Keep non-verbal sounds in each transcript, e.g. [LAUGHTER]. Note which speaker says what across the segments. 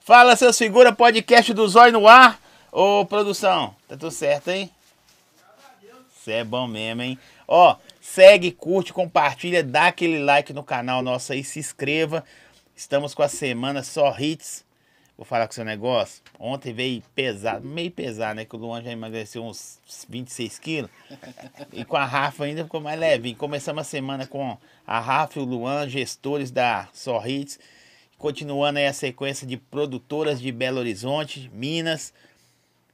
Speaker 1: Fala, seus figuras, podcast do Zóio no ar. Ô, produção, tá tudo certo, hein? Cê é bom mesmo, hein? Ó, segue, curte, compartilha, dá aquele like no canal nosso aí, se inscreva. Estamos com a semana só hits. Vou falar com o seu negócio. Ontem veio pesado, meio pesado, né? Que o Luan já emagreceu uns 26 quilos. E com a Rafa ainda ficou mais leve. Começamos a semana com a Rafa e o Luan, gestores da Só Hits. Continuando aí a sequência de produtoras de Belo Horizonte, Minas.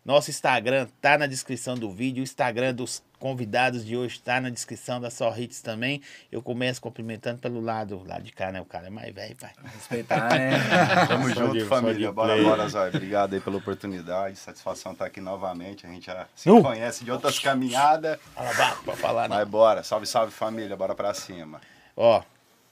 Speaker 1: Nosso Instagram tá na descrição do vídeo. O Instagram dos convidados de hoje tá na descrição da Só Hits também. Eu começo cumprimentando pelo lado, lado de cá, né? O cara é mais velho, pai.
Speaker 2: Respeitar, né?
Speaker 3: Tamo
Speaker 1: Só
Speaker 3: junto,
Speaker 1: de- só
Speaker 3: família.
Speaker 1: de
Speaker 3: Bora,
Speaker 1: play.
Speaker 3: bora, Zóia. Obrigado aí pela oportunidade. Satisfação estar aqui novamente. A gente já se
Speaker 1: Uh!
Speaker 3: conhece de outras caminhadas.
Speaker 1: Fala, vá, pode falar, né?
Speaker 3: Mas bora. Salve, salve, família. Bora pra cima.
Speaker 1: Ó,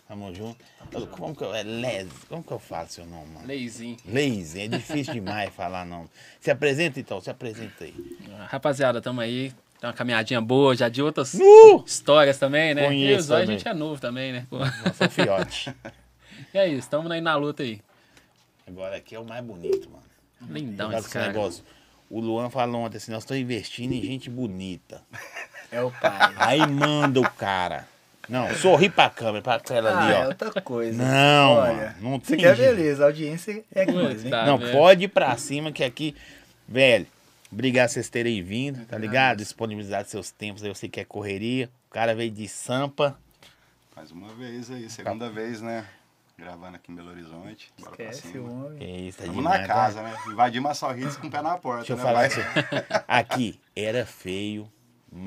Speaker 1: tamo junto. Como que eu. É Les. Como que eu falo seu nome, mano?
Speaker 2: [LAUGHS] Leizinho.
Speaker 1: Lazy, é difícil demais falar não. Se apresenta então, se apresenta aí.
Speaker 2: Rapaziada, tamo aí. Tá uma caminhadinha boa, já de outras
Speaker 1: Nu!
Speaker 2: histórias também, né?
Speaker 1: Uh! Conheço
Speaker 2: e o Zóio, a
Speaker 1: também. Uhum.
Speaker 2: gente é novo também, né? Pô.
Speaker 1: Sou um fiote.
Speaker 2: E é isso, tamo aí na luta aí.
Speaker 1: Agora aqui é o mais bonito, mano.
Speaker 2: Lindão
Speaker 1: Fala
Speaker 2: esse
Speaker 1: esse
Speaker 2: cara.
Speaker 1: negócio. O Luan falou ontem assim, nós estamos investindo em gente bonita.
Speaker 4: É o pai.
Speaker 1: Aí manda o cara. Não, sorri pra câmera, pra tela
Speaker 4: Ah,
Speaker 1: [LAUGHS]
Speaker 4: é
Speaker 1: ali, ó.
Speaker 4: outra coisa.
Speaker 1: Não, mano, não
Speaker 4: Você
Speaker 1: tem
Speaker 4: quer
Speaker 1: jeito.
Speaker 4: beleza, a audiência é que mais, hein?
Speaker 2: Tá,
Speaker 1: Não,
Speaker 2: velho.
Speaker 1: pode ir pra cima que aqui, velho, obrigado vocês terem vindo, tá ligado? Disponibilizado seus tempos, aí eu sei que é correria. O cara veio de Sampa.
Speaker 3: Mais uma vez aí. Segunda vez, né? Gravando aqui em Belo Horizonte. Bora pra
Speaker 4: Esquece o
Speaker 1: Que
Speaker 3: cima.
Speaker 4: homem.
Speaker 1: isso, tá
Speaker 3: Tamo
Speaker 1: demais,
Speaker 3: na
Speaker 1: tá?
Speaker 3: casa, né? Invadimos a sorriso com o pé na porta,
Speaker 1: Deixa eu
Speaker 3: né?
Speaker 1: falar
Speaker 3: Vai-
Speaker 1: assim. Aqui, era feio,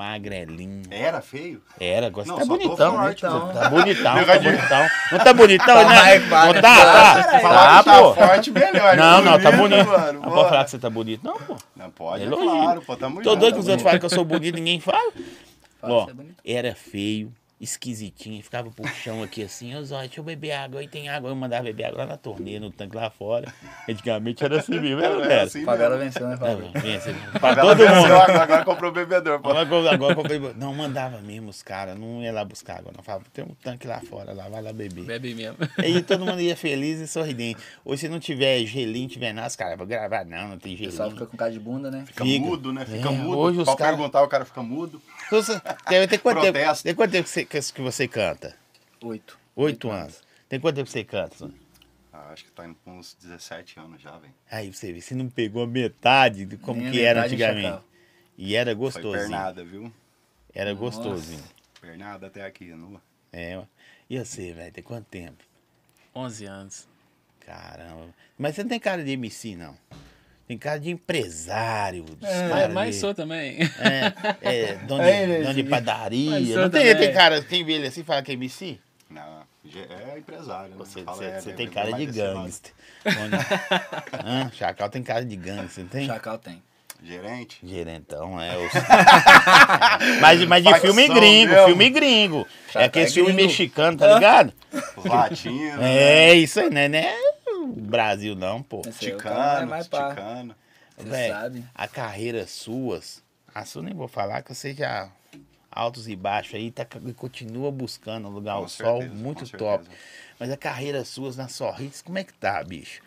Speaker 1: magrelinho.
Speaker 3: Era feio?
Speaker 1: Era, agora
Speaker 3: Não,
Speaker 1: você tá
Speaker 3: só tô
Speaker 1: bonitão, né?
Speaker 4: fortão.
Speaker 1: Tá bonitão, tá
Speaker 3: Negócio de-
Speaker 1: bonitão. Não tá bonitão, né?
Speaker 4: mais
Speaker 1: Não tá,
Speaker 4: magro,
Speaker 1: tá.
Speaker 4: caralho.
Speaker 3: Falar
Speaker 1: Tá,
Speaker 3: que tá
Speaker 1: pô.
Speaker 3: forte, melhor.
Speaker 1: Não, não, tá bonito.
Speaker 3: mano.
Speaker 1: Não pode falar
Speaker 3: Bora.
Speaker 1: que você tá bonito, não, pô.
Speaker 3: Não pode, é
Speaker 1: Elogio.
Speaker 3: claro. Pô, tamo
Speaker 1: Tô
Speaker 3: junto.
Speaker 1: doido que os
Speaker 3: tamo
Speaker 1: outros falam que eu sou bonito, ninguém fala.
Speaker 4: Fala,
Speaker 1: Ó,
Speaker 4: você é bonito.
Speaker 1: era feio, esquisitinho, ficava pro chão aqui assim, ô Zóia, deixa eu beber água, aí tem água. Eu mandava beber água lá na torneira, no tanque lá fora. Antigamente era assim mesmo,
Speaker 3: junto.
Speaker 1: era,
Speaker 3: Era
Speaker 1: era.
Speaker 3: assim
Speaker 4: Favela
Speaker 3: mesmo.
Speaker 4: venceu, né,
Speaker 1: É,
Speaker 4: Fábio?
Speaker 1: vem [LAUGHS] assim, pra
Speaker 3: Favela
Speaker 1: todo mundo.
Speaker 3: venceu, Agora comprou o bebedor, pô.
Speaker 1: Agora, que eu- agora que eu falei, não mandava mesmo os caras, não ia lá buscar água, não. Falava, tem um tanque lá fora, lá, vai lá beber.
Speaker 2: Bebe
Speaker 1: [LAUGHS]
Speaker 2: mesmo.
Speaker 1: E aí todo mundo ia feliz e sorridente. Hoje se não tiver gelinho, tiver nada, os caras vão gravar, não, não tem
Speaker 4: O pessoal
Speaker 1: gelinho.
Speaker 4: fica com cara de bunda, né?
Speaker 3: Fica
Speaker 1: Fica.
Speaker 3: mudo, né? Fica
Speaker 1: É,
Speaker 3: mudo.
Speaker 1: hoje os
Speaker 3: pra
Speaker 1: cara-
Speaker 3: perguntar, o cara fica mudo.
Speaker 1: Então, você- Tem, tem quanto tempo,
Speaker 3: Protesto.
Speaker 1: tem quanto tempo que, você, que- que você canta?
Speaker 4: Oito.
Speaker 1: Oito anos. Tem quanto tempo que você canta? Sônia?
Speaker 3: Ah, acho que tá indo com uns 17 anos já, velho.
Speaker 1: Aí você vê, você não pegou a metade de como
Speaker 4: Nem a
Speaker 1: que era
Speaker 4: metade do
Speaker 1: antigamente.
Speaker 4: chacal.
Speaker 1: E era
Speaker 3: Foi
Speaker 1: gostosinho.
Speaker 3: pernada, viu?
Speaker 1: Era gostosinho.
Speaker 3: Pernada até aqui, nua.
Speaker 1: É, ó. e você, velho, tem quanto tempo?
Speaker 2: 11 anos.
Speaker 1: Caramba. Mas você não tem cara de MC, não. Tem cara de empresário. dos
Speaker 2: Mas,
Speaker 1: caras
Speaker 2: É, mas
Speaker 1: de-
Speaker 2: sou também.
Speaker 1: É,
Speaker 2: [LAUGHS]
Speaker 1: é dono,
Speaker 4: É,
Speaker 1: de,
Speaker 4: né,
Speaker 1: dono de
Speaker 4: sim.
Speaker 1: padaria.
Speaker 2: Mas sou
Speaker 1: Não tem,
Speaker 2: também.
Speaker 1: tem cara, quem vê ele assim e fala que é MC?
Speaker 3: Não, já é empresário. né?
Speaker 1: Você,
Speaker 3: Fala,
Speaker 1: você-
Speaker 3: é,
Speaker 1: você
Speaker 3: né?
Speaker 1: tem
Speaker 3: Vai
Speaker 1: cara de
Speaker 3: mais desse lado.
Speaker 1: gangster. Dono- Hã? Chacal tem cara de gangster, não tem?
Speaker 4: Chacal tem.
Speaker 1: [LAUGHS]
Speaker 3: Gerente?
Speaker 1: Gerentão, é. Os... mas mas de
Speaker 3: Facção
Speaker 1: filme gringo,
Speaker 3: mesmo.
Speaker 1: filme gringo. É aquele
Speaker 4: é
Speaker 1: filme
Speaker 4: gringo.
Speaker 1: mexicano, tá ligado?
Speaker 3: Os latinos, né?
Speaker 1: É isso aí, né? Não é o Brasil, não, pô.
Speaker 4: Esse aí, o cara é
Speaker 3: Ticano,
Speaker 4: mais pá.
Speaker 3: ticano.
Speaker 4: Você
Speaker 1: Véi,
Speaker 4: sabe.
Speaker 1: a carreira suas, a sua nem vou falar, que você já altos e baixos aí, tá, e continua buscando um lugar
Speaker 3: Com
Speaker 1: ao sol,
Speaker 3: certeza,
Speaker 1: muito
Speaker 3: com
Speaker 1: top.
Speaker 3: certeza.
Speaker 1: Mas a carreira suas na Sorrites, como é que tá, bicho?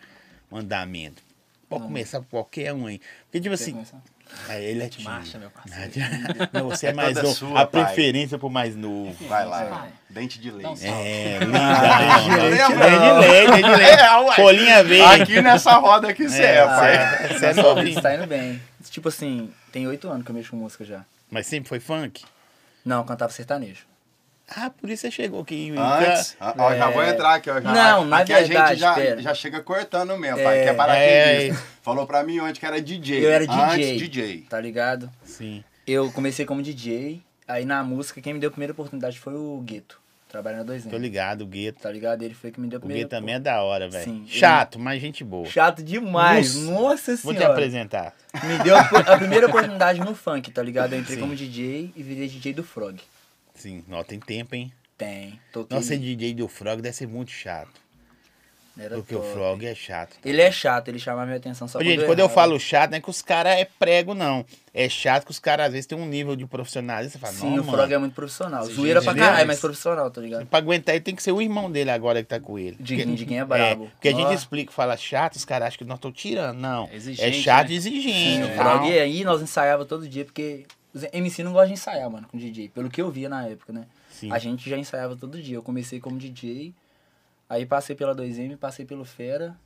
Speaker 1: O andamento. Pode começar por qualquer um aí. Porque, tipo
Speaker 4: Quer
Speaker 1: assim,
Speaker 4: começar?
Speaker 1: aí ele é
Speaker 2: De marcha,
Speaker 1: tímido.
Speaker 2: meu parceiro.
Speaker 1: Não, você é,
Speaker 3: É
Speaker 1: mais
Speaker 3: toda
Speaker 1: novo.
Speaker 3: sua,
Speaker 1: a
Speaker 3: pai.
Speaker 1: preferência por mais novo.
Speaker 3: Vai lá,
Speaker 2: Vai.
Speaker 3: dente de
Speaker 2: Dá um
Speaker 3: leite.
Speaker 2: salve.
Speaker 1: É,
Speaker 3: leite,
Speaker 1: lindão.
Speaker 3: não.
Speaker 1: Dente é de leite, dente de leite.
Speaker 3: É, uai.
Speaker 1: Folhinha verde.
Speaker 3: Aqui nessa roda aqui você é,
Speaker 1: É,
Speaker 3: pai.
Speaker 1: cê é- cê é
Speaker 4: Nossa,
Speaker 1: novinho.
Speaker 4: Tá indo bem. Tipo assim, tem oito anos que eu mexo com música já.
Speaker 1: Mas sempre foi funk?
Speaker 4: Não, eu cantava sertanejo.
Speaker 1: Ah, por isso você chegou aqui.
Speaker 3: Antes, ó, ó, já vou entrar aqui, ó. já-
Speaker 4: Não, na
Speaker 3: aqui a gente
Speaker 4: verdade,
Speaker 3: já,
Speaker 4: pera.
Speaker 3: já chega cortando mesmo, pai, que é
Speaker 4: É,
Speaker 3: paraquedista.
Speaker 1: é.
Speaker 3: Falou pra mim ontem que era DJ.
Speaker 4: Eu era DJ.
Speaker 3: Antes, DJ.
Speaker 4: Tá ligado?
Speaker 1: Sim.
Speaker 4: Eu comecei como DJ, aí na música quem me deu a primeira oportunidade foi o Gueto. Trabalhando na
Speaker 1: Tô
Speaker 4: 2M.
Speaker 1: ligado, o Gueto.
Speaker 4: Tá ligado? Ele foi que me deu
Speaker 1: O
Speaker 4: a primeira
Speaker 1: Gueto também é da hora, velho.
Speaker 4: Sim.
Speaker 1: Chato, mas gente boa.
Speaker 4: Chato demais.
Speaker 1: Nossa.
Speaker 4: Nossa,
Speaker 1: Vou
Speaker 4: senhora.
Speaker 1: te apresentar.
Speaker 4: Me deu a
Speaker 1: [LAUGHS]
Speaker 4: primeira oportunidade no funk, tá ligado? Eu entrei
Speaker 1: Sim.
Speaker 4: como DJ e virei DJ do Frog.
Speaker 1: Sim, ó, tem tempo, hein?
Speaker 4: Tem. Toquei.
Speaker 1: Nossa, DJ do Frog deve ser muito chato.
Speaker 4: Era
Speaker 1: Porque o
Speaker 4: top.
Speaker 1: Frog é chato.
Speaker 4: Ele é chato, ele chama a minha atenção só
Speaker 1: Gente, quando eu falo chato, não é que os caras é prego, não. É chato que os caras às vezes têm um nível de profissionalismo. Você fala,
Speaker 4: Sim,
Speaker 1: ah, não,
Speaker 4: o
Speaker 1: mano.
Speaker 4: Frog é muito profissional.
Speaker 2: Sim,
Speaker 4: Zoeira
Speaker 2: gente,
Speaker 4: pra
Speaker 2: ele é
Speaker 4: caralho,
Speaker 2: isso.
Speaker 4: mas profissional, tá ligado?
Speaker 1: Pra aguentar ele tem que ser o irmão dele agora que tá com ele.
Speaker 4: Diguinho,
Speaker 1: Porque-
Speaker 4: Diguinho é brabo.
Speaker 1: porque a gente
Speaker 4: Ó.
Speaker 1: explica, fala chato, os caras acham que nós estamos tirando. Não.
Speaker 2: É
Speaker 1: é
Speaker 2: exigente,
Speaker 1: chato
Speaker 2: né?
Speaker 1: e
Speaker 4: Sim,
Speaker 1: exigindo.
Speaker 4: o
Speaker 1: tal.
Speaker 4: Frog é. aí nós ensaiava todo dia, porque os MC não gostam de ensaiar, mano, com DJ. Pelo que eu via na época, né?
Speaker 1: Sim.
Speaker 4: A gente já ensaiava todo dia. Eu comecei como DJ, aí passei pela 2M, passei pelo Fera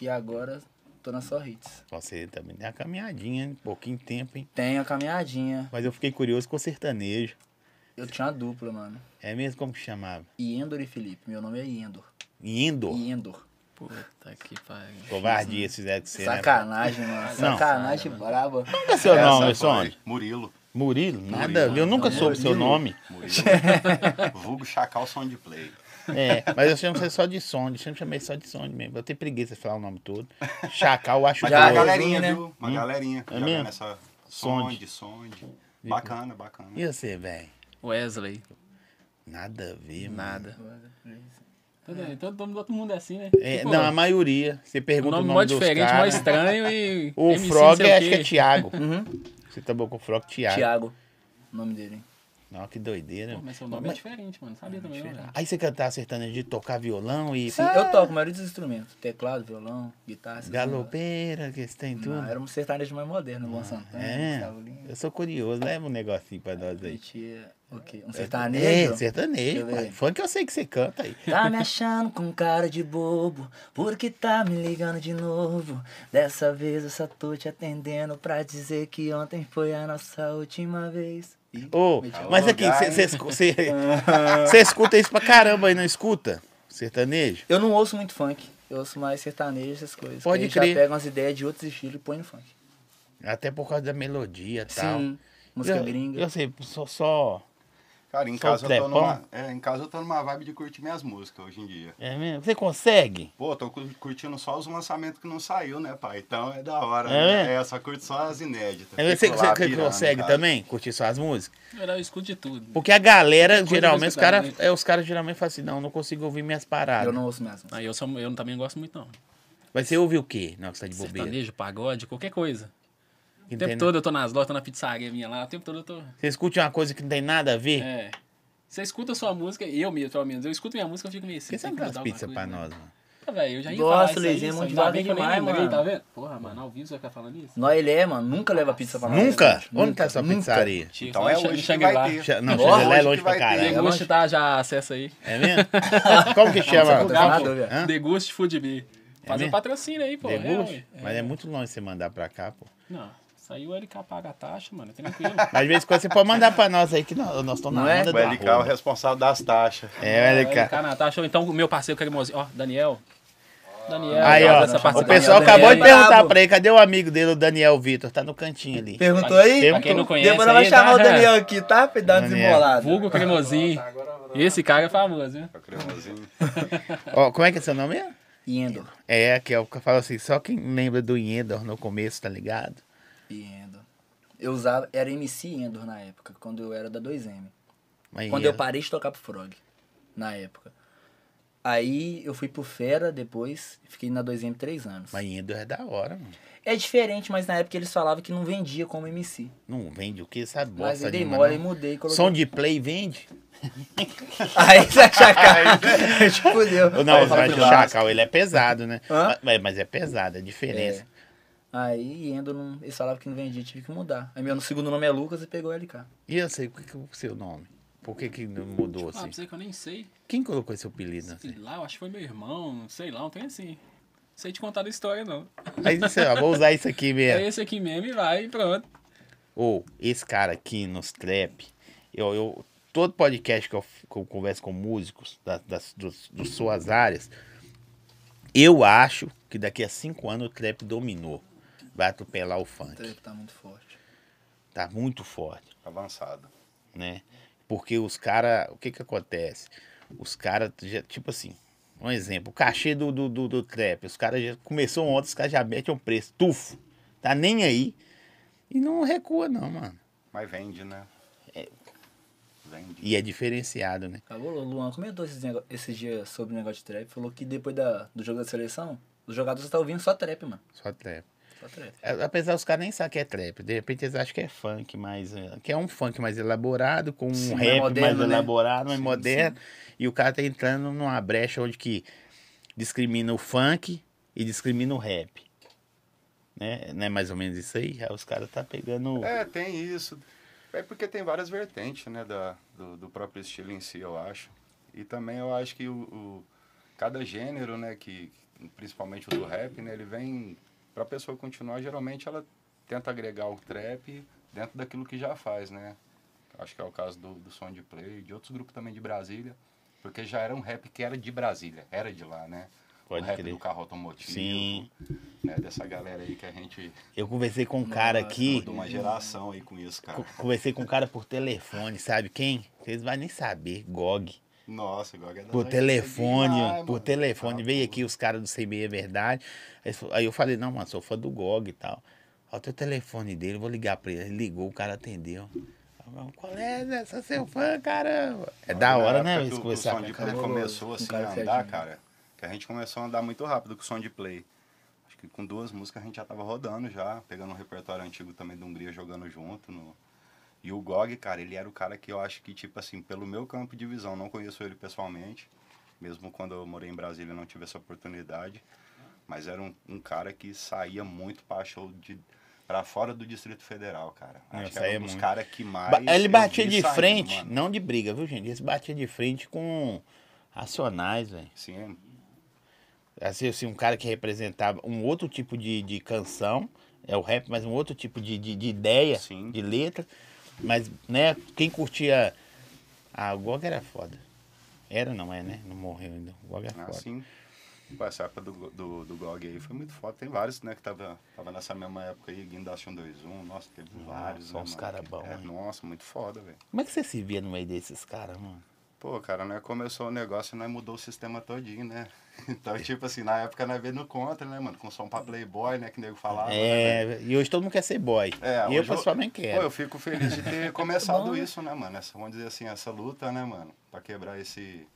Speaker 4: e agora tô na Só Hits.
Speaker 1: Você também deu uma caminhadinha, hein? pouquinho tempo, hein?
Speaker 4: Tem a caminhadinha.
Speaker 1: Mas eu fiquei curioso com o sertanejo.
Speaker 4: Eu tinha uma dupla, mano.
Speaker 1: É mesmo como que chamava?
Speaker 4: Endor e Felipe. Meu nome é Endor.
Speaker 1: Indo.
Speaker 4: Endor.
Speaker 2: Puta que pariu.
Speaker 1: Covardia, se fizer que você.
Speaker 4: Sacanagem, mano.
Speaker 1: é Não.
Speaker 4: Sacanagem braba.
Speaker 1: Né? Qual é seu
Speaker 3: Essa
Speaker 1: nome,
Speaker 3: foi.
Speaker 1: Sônia?
Speaker 3: Murilo.
Speaker 1: Murilo? Nada. a
Speaker 3: Murilo.
Speaker 1: ver, Eu nunca soube seu nome.
Speaker 3: Murilo.
Speaker 1: [LAUGHS]
Speaker 3: Vulgo Chacal Sound de Play.
Speaker 1: É, mas eu chamo você só de Sônia. Eu sempre chamei só de Sônia mesmo. Eu tenho preguiça de falar o nome todo. Chacal, eu acho
Speaker 3: Mas
Speaker 1: que
Speaker 4: Já,
Speaker 3: tem uma
Speaker 4: galera-
Speaker 3: galerinha,
Speaker 4: né?
Speaker 3: viu? Uma galerinha. É
Speaker 1: Hum? mesmo?
Speaker 3: Nessa
Speaker 1: Sonde.
Speaker 3: sonde, sonde. Bacana, bacana.
Speaker 1: E você, velho?
Speaker 2: Wesley.
Speaker 1: Nada a ver, mano.
Speaker 2: Nada. Todo, todo, todo mundo é assim, né?
Speaker 1: É,
Speaker 2: Tipo,
Speaker 1: não, a maioria. Você
Speaker 2: o
Speaker 1: pergunta o
Speaker 2: Um nome,
Speaker 1: nome,
Speaker 2: mó
Speaker 1: dos
Speaker 2: diferente, mó
Speaker 1: caras.
Speaker 2: estranho e.
Speaker 1: [LAUGHS] O
Speaker 2: MC não
Speaker 1: Frog,
Speaker 2: sei o
Speaker 1: acho que
Speaker 2: quê.
Speaker 1: é Thiago.
Speaker 4: Uhum.
Speaker 1: Você também com o Frog, Thiago.
Speaker 4: Thiago. O nome dele, hein?
Speaker 1: Não, que doideira.
Speaker 2: Pô, mas seu nome é diferente, mano. Sabia também, não, velho?
Speaker 1: Aí você cantar sertanejo de tocar violão e...
Speaker 4: Sim, eu toco a maioria dos instrumentos. Teclado, violão, guitarra. essas coisas.
Speaker 1: Galopeira, que você tem tudo. Ah,
Speaker 4: Não, era um sertanejo mais moderno, Luan Santana, Gustavo
Speaker 1: é,
Speaker 4: Lima.
Speaker 1: eu sou curioso. Leva um negocinho pra nós aí.
Speaker 4: Curtia o quê? Um
Speaker 1: É,
Speaker 4: sertanejo?
Speaker 1: sertanejo.
Speaker 4: Quer ver?
Speaker 1: pai. Funk eu sei que você canta aí.
Speaker 4: Tá me achando com cara de bobo, porque tá me ligando de novo. Dessa vez eu só tô te atendendo pra dizer que ontem foi a nossa última vez. Ih,
Speaker 1: Ô,
Speaker 4: meti- um
Speaker 1: mas
Speaker 3: Alô,
Speaker 1: aqui,
Speaker 3: Gaia.
Speaker 4: [LAUGHS]
Speaker 1: você escuta isso pra caramba aí, não escuta? Sertanejo?
Speaker 4: Eu não ouço muito funk, eu ouço mais sertanejo, essas coisas.
Speaker 1: Pode
Speaker 4: que aí
Speaker 1: crer.
Speaker 4: já pega umas ideias de outros estilos e põe no funk.
Speaker 1: Até por causa da melodia e tal.
Speaker 4: Sim, música
Speaker 1: eu,
Speaker 4: gringa.
Speaker 1: Eu sei, só... só
Speaker 3: Cara, em
Speaker 1: Sou
Speaker 3: casa, eu tô
Speaker 1: trepão.
Speaker 3: numa, é, em casa eu tô numa vibe de curtir minhas músicas hoje em dia.
Speaker 1: é mesmo? Você consegue?
Speaker 3: Pô, tô cu- curtindo só os lançamentos que não saiu, né, pai? Então é da hora,
Speaker 1: É?
Speaker 3: né? É, só curto só as inéditas.
Speaker 1: É, Você,
Speaker 3: Fico
Speaker 1: você
Speaker 3: lá
Speaker 1: que
Speaker 3: pirando,
Speaker 1: consegue
Speaker 3: cara.
Speaker 1: também curtir suas músicas?
Speaker 2: Na verdade, eu escuto de tudo.
Speaker 1: Porque a galera,
Speaker 2: Coisa
Speaker 1: geralmente, os
Speaker 2: musical,
Speaker 1: caras é, os cara geralmente falam assim, não, não consigo ouvir minhas paradas.
Speaker 4: Eu não ouço mesmo.
Speaker 2: Aí eu, sou, eu também gosto muito, não.
Speaker 1: Mas você ouve o quê? Não, que você tá de bobeira.
Speaker 2: Sertanejo, pagode, qualquer coisa. O
Speaker 1: Entendeu?
Speaker 2: tempo todo eu tô nas lojas, tô na pizzaria minha lá. O tempo todo eu tô.
Speaker 1: Você escute uma coisa que não tem nada a ver?
Speaker 2: É. Você escuta a sua música, eu mesmo, pelo menos. Eu escuto minha música, eu fico meio assim.
Speaker 1: Por que você
Speaker 2: tem
Speaker 1: não
Speaker 2: que
Speaker 1: traz
Speaker 2: mudar alguma
Speaker 1: pizza
Speaker 2: coisa,
Speaker 1: pra
Speaker 2: né?
Speaker 1: nós, mano?
Speaker 2: Ah, velho, eu já ia
Speaker 4: Nossa,
Speaker 2: falar isso aí,
Speaker 4: Luizinho, é
Speaker 2: só
Speaker 4: muito
Speaker 2: ainda bem que eu nem
Speaker 4: devagar
Speaker 2: lembrei,
Speaker 4: demais,
Speaker 2: tá
Speaker 4: mano.
Speaker 2: vendo? Porra, mano, ao vivo você vai ficar falando isso?
Speaker 4: Nó ele é, mano, nunca leva pizza pra nós, né,
Speaker 1: Nunca?
Speaker 4: gente,
Speaker 1: Onde tá
Speaker 4: nunca,
Speaker 1: essa
Speaker 4: nunca.
Speaker 1: pizzaria?
Speaker 3: Então é hoje que
Speaker 2: Xangri-La.
Speaker 3: vai ter.
Speaker 1: Xa- não,
Speaker 3: Então
Speaker 1: Xangri-La é
Speaker 3: hoje que
Speaker 1: longe pra
Speaker 3: vai ter.
Speaker 1: caralho.
Speaker 2: Deguste, tá? Já acessa aí.
Speaker 1: É mesmo?
Speaker 4: [LAUGHS]
Speaker 1: Como que
Speaker 4: Não,
Speaker 1: chama?
Speaker 4: você
Speaker 2: Lugar,
Speaker 4: nada,
Speaker 2: pô.
Speaker 4: velho.
Speaker 1: Hã?
Speaker 2: Deguste Food Me.
Speaker 1: né?
Speaker 2: Fazer
Speaker 1: É mesmo?
Speaker 2: um patrocínio aí, pô. É,
Speaker 1: Deguste?
Speaker 2: ué.
Speaker 1: Mas é muito longe você mandar pra cá, pô.
Speaker 2: Não, saiu o LK paga a taxa, mano. é
Speaker 1: [LAUGHS]
Speaker 2: Tranquilo.
Speaker 1: Às vezes quando você pode mandar pra nós aí, que nós, nós estamos na
Speaker 4: Não é?
Speaker 1: onda
Speaker 3: O
Speaker 1: do
Speaker 3: LK é o
Speaker 1: arroba.
Speaker 3: responsável das taxas.
Speaker 1: É, o LK.
Speaker 2: LK na taxa. Ou então o meu parceiro cremosinho. Ó, Daniel. Daniel.
Speaker 1: Aí,
Speaker 2: faz
Speaker 1: ó,
Speaker 2: essa
Speaker 1: o
Speaker 2: parceria.
Speaker 1: pessoal
Speaker 4: Daniel
Speaker 1: acabou de
Speaker 4: é brabo.
Speaker 1: perguntar pra ele, cadê o amigo dele, o Daniel Vitor? Tá no cantinho ali.
Speaker 4: Perguntou aí?
Speaker 1: Pra quem
Speaker 2: não conhece
Speaker 4: Depois nós vai
Speaker 2: aí,
Speaker 4: chamar o
Speaker 2: tá?
Speaker 4: Daniel aqui, tá? Pra dar uma
Speaker 1: Daniel.
Speaker 4: desembolada.
Speaker 2: Vulgo cremosinho. Esse cara é famoso, viu?
Speaker 3: É o cremosinho.
Speaker 1: Ó, como é que é seu nome mesmo?
Speaker 4: Iendo.
Speaker 1: É, que eu falo assim, só quem lembra do Endor no começo, tá ligado?
Speaker 4: Iendo. Eu usava, era MC Endor na época, quando eu era da 2M.
Speaker 1: Mas
Speaker 4: Quando
Speaker 1: é-
Speaker 4: eu parei de tocar pro Frog, na época. Aí eu fui pro Fera depois, fiquei na 2M três anos.
Speaker 1: Mas Endor é da hora, mano.
Speaker 4: É diferente, mas na época eles falavam que não vendia como MC.
Speaker 1: Não vende o que, sabe?
Speaker 4: mas
Speaker 1: Bosta
Speaker 4: eu dei
Speaker 1: nenhuma,
Speaker 4: mole e
Speaker 1: não.
Speaker 4: mudei e coloquei.
Speaker 1: Som de play
Speaker 4: [LAUGHS]
Speaker 1: vende?
Speaker 4: Aí você acha que te fudeu.
Speaker 1: Ou não,
Speaker 4: Aí
Speaker 1: eu
Speaker 4: eu falo
Speaker 1: acho
Speaker 4: pro
Speaker 1: que o
Speaker 4: Lázaro.
Speaker 1: Chacal, ele é pesado, né?
Speaker 4: Hã?
Speaker 1: Mas, mas é pesado, é a diferença.
Speaker 4: Aí Endor, não, eles falavam que não vendia, tive que mudar. Aí meu segundo nome é Lucas e pegou LK.
Speaker 1: E eu sei, o que que é o seu nome? Por que que não mudou
Speaker 2: Ah, pra
Speaker 1: assim?
Speaker 2: você que eu nem sei.
Speaker 1: Quem colocou esse apelido
Speaker 2: Sei
Speaker 1: assim?
Speaker 2: lá, eu acho que foi meu irmão. Sei lá, não tem assim. Não sei te contar a história, não.
Speaker 1: Aí sei lá, vou usar isso aqui
Speaker 2: É. [LAUGHS]
Speaker 1: mesmo.
Speaker 2: esse aqui mesmo e vai e pronto.
Speaker 1: Ou esse cara aqui nos trap, eu, eu todo podcast que eu, que eu converso com músicos da- das, dos, dos suas áreas, eu acho que daqui a cinco anos o trap dominou. Vai atropelar o
Speaker 4: O
Speaker 1: funk.
Speaker 4: trap tá muito forte.
Speaker 1: Tá muito forte.
Speaker 3: Avançado.
Speaker 1: né? Porque os caras, o que que acontece? Os caras, tipo assim, um exemplo, o cachê do, do, do, do trap, os caras já começou ontem, os caras já metem o preço, tufo, tá nem aí. E não recua não, mano.
Speaker 3: Mas vende, né? vende.
Speaker 1: E é diferenciado, né?
Speaker 4: Acabou, o Luan comentou esses, nego- esses dias sobre o negócio de trap. Falou que depois da, do jogo da seleção, os jogadores estão ouvindo só trap, mano.
Speaker 1: Só trap.
Speaker 4: Só trap.
Speaker 1: A- Apesar os caras nem sabem que é trap. De repente eles acham que é funk, mas. é, Que é um funk mais elaborado, com um
Speaker 4: Sim, mais
Speaker 1: rap
Speaker 4: moderno,
Speaker 1: mais
Speaker 4: né?
Speaker 1: elaborado, mais
Speaker 4: Sim,
Speaker 1: moderno. E o cara tá entrando numa brecha onde que discrimina o funk e discrimina o rap. Né? Não é mais ou menos isso aí? Aí os caras tá pegando.
Speaker 3: É, tem isso. É porque tem várias vertentes, né, da, do, do próprio estilo em si, eu acho. E também eu acho que o, o- cada gênero, né, que principalmente o do rap, né, ele vem pra pessoa continuar, geralmente ela tenta agregar o trap dentro daquilo que já faz, né? Acho que é o caso do, do Som de Play, de outros grupos também de Brasília, porque já era um rap que era de Brasília, era de lá, né?
Speaker 1: Pode
Speaker 3: o rap
Speaker 1: crer.
Speaker 3: do carro automotivo,
Speaker 1: Sim.
Speaker 3: né, dessa galera aí que a gente
Speaker 1: Eu conversei com um cara aqui.
Speaker 3: de uma geração aí com isso, cara.
Speaker 1: co- Conversei com um cara por telefone, sabe quem? Vocês vão nem saber, Gog.
Speaker 3: Nossa, igual a galera
Speaker 1: Por
Speaker 3: da-
Speaker 1: telefone,
Speaker 3: Ai,
Speaker 1: mano, por
Speaker 3: mano.
Speaker 1: telefone.
Speaker 3: Ah,
Speaker 1: Veio
Speaker 3: pô.
Speaker 1: aqui os caras do CBI é Verdade. Aí fo- Aí eu falei, não, mano, sou fã do GOG e tal. Olha o teu telefone dele, vou ligar pra ele. Ele ligou, o cara atendeu. Aí, mano, Qual é, né? Sou seu fã, caramba. É da
Speaker 3: Na
Speaker 1: hora,
Speaker 3: época
Speaker 1: né?
Speaker 3: que
Speaker 1: Isso
Speaker 3: o- que
Speaker 1: conversar
Speaker 3: O som
Speaker 1: com
Speaker 3: de
Speaker 1: o
Speaker 3: play
Speaker 1: cara.
Speaker 4: cara.
Speaker 3: começou assim
Speaker 4: Um cara
Speaker 3: a
Speaker 4: que
Speaker 3: andar,
Speaker 4: é de-
Speaker 3: cara. Que a gente começou a andar muito rápido com o som de play. Acho que com duas músicas a gente já tava rodando já, pegando um repertório antigo também do Hungria jogando junto. no- E o Gog, cara, ele era o cara que eu acho que, tipo assim, pelo meu campo de visão, não conheço ele pessoalmente. Mesmo quando eu morei em Brasília, eu não tive essa oportunidade. Mas era um, um cara que saía muito pra show de. Pra fora do Distrito Federal, cara.
Speaker 1: Não,
Speaker 3: Acho que
Speaker 1: É, saía
Speaker 3: era um dos
Speaker 1: muito.
Speaker 3: caras que mais.
Speaker 1: Ba- Ele
Speaker 3: eu
Speaker 1: batia
Speaker 3: vi
Speaker 1: de
Speaker 3: saindo,
Speaker 1: frente,
Speaker 3: mano.
Speaker 1: não de briga, viu, gente? Ele batia de frente com racionais, velho.
Speaker 3: Sim,
Speaker 1: assim, assim, um cara que representava um outro tipo de, de canção, é o rap, mas um outro tipo de, de, de ideia,
Speaker 3: Sim.
Speaker 1: de letra. Mas, né, quem curtia. Ah, o Gog era foda. Era, não é, né? Não morreu ainda. O Gog é
Speaker 3: Ah,
Speaker 1: foda.
Speaker 3: sim. Pô, essa época do, do, do GOG aí foi muito foda. Tem vários, né, que tava, tava nessa mesma época aí, Guindaste 121, nossa, teve vários.
Speaker 1: só
Speaker 3: né,
Speaker 1: uns
Speaker 3: mano,
Speaker 1: cara
Speaker 3: que-
Speaker 1: bom,
Speaker 3: é,
Speaker 1: hein?
Speaker 3: Nossa, muito foda, velho.
Speaker 1: Como é que você se via no meio desses caras, mano?
Speaker 3: Pô, cara, nós começou o negócio e nós mudou o sistema todinho, né? [LAUGHS] Então, tipo assim, na época nós veio no contra, né, mano? Com som pra Playboy, né, que nego falava. né,
Speaker 1: é, e hoje todo mundo quer ser boy.
Speaker 3: É,
Speaker 1: e eu
Speaker 3: hoje eu-
Speaker 1: pessoalmente
Speaker 3: Pô,
Speaker 1: quero.
Speaker 3: eu fico feliz de ter começado
Speaker 4: bom, né?
Speaker 3: isso, né, mano? Essa, vamos dizer assim, essa luta, né, mano? Pra quebrar esse.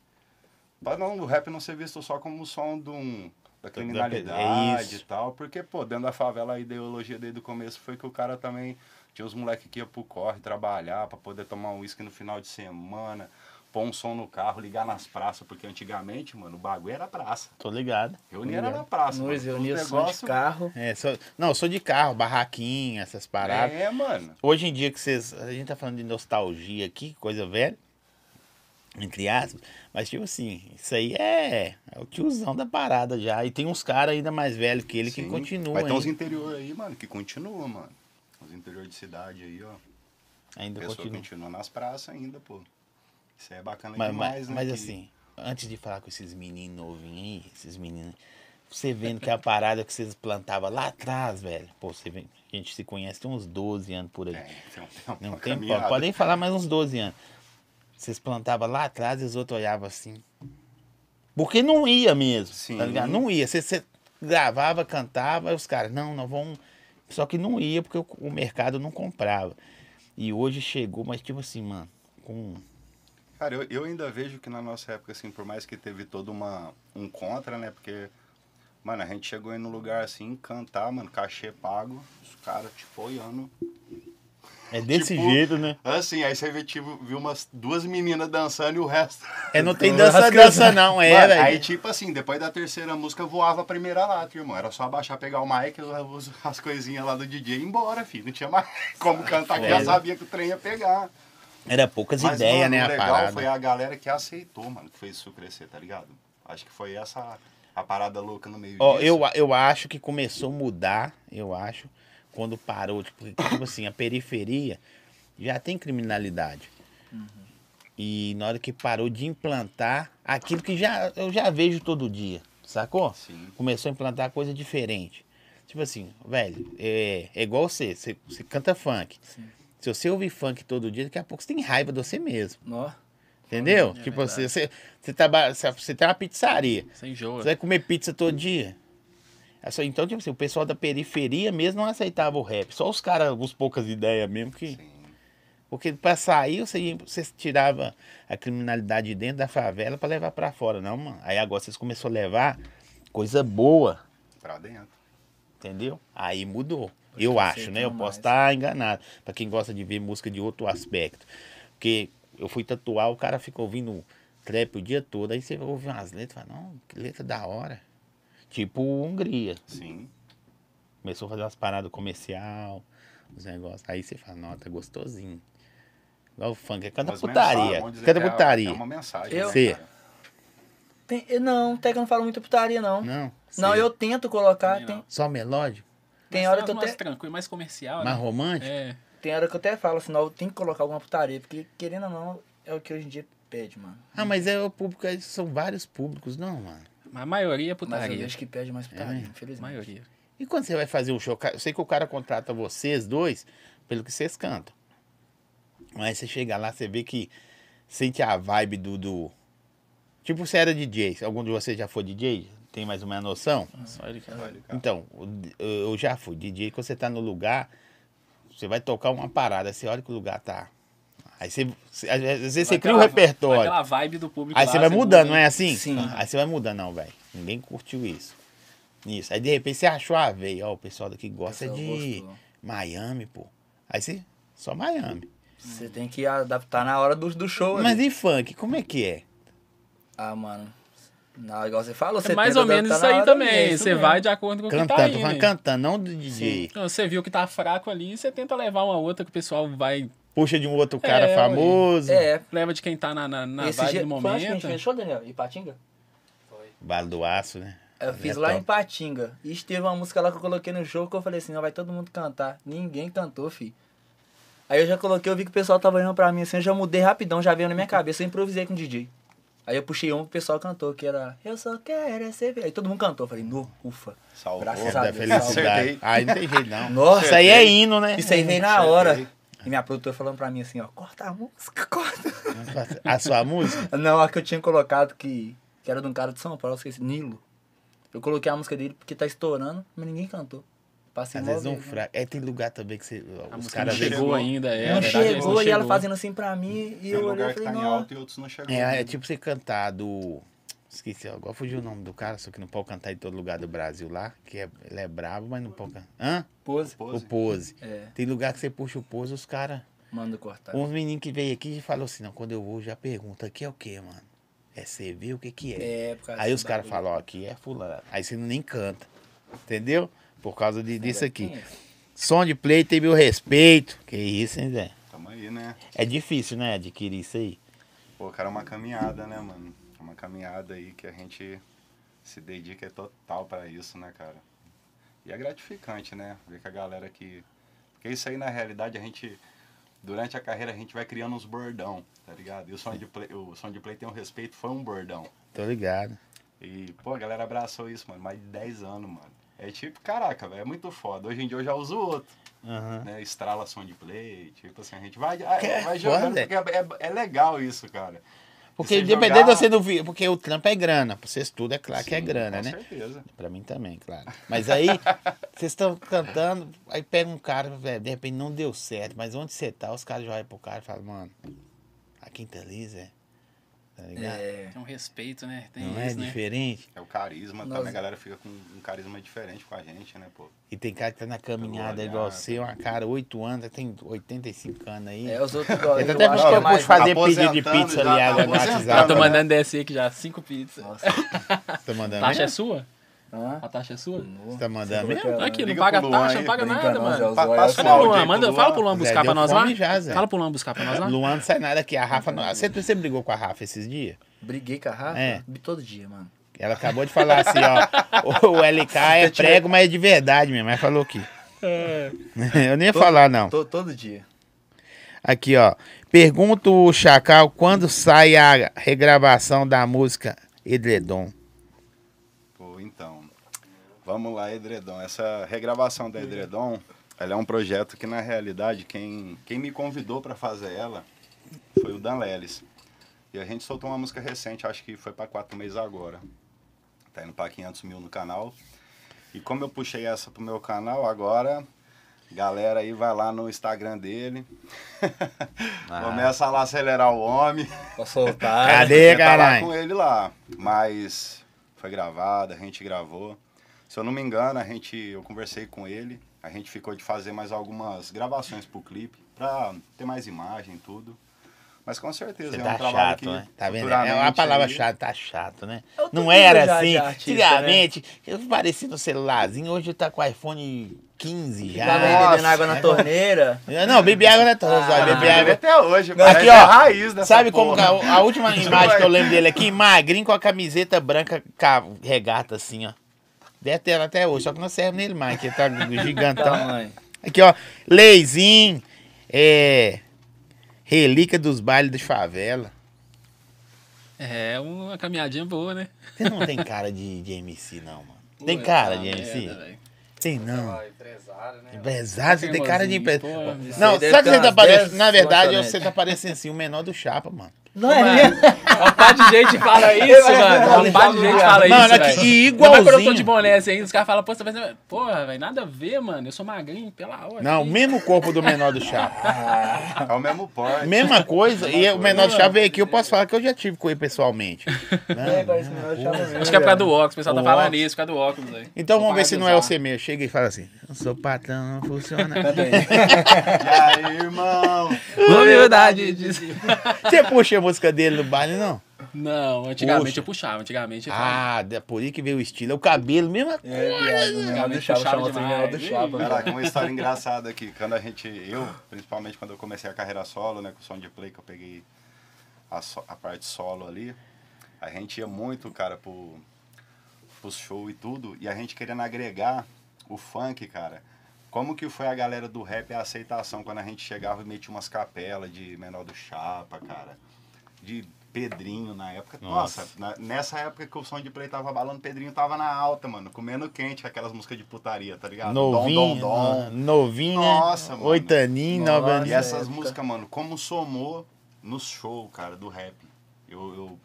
Speaker 3: Pra não, o rap não ser visto só como o som de um, da
Speaker 1: É
Speaker 3: criminalidade
Speaker 1: isso.
Speaker 3: e tal, porque, pô, dentro da favela a ideologia desde o começo foi que o cara também tinha os moleques que iam pro corre trabalhar pra poder tomar um uísque no final de semana, pôr um som no carro, ligar nas praças, porque antigamente, mano, o bagulho era praça.
Speaker 1: Tô ligado.
Speaker 3: Reunir era na praça.
Speaker 4: Nós
Speaker 3: mano. Os
Speaker 4: reunimos som de
Speaker 3: negócio-
Speaker 4: carro.
Speaker 1: É, sou- não, eu sou de carro, barraquinha, essas paradas.
Speaker 3: É, mano.
Speaker 1: Hoje em dia que vocês. A gente tá falando de nostalgia aqui, coisa velha. Entre aspas. Mas, tipo assim, isso aí é, é o tiozão da parada já. E tem uns caras ainda mais velhos que ele que
Speaker 3: Sim.
Speaker 1: continuam.
Speaker 3: Mas tem uns
Speaker 1: ainda-
Speaker 3: interior aí, mano, que continua, mano. Os interior de cidade aí, ó.
Speaker 1: ainda
Speaker 3: pessoa
Speaker 1: continuam.
Speaker 3: continua. nas praças ainda, pô. Isso aí é bacana
Speaker 1: Mas,
Speaker 3: demais,
Speaker 1: mas,
Speaker 3: né?
Speaker 1: mas
Speaker 3: que-
Speaker 1: assim, antes de falar com esses meninos novinhos aí, esses meninos. Você vendo que é a parada que vocês plantavam lá atrás, velho. Pô, você vê, a gente se conhece tem uns 12 anos por aí.
Speaker 3: É, tem um tempo. [LAUGHS]
Speaker 1: Não
Speaker 3: uma
Speaker 1: tem
Speaker 3: caminhada.
Speaker 1: papo. Podem falar mais uns 12 anos. Vocês plantavam lá atrás e os outros olhavam assim. Porque não ia mesmo.
Speaker 3: Sim.
Speaker 1: Tá ligado? Não ia. Você, você gravava, cantava, aí os caras, não, não vão. Só que não ia porque o, o mercado não comprava. E hoje chegou, mas tipo assim, mano, com.
Speaker 3: Cara, eu, eu ainda vejo que na nossa época, assim, por mais que teve todo uma, um contra, né? Porque, mano, a gente chegou aí num lugar assim, cantar, mano, cachê pago, os caras te apoiando.
Speaker 1: É desse
Speaker 3: Tipo,
Speaker 1: jeito, né?
Speaker 3: Assim, aí você vê, tipo, viu umas duas meninas dançando e o resto.
Speaker 1: É,
Speaker 3: [LAUGHS]
Speaker 1: não tem
Speaker 4: eu
Speaker 1: dança,
Speaker 4: rascando.
Speaker 1: dança, não, é,
Speaker 3: Mano,
Speaker 1: velho.
Speaker 3: Aí, tipo assim, depois da terceira música voava a primeira lata, irmão. Era só abaixar, pegar o mic, as, as coisinhas lá do DJ e ir embora, filho. Não tinha mais [LAUGHS] como cantar, que já
Speaker 1: fora.
Speaker 3: sabia que o trem ia pegar.
Speaker 1: Era poucas
Speaker 3: Mas,
Speaker 1: ideias,
Speaker 3: mano,
Speaker 1: né?
Speaker 3: o
Speaker 1: A
Speaker 3: legal
Speaker 1: parada.
Speaker 3: foi a galera que aceitou, mano, que fez isso crescer, tá ligado? Acho que foi essa a parada louca no meio
Speaker 1: Ó,
Speaker 3: disso.
Speaker 1: eu, a- eu acho que começou a mudar, eu acho, quando parou. Tipo, tipo assim, a periferia já tem criminalidade. E na hora que parou de implantar aquilo que já, eu já vejo todo dia, sacou?
Speaker 3: Sim.
Speaker 1: Começou a implantar coisa diferente. Tipo assim, velho, é, é igual você, você, você canta funk. Se você ouvir funk todo dia, daqui a pouco você tem raiva de você mesmo.
Speaker 4: Nó.
Speaker 1: Entendeu?
Speaker 2: é
Speaker 1: tipo assim, você, você, traba- você tem uma pizzaria.
Speaker 2: Sem enjoa.
Speaker 1: Você vai comer pizza todo dia? É só- Então, tipo assim, o pessoal da periferia mesmo não aceitava o rap. Só os caras, os poucas ideias mesmo que.
Speaker 3: Sim.
Speaker 1: Porque pra sair, você, ia- você tirava a criminalidade de dentro da favela pra levar pra fora, não, mano. Aí agora vocês começaram a levar coisa boa,
Speaker 3: Pra dentro.
Speaker 1: entendeu? Aí mudou. eu
Speaker 4: que
Speaker 1: acho,
Speaker 4: aceita
Speaker 1: né? Eu
Speaker 4: mais.
Speaker 1: posso estar enganado. Pra quem gosta de ver música de outro aspecto. Porque eu fui tatuar, o cara fica ouvindo trap o dia todo. Aí você ouve umas letras e fala, não, que letra da hora. Tipo Hungria.
Speaker 3: Sim.
Speaker 1: Começou a fazer umas paradas comercial, uns negócios. Aí você fala, não, tá gostosinho. Igual o funk, é canta
Speaker 3: Umas mensagens,
Speaker 1: putaria.
Speaker 3: vamos dizer
Speaker 1: Canta
Speaker 3: que é-
Speaker 1: putaria.
Speaker 3: É uma mensagem.
Speaker 4: Eu?
Speaker 1: Sim.
Speaker 3: Né, cara?
Speaker 4: Tem- eu não, até que eu não falo muito putaria, não. Não,
Speaker 1: Não? sim.
Speaker 4: eu tento colocar.
Speaker 2: Também
Speaker 4: Tem,
Speaker 2: não.
Speaker 1: Só melódico?
Speaker 4: tem
Speaker 2: Mas
Speaker 4: hora
Speaker 2: umas
Speaker 4: que eu
Speaker 2: mais
Speaker 4: até,
Speaker 2: tranquilo, mais comercial,
Speaker 1: Mais
Speaker 2: né?
Speaker 1: romântico?
Speaker 2: É.
Speaker 4: tem hora que eu até falo assim, não, eu tenho que colocar alguma putaria, porque querendo ou não, é o que hoje em dia pede, mano.
Speaker 1: Ah, mas é o público, aí são vários públicos, não, mano.
Speaker 2: Mas a maioria é
Speaker 4: Mas eu
Speaker 2: putaria.
Speaker 4: vejo que pede mais putaria,
Speaker 2: A
Speaker 4: infelizmente.
Speaker 2: maioria.
Speaker 1: E quando você vai fazer um show? ca- Eu sei que o cara contrata vocês dois pelo que vocês cantam. Mas você chega lá, você vê que sente a vibe do. do... Tipo, você era DJ. Algum de vocês já foi DJ? Tem mais ou menos noção?
Speaker 2: Só ele que é.
Speaker 3: Olha, cara.
Speaker 1: Então, o d- eu eu já fui. DJ, quando você tá no lugar, você vai tocar uma parada, você olha que o lugar tá. Aí você. você- às vezes você cria um
Speaker 2: Aquela-
Speaker 1: repertório.
Speaker 2: Aquela vibe do público.
Speaker 1: Aí
Speaker 2: lá,
Speaker 1: você vai mudando,
Speaker 2: muda.
Speaker 1: não é assim?
Speaker 4: Sim.
Speaker 1: Aí você vai mudando, não, velho. Ninguém curtiu isso. Isso. Aí de repente você achou a veia, ó, o pessoal daqui gosta
Speaker 4: Pessoal
Speaker 1: de
Speaker 4: gostou.
Speaker 1: Miami, pô. Aí você. Só Miami.
Speaker 4: Você tem que adaptar na hora do, do show,
Speaker 1: Mas
Speaker 4: ali.
Speaker 1: e funk, como é que é?
Speaker 4: Ah, mano. Não, igual você falou, você
Speaker 2: É mais
Speaker 4: tenta
Speaker 2: ou menos
Speaker 4: adaptar
Speaker 2: isso
Speaker 4: na
Speaker 2: aí
Speaker 4: hora ali, é
Speaker 2: também.
Speaker 4: isso
Speaker 2: Você
Speaker 4: mesmo.
Speaker 2: vai de acordo com o que tá
Speaker 1: Cantando,
Speaker 2: aí.
Speaker 1: vai
Speaker 2: né?
Speaker 1: cantando, não do DJ.
Speaker 2: Então, você viu que tá fraco ali, você tenta levar uma outra que o pessoal vai.
Speaker 1: Puxa de um outro cara
Speaker 2: É, ué.
Speaker 1: famoso.
Speaker 4: É,
Speaker 2: Leva de quem tá na, na, na
Speaker 4: esse
Speaker 2: vibe
Speaker 4: dia,
Speaker 2: do
Speaker 4: foi onde que a gente
Speaker 2: momento.
Speaker 4: fez show, Daniel? Ipatinga?
Speaker 1: Vale do aço, né?
Speaker 4: Eu fiz
Speaker 1: É
Speaker 4: lá
Speaker 1: top.
Speaker 4: em Patinga. E teve uma música lá que eu coloquei no show que eu falei assim, não vai todo mundo cantar. Ninguém cantou, fi. Aí eu já coloquei, eu vi que o pessoal tava olhando pra mim assim, eu já mudei rapidão, já veio na minha cabeça, eu improvisei com o DJ. Aí eu puxei um que o pessoal cantou, que era Eu só quero é ser. fe-". Aí todo mundo cantou, eu falei, no, ufa.
Speaker 3: Salvou.
Speaker 4: Graças
Speaker 1: Porra,
Speaker 4: a
Speaker 1: da
Speaker 4: Deus.
Speaker 1: né? felicidade.
Speaker 3: Acertei.
Speaker 1: Aí não tem jeito, não.
Speaker 4: Nossa,
Speaker 1: Isso aí é hino, né?
Speaker 4: Isso aí veio na
Speaker 3: Acertei.
Speaker 4: hora. E minha produtora falando pra mim assim, ó, corta a música, [LAUGHS] corta.
Speaker 1: A sua
Speaker 4: [LAUGHS]
Speaker 1: música?
Speaker 4: Não, a que eu tinha colocado que, que era de um cara de São Paulo, eu esqueci, Nilo. Eu coloquei a música dele porque tá estourando, mas ninguém cantou. Passei
Speaker 1: Às
Speaker 4: mó
Speaker 1: vezes um
Speaker 4: vez, né?
Speaker 1: fraco. É, tem lugar também que você.
Speaker 2: A
Speaker 1: Os
Speaker 2: música não
Speaker 1: caras
Speaker 2: chegou,
Speaker 3: chegou.
Speaker 2: ainda, é.
Speaker 4: não
Speaker 2: na verdade,
Speaker 4: chegou
Speaker 1: um
Speaker 2: não
Speaker 4: e ela
Speaker 2: chegou.
Speaker 4: fazendo assim pra mim e
Speaker 3: Tem
Speaker 4: eu olhei
Speaker 3: lugar
Speaker 4: e
Speaker 3: que
Speaker 4: falei,
Speaker 3: tá em
Speaker 4: não.
Speaker 3: alta e outros não chegam.
Speaker 1: É,
Speaker 3: né?
Speaker 1: é tipo você cantar do. Esqueci, agora fugiu o nome do cara, só que não pode cantar em todo lugar do Brasil lá, que é- ele é brabo, mas não pode cantar. Hã?
Speaker 4: Pose.
Speaker 1: O
Speaker 3: Pose.
Speaker 1: pose.
Speaker 4: É, Tá.
Speaker 1: Tem lugar que você puxa o pose, os caras.
Speaker 4: manda cortar.
Speaker 1: Uns meninos que veio aqui e falou assim: não, quando eu vou, já pergunta: aqui é o que, mano? É CV, o que que é?
Speaker 4: É, por causa
Speaker 1: Aí
Speaker 4: do
Speaker 1: os caras
Speaker 4: bagulho.
Speaker 1: falam: ó, aqui é fulano. Aí você nem canta. Entendeu? Por causa de, disso aqui.
Speaker 4: Quem é esse?
Speaker 1: Som de play tem meu respeito. Que isso, hein, Zé?
Speaker 3: Tamo aí, né?
Speaker 1: É difícil, né, adquirir isso aí.
Speaker 3: Pô, cara, é uma caminhada, né, mano? É Uma caminhada aí que a gente se dedica é total pra isso, né, cara? E é gratificante, né? Ver que a galera que. Porque isso aí, na realidade, a gente. Durante a carreira, a gente vai criando uns bordão, tá ligado? E o som de play, o som de play tem um respeito, foi um bordão.
Speaker 1: Tô ligado.
Speaker 3: E, pô, a galera abraçou isso, mano, mais de 10 anos, mano. É tipo, caraca, velho, é muito foda. Hoje em dia eu já uso outro,
Speaker 1: Aham.
Speaker 3: né? Estrala som de play, tipo assim, a gente vai, vai,
Speaker 1: Que
Speaker 3: vai jogando,
Speaker 1: foda.
Speaker 3: porque é- é- é legal isso, cara.
Speaker 1: Porque
Speaker 3: E você
Speaker 1: independente de
Speaker 3: jogar-
Speaker 1: você não vir, porque o trampo é grana. Pra vocês tudo é claro que é
Speaker 3: Sim,
Speaker 1: grana,
Speaker 3: com
Speaker 1: né?
Speaker 3: certeza.
Speaker 1: Pra mim também, claro. Mas
Speaker 3: [LAUGHS]
Speaker 1: aí, vocês estão cantando, aí pega um cara, velho, de repente não deu certo, mas onde você tá, os caras já olham pro cara e falam, mano, a Quinta Lisa, tá ligado?
Speaker 4: É.
Speaker 2: Tem um respeito, né? Tem
Speaker 1: não é
Speaker 2: isso, né?
Speaker 1: diferente?
Speaker 3: É o carisma
Speaker 4: Nós-
Speaker 3: também, a galera fica com um carisma diferente com a gente, né, pô?
Speaker 1: E tem cara que tá na caminhada
Speaker 3: Pelo
Speaker 1: igual
Speaker 3: olhar.
Speaker 1: você, uma cara, 8 anos, tem 85 anos aí.
Speaker 4: É, os outros igual
Speaker 1: Eu tô
Speaker 4: eu
Speaker 1: até
Speaker 4: acho
Speaker 1: buscando
Speaker 4: que é mais-
Speaker 1: buscar- Fazer
Speaker 3: Aposentando,
Speaker 1: pedido de pizza
Speaker 3: já
Speaker 1: ali
Speaker 3: tá
Speaker 1: agora no
Speaker 3: aposentando,
Speaker 1: WhatsApp.
Speaker 2: Eu tô
Speaker 1: né?
Speaker 2: mandando descer aqui já, cinco pizzas.
Speaker 4: Nossa.
Speaker 1: Tá
Speaker 2: A
Speaker 1: mandando
Speaker 2: taxa é
Speaker 1: mesmo?
Speaker 2: sua?
Speaker 4: Hã?
Speaker 2: A taxa é sua?
Speaker 1: Você tá mandando mesmo?
Speaker 4: Cara,
Speaker 2: Aqui, não
Speaker 3: liga
Speaker 2: paga
Speaker 3: pro Luan
Speaker 2: taxa, não
Speaker 3: aí,
Speaker 2: paga
Speaker 4: brinca
Speaker 2: nada,
Speaker 4: não,
Speaker 2: mano.
Speaker 4: Zé, o Zóio
Speaker 3: Passa
Speaker 4: é
Speaker 2: Cadê o
Speaker 3: áudio
Speaker 4: foda.
Speaker 2: Luan?
Speaker 3: aí
Speaker 2: Manda,
Speaker 3: pro
Speaker 2: fala
Speaker 3: Luan.
Speaker 2: pro Luan
Speaker 1: Zé,
Speaker 2: buscar
Speaker 1: deu
Speaker 2: pra nós lá.
Speaker 1: fome já, Zé.
Speaker 2: Fala pro Luan buscar pra nós lá.
Speaker 1: Luan não sai nada aqui, a Rafa não. Você, você brigou com a Rafa esses dias?
Speaker 4: Briguei com a Rafa
Speaker 1: É.
Speaker 4: todo dia, mano.
Speaker 1: Ela acabou de falar assim,
Speaker 4: [LAUGHS]
Speaker 1: ó. O LK é prego, mas é de verdade mesmo. Ela falou aqui. [LAUGHS] Eu nem ia falar, não.
Speaker 4: To-
Speaker 1: [LAUGHS]
Speaker 4: todo dia.
Speaker 1: Aqui, ó. Pergunta o Chacal quando sai a regravação da música Edredom.
Speaker 3: Pô, então. Vamos lá, Edredom. Essa regravação da Edredom, ela é um projeto que, na realidade, quem, quem me convidou pra fazer ela foi o Dan Lelis. E a gente soltou uma música recente, acho que foi pra quatro meses agora. Tá indo pra 500 mil no canal. E como eu puxei essa pro meu canal, agora Galera aí vai lá no Instagram dele. [LAUGHS] Começa lá a acelerar o homem.
Speaker 4: Pra soltar.
Speaker 1: Cadê,
Speaker 3: Tenta lá
Speaker 1: caralho?
Speaker 3: com ele lá. Mas foi gravado, a gente gravou. Se eu não me engano, a gente, eu conversei com ele. A gente ficou de fazer mais algumas gravações pro clipe, pra ter mais imagem e tudo. Mas com certeza
Speaker 1: Você
Speaker 3: é um
Speaker 1: tá
Speaker 3: trabalho
Speaker 1: chato,
Speaker 3: que
Speaker 1: né? Tá vendo? É
Speaker 3: futuramente
Speaker 1: uma palavra
Speaker 3: aí- [LAUGHS]
Speaker 1: chata, tá chato, né?
Speaker 4: É outro
Speaker 1: Não era
Speaker 4: nível já
Speaker 1: assim.
Speaker 4: de artista,
Speaker 1: Antigamente, eu parecia no celularzinho, hoje tá com iPhone 15 já. né? É.
Speaker 4: Ficava aí bebendo água na torneira.
Speaker 1: Não, bebi água na torre,
Speaker 4: Ah,
Speaker 1: bebi
Speaker 3: Bebe
Speaker 1: água.
Speaker 3: até hoje,
Speaker 1: Não,
Speaker 3: mas
Speaker 1: aqui,
Speaker 3: é a
Speaker 1: ó,
Speaker 3: raiz dessa
Speaker 1: Sabe como que é
Speaker 3: porra.
Speaker 1: a, a última imagem que eu lembro dele aqui? Magrinho com a camiseta branca ca- regata assim, ó. Deve ter ela até hoje, só que não serve nele mais, que ele tá gigantão.
Speaker 4: Tamanho.
Speaker 1: Aqui, ó. Leizinho, é. Relíquia dos bailes de favela.
Speaker 2: É uma caminhadinha boa, né?
Speaker 1: Você não tem cara de, de MC, não, mano. Tem
Speaker 2: Pô,
Speaker 1: cara
Speaker 2: tá
Speaker 1: de MC?
Speaker 2: merda, velho.
Speaker 1: Tem não.
Speaker 5: Empresário, né?
Speaker 1: Empresário, você tem cara de
Speaker 2: Teimosinho,
Speaker 1: empresário.
Speaker 2: pô, isso
Speaker 1: Não,
Speaker 4: aí deve
Speaker 1: sabe que
Speaker 4: ter
Speaker 1: você tá
Speaker 4: umas
Speaker 1: parecendo?
Speaker 4: 10
Speaker 1: Na verdade,
Speaker 4: lanchonetes.
Speaker 1: você tá parecendo assim, o menor do chapa, mano.
Speaker 4: Não é mesmo?
Speaker 2: Uma pá de gente fala isso, mano. Uma pá de gente fala
Speaker 1: Mano,
Speaker 2: isso,
Speaker 1: aqui,
Speaker 2: velho.
Speaker 1: e
Speaker 2: Ainda mais quando eu tô de
Speaker 1: igualzinho.
Speaker 2: boné assim, aí os caras falam, pô, você vai ser... Porra, velho, nada a ver, mano. Eu sou magrinho, pela hora.
Speaker 1: Não, o mesmo corpo do menor do chapa.
Speaker 3: É o mesmo porte.
Speaker 1: Mesma coisa. E o menor do chapa veio aqui, eu posso falar que eu já tive com ele pessoalmente. né?
Speaker 4: É,
Speaker 1: Não,
Speaker 4: parece que não é o chapa mesmo,
Speaker 2: Acho que é por causa do
Speaker 4: velho.
Speaker 2: óculos, o pessoal
Speaker 1: O
Speaker 2: tá falando
Speaker 1: óculos.
Speaker 2: isso, por causa do óculos aí.
Speaker 1: Então vamos ver se não é
Speaker 2: o
Speaker 1: você mesmo. Chega e fala assim: eu sou patrão, não
Speaker 4: [LAUGHS]
Speaker 1: funciona.
Speaker 4: Canta aí.
Speaker 3: E aí, irmão?
Speaker 2: Humildade disso.
Speaker 1: Você puxa a música dele no baile, não?
Speaker 2: Não, antigamente
Speaker 1: Puxa.
Speaker 2: eu puxava, antigamente eu falava.
Speaker 1: Ah, é por aí que veio o estilo. É o cabelo mesmo.
Speaker 4: É, viado, né? Ela
Speaker 2: Antigamente puxava
Speaker 4: deixava chamar o
Speaker 2: demais.
Speaker 4: treinador do chapa.
Speaker 3: Cara, tem uma história engraçada aqui. Quando a gente, eu, principalmente quando eu comecei a carreira solo, né, com o som de play, que eu peguei a, so- a parte solo ali, a gente ia muito, cara, pro, pro show e tudo, e a gente querendo agregar o funk, cara. Como que foi a galera do rap a aceitação quando a gente chegava e metia umas capelas de Menor do Chapa, cara? De Pedrinho na época. Nossa, na- nessa época que o som de play tava balando, Pedrinho tava na alta, mano, comendo quente aquelas músicas de putaria, tá ligado?
Speaker 1: Novinho, né?
Speaker 3: dom, dom, dom.
Speaker 1: novinha,
Speaker 3: Nossa, mano.
Speaker 1: oitaninho,
Speaker 4: Nossa.
Speaker 1: nova
Speaker 3: E
Speaker 4: essa
Speaker 3: essas
Speaker 4: época.
Speaker 3: músicas, mano, como somou no show, cara, do rap. Eu, eu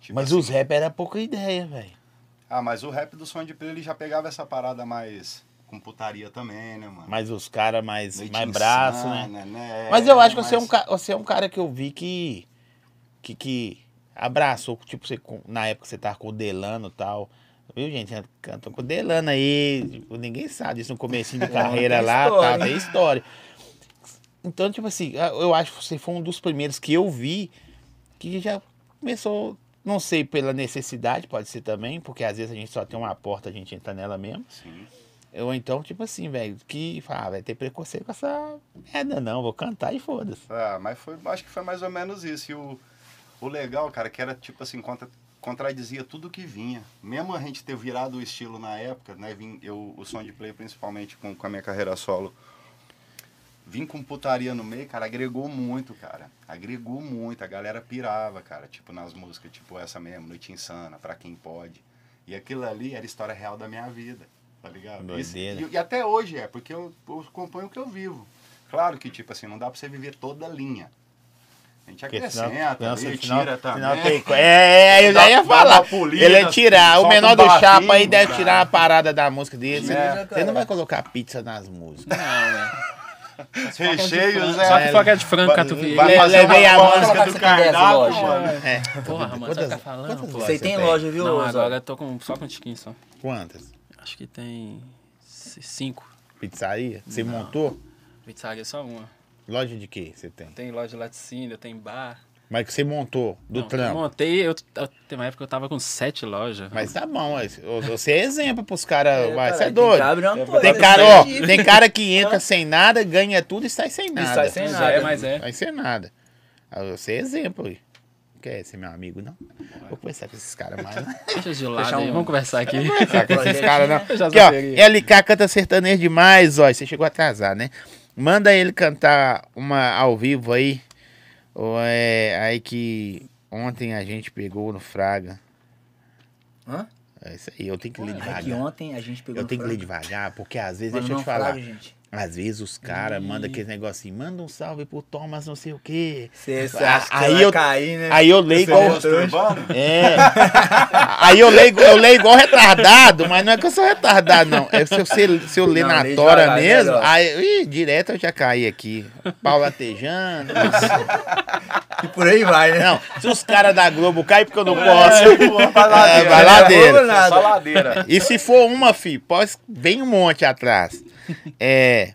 Speaker 3: tipo
Speaker 1: Mas
Speaker 3: assim,
Speaker 1: os rap era pouca ideia, velho.
Speaker 3: Ah, mas o rap do som de play ele já pegava essa parada mais com putaria também, né, mano?
Speaker 1: Mas os caras mais,
Speaker 3: Leite
Speaker 1: mais braço, né?
Speaker 3: insana, né?
Speaker 1: Mas eu acho que
Speaker 3: Mas-
Speaker 1: você é, um, ca- você é um cara que eu vi que. que, que abraçou, tipo, você, com- na época que você tava com o Delano e tal. Viu, gente? Você Cantou com o Delano aí. tipo, ninguém sabe disso no comecinho de carreira
Speaker 4: tem
Speaker 1: lá,
Speaker 4: história,
Speaker 1: tá?
Speaker 4: né?
Speaker 1: Tem história. Então, tipo assim, eu acho que você foi um dos primeiros que eu vi que já começou, não sei, pela necessidade, pode ser também, porque às vezes a gente só tem uma porta, a gente entra nela mesmo.
Speaker 3: Sim.
Speaker 1: Ou então, tipo assim, velho, que fala, ah, vai ter preconceito com essa merda, não, vou cantar e foda-se.
Speaker 3: Ah, mas foi, acho que foi mais ou menos isso. E o, o legal, cara, que era tipo assim, contra, contradizia tudo que vinha. Mesmo a gente ter virado o estilo na época, né? Vim, eu, o som de play, principalmente com, com a minha carreira solo, vim com putaria no meio, cara, agregou muito, cara. Agregou muito. A galera pirava, cara, tipo, nas músicas, tipo essa mesmo, Noite Insana, Pra Quem Pode. E aquilo ali era história real da minha vida, tá ligado? Isso-
Speaker 1: Doideira.
Speaker 3: e, e até hoje é, porque eu, eu componho o que eu vivo. Claro que, tipo assim, não dá pra você viver toda a linha. A gente acrescenta, assim, é, tá ali, tira também.
Speaker 1: tem, é, é, eu já
Speaker 3: Dá-
Speaker 1: ia
Speaker 3: dá
Speaker 1: falar.
Speaker 3: uma polida,
Speaker 1: ele ia tirar. O
Speaker 3: solta
Speaker 1: menor
Speaker 3: um
Speaker 1: do
Speaker 3: barrinho,
Speaker 1: chapa aí deve
Speaker 3: cara.
Speaker 1: tirar a parada da música dele.
Speaker 3: É.
Speaker 1: Você não vai colocar pizza nas músicas. [LAUGHS]
Speaker 3: Recheios,
Speaker 2: Só que
Speaker 3: né?
Speaker 2: foca de frango, catupiry. É,
Speaker 1: vai- É, levei a
Speaker 3: uma
Speaker 1: música
Speaker 3: música
Speaker 4: do
Speaker 3: do
Speaker 4: cardápio,
Speaker 3: cardápio,
Speaker 4: mano.
Speaker 3: mano.
Speaker 1: É.
Speaker 2: Porra, mano,
Speaker 1: Quantas-
Speaker 2: você tá falando,
Speaker 1: quantas
Speaker 2: pô.
Speaker 1: lojas
Speaker 4: Isso aí tem
Speaker 1: tem?
Speaker 4: loja, viu,
Speaker 2: Não,
Speaker 4: Zóio?
Speaker 2: agora eu tô com só com um tiquinho só.
Speaker 1: Quantas?
Speaker 2: Acho que tem c- cinco.
Speaker 1: Pizzaria? Você
Speaker 2: Não.
Speaker 1: montou?
Speaker 2: Pizzaria é só uma.
Speaker 1: Loja de que você tem?
Speaker 2: Tem loja de laticínio, tem bar.
Speaker 1: Mas que você montou do
Speaker 2: Não, eu
Speaker 1: trampo.
Speaker 2: Montei, eu, eu- tem uma época que eu tava com sete lojas.
Speaker 1: Mas tá bom, mas você é exemplo pros caras.
Speaker 4: É,
Speaker 1: vai,
Speaker 4: caralho,
Speaker 1: você é
Speaker 4: quem
Speaker 1: doido.
Speaker 4: Abre uma coisa,
Speaker 1: Tem
Speaker 4: né?
Speaker 1: cara, ó,
Speaker 4: Isso
Speaker 1: tem cara que entra sem nada, ganha tudo e sai sem nada.
Speaker 4: sai sem
Speaker 2: Mas
Speaker 4: nada.
Speaker 2: é, mas é.
Speaker 1: Vai ser nada. Ah, Você é exemplo aí. Não Quer ser meu amigo, não? Vou conversar com esses caras mais.
Speaker 4: [LAUGHS]
Speaker 1: Não
Speaker 2: Deixa de lado
Speaker 4: Fechar
Speaker 2: aí,
Speaker 4: um-
Speaker 2: vamos
Speaker 1: [LAUGHS]
Speaker 2: conversar aqui.
Speaker 1: conversar com esses caras, não.
Speaker 2: Eu já
Speaker 1: Aqui, ó.
Speaker 2: saberia.
Speaker 1: LK canta sertanejo demais, ó. Você chegou atrasado, né? Manda ele cantar uma ao vivo aí. Ou é aí que ontem a gente pegou no Fraga.
Speaker 4: Hã?
Speaker 1: É isso aí, eu tenho que ler
Speaker 4: É que
Speaker 1: devagar.
Speaker 4: ontem a gente pegou.
Speaker 1: Eu tenho que
Speaker 4: no
Speaker 1: ler
Speaker 4: Fraga.
Speaker 1: devagar, porque às vezes,
Speaker 4: Mano,
Speaker 1: deixa eu
Speaker 4: não
Speaker 1: te falar.
Speaker 4: Fraga, gente.
Speaker 1: Às vezes os caras mandam aquele negocinho, manda um salve pro Thomas não sei o quê.
Speaker 4: Você
Speaker 1: Ah,
Speaker 4: acha que
Speaker 1: aí
Speaker 4: aí vai
Speaker 1: eu-
Speaker 4: cair, né?
Speaker 1: Aí eu leio
Speaker 4: Você
Speaker 1: igual.
Speaker 4: é trouxa.
Speaker 1: [LAUGHS] É. Aí eu leio, eu leio igual retardado, mas não é que eu sou retardado, não. É se eu, se, se eu ler
Speaker 4: Não,
Speaker 1: na
Speaker 4: lê
Speaker 1: tora
Speaker 4: devagar,
Speaker 1: mesmo,
Speaker 4: melhor.
Speaker 1: aí, ih, direto eu já caí aqui. Pau latejando.
Speaker 4: E por aí vai, né?
Speaker 1: Não, se os caras da Globo caem, porque eu não posso.
Speaker 3: Vai lá
Speaker 1: [LAUGHS] É,
Speaker 3: dentro.
Speaker 1: vai lá dentro.
Speaker 4: Não nada.
Speaker 3: Só ladeira.
Speaker 1: E se for uma, fi, pode, vem um monte atrás. É.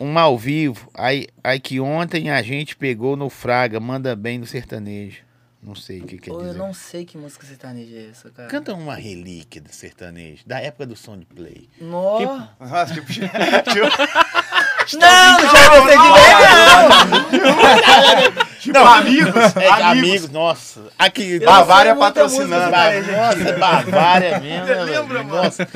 Speaker 1: Um ao vivo. Aí, aí que ontem a gente pegou no Fraga, manda bem no sertanejo. Não sei o que quer
Speaker 4: Pô,
Speaker 1: dizer.
Speaker 4: eu não sei que música sertaneja é essa, cara.
Speaker 1: Canta uma relíquia do sertanejo, da época do
Speaker 4: [LAUGHS]
Speaker 1: Soundplay.
Speaker 4: Nó.
Speaker 1: Que-
Speaker 3: Nossa,
Speaker 1: [LAUGHS]
Speaker 3: tipo, tipo,
Speaker 4: Não, já gostei de ver, não!
Speaker 3: tipo amigos.
Speaker 1: É, amigos.
Speaker 3: amigos.
Speaker 1: nossa. Aqui,
Speaker 4: Eu não
Speaker 1: Bav-
Speaker 3: Bavária
Speaker 4: sei muita música
Speaker 3: patrocinando.
Speaker 4: sertaneja.
Speaker 1: nossa, é Bavária mesmo. né,
Speaker 3: Lembra,
Speaker 1: velho?
Speaker 3: mano?
Speaker 1: Nossa.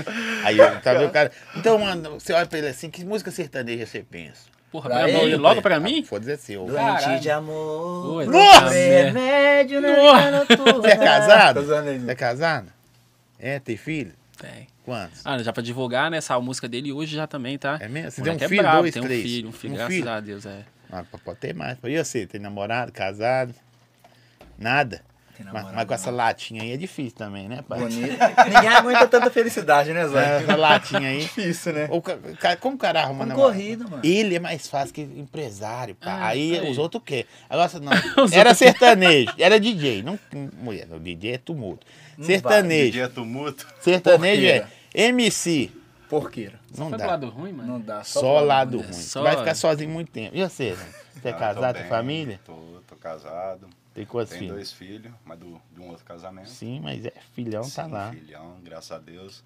Speaker 1: Aí eu tava vendo o
Speaker 4: [LAUGHS]
Speaker 1: cara. Então, mano, você olha pra ele assim, que música sertaneja você pensa?
Speaker 2: Porra,
Speaker 4: Pra
Speaker 2: vai
Speaker 4: ele,
Speaker 2: evoluir Ah, logo pra mim?
Speaker 1: Foda-se, seu.
Speaker 4: Doente
Speaker 2: Caralho.
Speaker 4: de amor.
Speaker 2: Oi,
Speaker 1: Nossa!
Speaker 4: Nossa! Remédio né? na
Speaker 2: Nossa!
Speaker 4: vida noturna.
Speaker 1: Você é casado?
Speaker 4: Tô zoando ele.
Speaker 1: Você é casado? É, tem filho?
Speaker 2: Tem.
Speaker 1: Quantos?
Speaker 2: Ah, já pra divulgar, né? Essa música dele hoje já também, tá?
Speaker 1: É mesmo? Você
Speaker 2: O
Speaker 1: tem um
Speaker 2: moleque é
Speaker 1: filho,
Speaker 2: brabo,
Speaker 1: dois,
Speaker 2: tem
Speaker 1: três?
Speaker 2: um filho, um filho,
Speaker 1: Um
Speaker 2: graças
Speaker 1: filho?
Speaker 2: a Deus, é.
Speaker 1: Ah, pô, pode ter mais. E você, tem namorado, casado? Nada?
Speaker 4: Tem
Speaker 1: Mas-
Speaker 4: namorado,
Speaker 1: mas, com essa latinha aí é difícil também, né, pai?
Speaker 4: Bonito. [LAUGHS] Ninguém aguenta tanta felicidade, né,
Speaker 1: É,
Speaker 4: Zé?
Speaker 1: [LAUGHS] Essa latinha aí.
Speaker 4: Difícil, né?
Speaker 1: O ca- o ca- como o cara arruma namorado?
Speaker 4: Concorrido, mano.
Speaker 1: Ele é mais fácil que empresário, pá.
Speaker 2: Ah,
Speaker 1: aí
Speaker 2: isso aí.
Speaker 1: os outros querem. Agora, você- não. era sertanejo, era DJ. Não, mulher, não, DJ é tumulto.
Speaker 4: Não
Speaker 1: sertanejo.
Speaker 3: Dia tumulto.
Speaker 1: Sertanejo
Speaker 4: Porqueira.
Speaker 1: é MC.
Speaker 4: Porqueira.
Speaker 1: Não
Speaker 2: Foi
Speaker 1: dá.
Speaker 2: pro lado ruim, mano?
Speaker 4: Não dá.
Speaker 1: Só,
Speaker 4: pra-
Speaker 1: lado
Speaker 2: é
Speaker 1: ruim.
Speaker 2: só-
Speaker 1: Tu Vai ficar sozinho muito tempo. E você, né? Você é
Speaker 3: Ah, tô
Speaker 1: casado, tem
Speaker 3: bem,
Speaker 1: família?
Speaker 3: Tô, tô casado.
Speaker 1: Tem quantos
Speaker 3: Tem
Speaker 1: filhos?
Speaker 3: dois filhos, mas do, de um outro casamento.
Speaker 1: Sim, mas é filhão, tá
Speaker 3: Sim,
Speaker 1: lá.
Speaker 3: filhão, graças a Deus.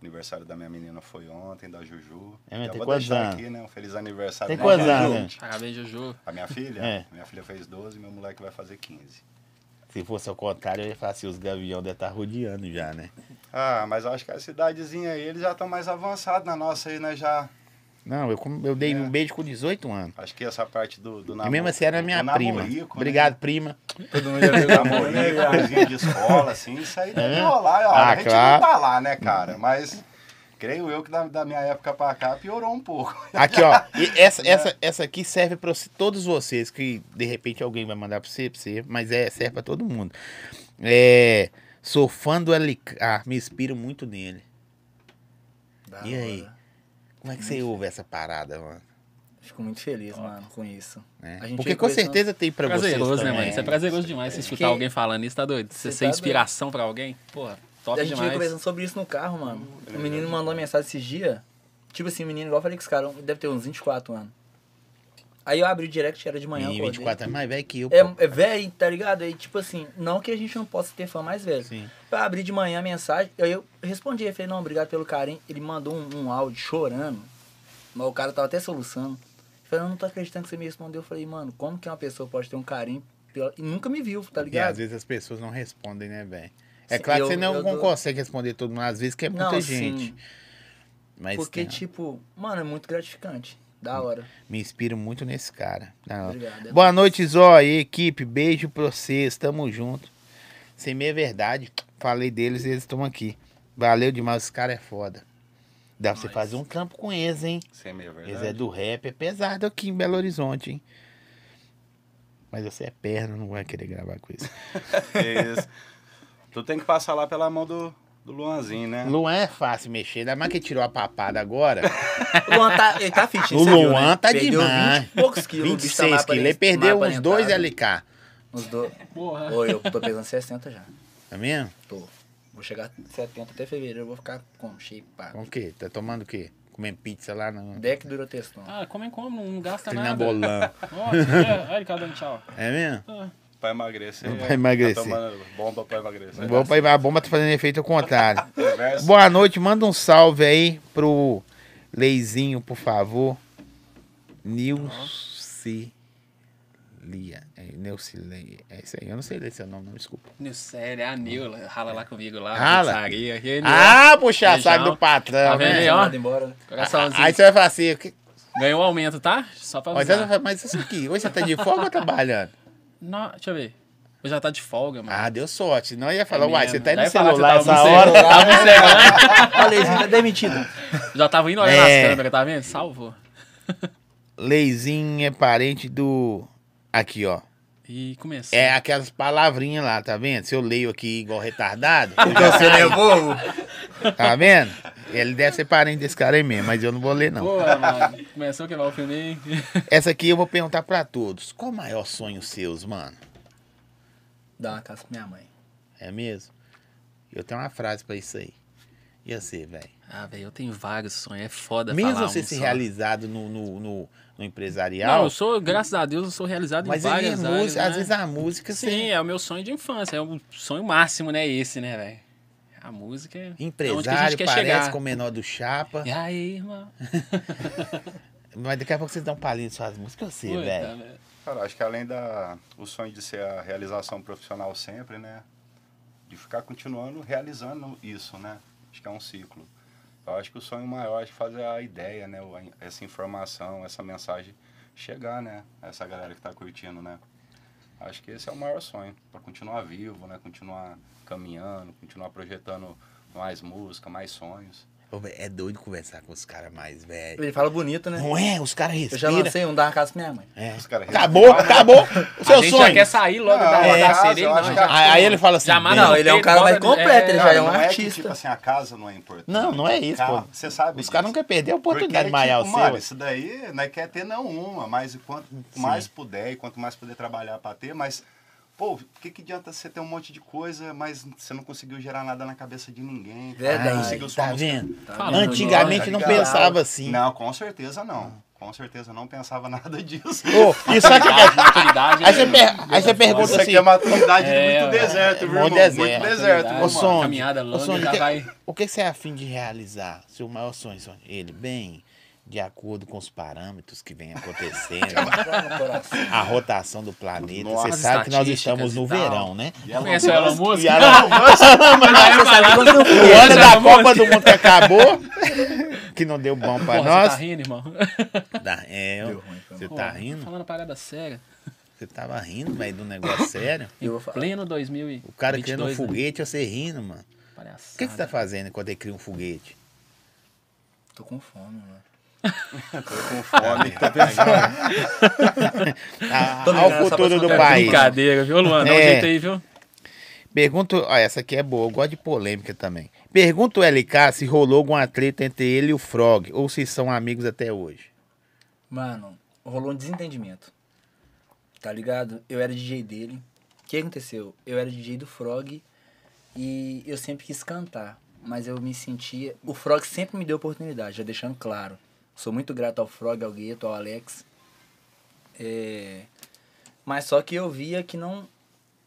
Speaker 3: Aniversário da minha menina foi ontem, da Juju.
Speaker 1: É, mas
Speaker 3: Já
Speaker 1: tem
Speaker 3: vou
Speaker 1: quantos
Speaker 3: deixar
Speaker 1: anos?
Speaker 3: aqui, né? Um feliz aniversário.
Speaker 1: Tem
Speaker 3: pra
Speaker 1: quantos
Speaker 3: minha
Speaker 1: anos,
Speaker 3: Juju.
Speaker 1: né?
Speaker 2: Parabéns, Juju.
Speaker 3: A minha filha?
Speaker 1: É.
Speaker 3: Minha filha fez 12, meu moleque vai fazer 15.
Speaker 1: Se fosse ao contrário, eu ia falar assim, os gavião devem estar rodeando já, né?
Speaker 3: Ah, mas eu acho que a cidadezinha aí, eles já estão mais avançados na nossa aí, né? Já.
Speaker 1: Não, eu, com- eu dei
Speaker 3: É.
Speaker 1: um beijo com 18 anos.
Speaker 3: Acho que essa parte do, do
Speaker 1: E
Speaker 3: namoro.
Speaker 1: mesmo assim era
Speaker 3: do
Speaker 1: minha prima.
Speaker 3: namorico, né?
Speaker 1: Obrigado, prima.
Speaker 4: Todo mundo já viu o amor,
Speaker 1: [LAUGHS]
Speaker 4: né,
Speaker 3: Namorico,
Speaker 4: viado?
Speaker 3: coisinha de escola, assim, isso aí deve
Speaker 1: É?
Speaker 3: rolar. ó,
Speaker 1: Ah,
Speaker 3: a gente
Speaker 1: claro.
Speaker 3: não tá lá, né, cara? Mas creio eu que da, da minha época pra cá piorou um pouco. [LAUGHS]
Speaker 1: Aqui, ó. [LAUGHS] E essa,
Speaker 4: Né?
Speaker 1: essa, essa aqui serve pra você- todos vocês, que de repente alguém vai mandar pra você, pra você, mas é, serve pra todo mundo. É. Sou fã do Alicá, me inspiro muito nele.
Speaker 4: Da
Speaker 1: E aí?
Speaker 4: hora.
Speaker 1: Como é que você ouve essa parada, mano?
Speaker 4: Fico muito feliz, mano, com isso.
Speaker 1: Né?
Speaker 4: A gente é
Speaker 1: Porque
Speaker 4: ia
Speaker 1: com
Speaker 4: conversando.
Speaker 1: certeza tem pra vocês.
Speaker 2: Prazeroso, né,
Speaker 1: também.
Speaker 2: mano? Isso é prazeroso demais. Você escutar
Speaker 4: Que-
Speaker 2: alguém falando isso, tá doido? Você
Speaker 4: Você
Speaker 2: ser
Speaker 4: tá
Speaker 2: inspiração pra alguém, porra, top
Speaker 4: a gente veio
Speaker 2: demais.
Speaker 4: conversando sobre isso no carro, mano.
Speaker 1: É
Speaker 4: O menino mandou uma mensagem esses dias. Tipo assim, o menino, igual eu falei que esse cara deve ter uns 24 anos. Aí eu abri o direct, era de
Speaker 1: E
Speaker 4: manhã, acordei.
Speaker 1: 24 é mais velho que eu. pô.
Speaker 4: É, é velho, tá ligado? Aí, tipo assim, não que a gente não possa ter fã mais velho.
Speaker 1: Sim.
Speaker 4: Eu abri de manhã a mensagem, aí eu respondi, eu falei, não, obrigado pelo carinho. Ele mandou um, um áudio chorando, mas o cara tava até soluçando. Eu falei, eu não tô acreditando que você me respondeu. Eu falei, mano, como que uma pessoa pode ter um carinho pela- e nunca me viu,
Speaker 1: E
Speaker 4: tá
Speaker 1: às
Speaker 4: ligado?
Speaker 1: vezes as pessoas não respondem, né, velho? É
Speaker 4: Sim,
Speaker 1: claro
Speaker 4: eu-
Speaker 1: que você não
Speaker 4: eu
Speaker 1: con-
Speaker 4: dou-
Speaker 1: consegue responder todo mundo, às vezes que é muita
Speaker 4: Não,
Speaker 1: gente.
Speaker 4: sim.
Speaker 1: Mas
Speaker 4: Porque,
Speaker 1: tem-
Speaker 4: tipo, mano, é muito gratificante. Da hora. tá
Speaker 1: me inspiro muito nesse cara. Da hora.
Speaker 4: Obrigado.
Speaker 1: Boa noite, Zó e equipe. Beijo pra vocês. Tamo junto. Sem meia verdade, falei deles e eles estão aqui. Valeu demais, os caras é foda. Dá pra você fazer um trampo com eles, hein?
Speaker 3: Sem meia verdade.
Speaker 1: Eles é do rap, é pesado aqui em Belo Horizonte, hein? Mas você é perna, não vai querer gravar com
Speaker 4: [LAUGHS]
Speaker 1: isso.
Speaker 3: É Isso. Tu tem que passar lá pela mão do, do Luanzinho, né?
Speaker 1: Luan é fácil mexer, ainda mais que tirou a papada
Speaker 4: [LAUGHS]
Speaker 1: agora.
Speaker 4: O Luan tá, ele tá fit,
Speaker 1: [LAUGHS] O
Speaker 4: você viu,
Speaker 1: Luan
Speaker 4: né?
Speaker 1: tá
Speaker 4: Perdeu
Speaker 1: demais.
Speaker 4: 20 e poucos quilos. o bicho tá
Speaker 1: 26
Speaker 4: mais
Speaker 1: quilos. Ele
Speaker 4: aparent-
Speaker 1: perdeu
Speaker 4: mais
Speaker 1: uns dois
Speaker 4: aparentado.
Speaker 1: LK.
Speaker 4: né? Uns dois.
Speaker 2: Porra.
Speaker 4: Oi, eu tô pesando 60 já.
Speaker 1: Tá mesmo?
Speaker 4: Tô. Vou chegar a 70 até fevereiro, eu vou ficar como? Cheio pá.
Speaker 1: Com o quê? Tá tomando o quê? Comendo pizza lá na.
Speaker 4: Deck dura textão.
Speaker 2: Ah, come, come, não gasta nada.
Speaker 1: Trinabolão.
Speaker 2: Ó, é, olha ele tá dando tchau.
Speaker 1: É mesmo?
Speaker 3: Pra emagrecer.
Speaker 1: Pra
Speaker 3: é.
Speaker 1: emagrecer.
Speaker 3: Tá tomando bomba pra
Speaker 2: É.
Speaker 3: emagrecer.
Speaker 1: Bom, pai, a bomba tá fazendo efeito ao
Speaker 2: [LAUGHS]
Speaker 1: contrário.
Speaker 3: Reverso.
Speaker 1: Boa noite, manda um salve aí pro Leizinho, por favor. Nilcilia. É, Nilcilia. É isso aí. Eu não sei ler seu nome, não, desculpa.
Speaker 2: Nilcélia, a Nila, rala lá comigo lá.
Speaker 1: Rala?
Speaker 2: Pizzaria. E aí, Nil?
Speaker 1: Ah, puxa, sabe
Speaker 2: é um Feijão.
Speaker 1: do patrão,
Speaker 2: Tá vendo um
Speaker 1: né?
Speaker 2: ó.
Speaker 4: Manda embora. né?
Speaker 2: Coraçãozinho.
Speaker 1: Aí você vai falar assim, o que-
Speaker 2: Ganhou um aumento, tá? Só pra
Speaker 1: mas,
Speaker 2: avisar.
Speaker 1: essa- mas isso aqui, hoje você tá de folga ou tá trabalhando?
Speaker 2: Não, deixa eu ver. Mas já tá de folga, mano.
Speaker 1: Ah, deu sorte. Não ia falar,
Speaker 2: É
Speaker 1: uai,
Speaker 2: mesmo.
Speaker 1: você tá aí
Speaker 2: Já
Speaker 1: no
Speaker 2: ia falar que
Speaker 1: celular
Speaker 2: você tava
Speaker 1: essa
Speaker 2: no
Speaker 1: hora.
Speaker 2: celular.
Speaker 1: [LAUGHS]
Speaker 2: Tava encerrando.
Speaker 4: Falei, você tá demitido.
Speaker 2: Já tava indo olhar
Speaker 1: É.
Speaker 2: nas câmeras, tá vendo? Salvou.
Speaker 1: Leizinho é parente do. Aqui, ó.
Speaker 2: E começou.
Speaker 1: É aquelas palavrinhas lá, tá vendo? Se eu leio aqui igual retardado,
Speaker 4: Então você não é bobo?
Speaker 1: tá vendo? Ele deve ser parente desse cara aí mesmo, mas eu não vou ler, não.
Speaker 2: Boa, mano. Começou a quebrar o filme aí.
Speaker 1: Essa aqui eu vou perguntar pra todos. Qual o maior sonho seus, mano?
Speaker 4: [LAUGHS] Dá uma casa pra minha mãe.
Speaker 1: É mesmo? Eu tenho uma frase pra isso aí. E você, velho?
Speaker 2: Ah, velho, eu tenho vários sonhos. É foda
Speaker 1: Mesmo
Speaker 2: falar
Speaker 1: você
Speaker 2: um
Speaker 1: se
Speaker 2: só.
Speaker 1: realizado no, no, no- no
Speaker 2: Não,
Speaker 1: empresarial,
Speaker 2: eu sou, graças a Deus, eu sou realizado
Speaker 1: mas
Speaker 2: em
Speaker 1: aí é
Speaker 2: várias áreas,
Speaker 1: música,
Speaker 2: né?
Speaker 1: às vezes a música,
Speaker 2: Sim,
Speaker 1: sim.
Speaker 2: é o meu sonho de infância. É o sonho máximo, né? Esse, né, velho? A música é é onde que a
Speaker 1: Empresário
Speaker 2: gente quer
Speaker 1: parece
Speaker 2: chegar.
Speaker 1: com o menor do chapa.
Speaker 2: E aí, irmão?
Speaker 1: Mas daqui a pouco vocês dão um palhinho em suas músicas, eu sei,
Speaker 2: Puta,
Speaker 1: velho.
Speaker 2: velho.
Speaker 3: Cara, acho que além da o sonho de ser a realização profissional sempre, né? De ficar continuando realizando isso, né? Acho que é um ciclo. Eu acho que o sonho maior é fazer a ideia, né? O- a- Essa informação, essa mensagem chegar, né? A Essa galera que tá curtindo, né? Acho que esse é o maior sonho, para continuar vivo, né? Continuar caminhando, continuar projetando mais música, mais sonhos.
Speaker 1: Ô, velho, É doido conversar com os caras mais, velho.
Speaker 4: Ele fala bonito, né?
Speaker 1: Não é? Os caras
Speaker 4: Eu já
Speaker 1: respiram.
Speaker 4: lancei um, dá uma casa pra minha mãe.
Speaker 1: É.
Speaker 3: Os caras
Speaker 1: Acabou, acabou o
Speaker 2: a
Speaker 1: seu
Speaker 2: gente já
Speaker 1: sonho.
Speaker 2: quer sair logo
Speaker 3: Não,
Speaker 2: da,
Speaker 3: é,
Speaker 2: da
Speaker 3: casa,
Speaker 2: sereia,
Speaker 3: eu
Speaker 2: não,
Speaker 3: acho
Speaker 2: já
Speaker 3: que a-
Speaker 2: tô-
Speaker 1: Aí, aí ele fala assim,
Speaker 2: Já mata-
Speaker 1: bem,
Speaker 4: Não, ele é um cara mais completo, ele já é um
Speaker 3: não É que,
Speaker 4: artista.
Speaker 3: tipo assim, a casa não é importante.
Speaker 1: Não, não é isso,
Speaker 3: Carro,
Speaker 1: pô.
Speaker 3: Você sabe
Speaker 1: os caras não
Speaker 3: disso.
Speaker 1: querem perder a
Speaker 3: Porque,
Speaker 1: oportunidade de maiar o
Speaker 3: tipo, mano,
Speaker 1: seu.
Speaker 3: isso daí não quer ter não uma, mas e quanto mais puder e quanto mais puder trabalhar para ter, mas pô, o que, que adianta você ter um monte de coisa, mas você não conseguiu gerar nada na cabeça de ninguém?
Speaker 4: Verdade.
Speaker 3: Não
Speaker 1: Ai,
Speaker 3: conseguiu sua
Speaker 1: tá
Speaker 3: música.
Speaker 1: vendo?
Speaker 2: Fala,
Speaker 1: Antigamente
Speaker 3: tá
Speaker 1: não
Speaker 3: ligado?
Speaker 1: pensava assim.
Speaker 3: Não, com certeza não. Com certeza não pensava [LAUGHS] nada disso.
Speaker 1: Ô, e sabe o que é-
Speaker 2: maturidade,
Speaker 1: Aí
Speaker 2: né?
Speaker 1: você, per- aí você pergunta
Speaker 3: Isso aqui
Speaker 1: assim,
Speaker 3: é maturidade
Speaker 2: É,
Speaker 3: de muito
Speaker 2: ué.
Speaker 3: deserto,
Speaker 1: É,
Speaker 3: viu,
Speaker 1: mó
Speaker 3: irmão?
Speaker 1: deserto, é
Speaker 3: muito deserto,
Speaker 2: maturidade.
Speaker 1: ô
Speaker 3: viu,
Speaker 2: Uma
Speaker 3: mano?
Speaker 1: Sonde,
Speaker 2: tá caminhada
Speaker 1: ô
Speaker 2: longa,
Speaker 1: Sonde,
Speaker 2: já
Speaker 1: que- [LAUGHS]
Speaker 2: vai-
Speaker 1: o que que você é afim de realizar? Seu maior sonho, Sonde? Ele, bem, de acordo com os parâmetros que vem acontecendo,
Speaker 3: [LAUGHS]
Speaker 1: a rotação do planeta,
Speaker 3: Nossa,
Speaker 1: você sabe que nós estamos
Speaker 2: estatísticas
Speaker 1: no
Speaker 2: e tal.
Speaker 1: verão, né?
Speaker 3: E Elon
Speaker 2: Conhece o Elon
Speaker 3: Musk?
Speaker 2: Musk?
Speaker 1: E ela-
Speaker 2: Aí eu falava,
Speaker 1: O ano
Speaker 4: é
Speaker 2: Elon
Speaker 1: da
Speaker 2: Musk.
Speaker 1: Copa do Mundo que acabou,
Speaker 4: [LAUGHS]
Speaker 1: que não deu bom pra
Speaker 2: Porra,
Speaker 1: nós.
Speaker 2: você tá rindo, irmão?
Speaker 1: Dá- é,
Speaker 4: Deu ruim, foi
Speaker 1: você
Speaker 2: Pô,
Speaker 1: tá
Speaker 2: tô
Speaker 1: rindo?
Speaker 2: Falando parada séria.
Speaker 1: Você tava rindo, velho, do
Speaker 4: [LAUGHS]
Speaker 1: negócio sério.
Speaker 4: Eu vou falar.
Speaker 2: Pleno 2000 e
Speaker 1: O cara criando um
Speaker 2: 22, né?
Speaker 1: foguete, você rindo, mano.
Speaker 2: Palhaçada.
Speaker 1: O que, que você tá fazendo quando ele cria um foguete?
Speaker 4: Tô com fome, mano.
Speaker 1: Tá pensando. Ao
Speaker 4: Tô ligado,
Speaker 1: Ah, futuro
Speaker 4: essa
Speaker 1: do
Speaker 4: pessoa tá
Speaker 1: país.
Speaker 2: Brincadeira, viu, Luan? Dá um
Speaker 1: É.
Speaker 2: jeito aí, viu?
Speaker 1: Pergunto. Ó, essa aqui é boa, eu gosto de polêmica também. Pergunta o LK se rolou alguma treta entre ele e o Frog, ou se são amigos até hoje.
Speaker 4: Mano, rolou um desentendimento. Tá ligado? Eu era DJ dele. O que aconteceu? Eu era DJ do Frog e eu sempre quis cantar. Mas eu me sentia. O Frog sempre me deu oportunidade, já deixando claro. Sou muito grato ao Frog, ao Gueto, ao Alex. É... Mas só que eu via que não,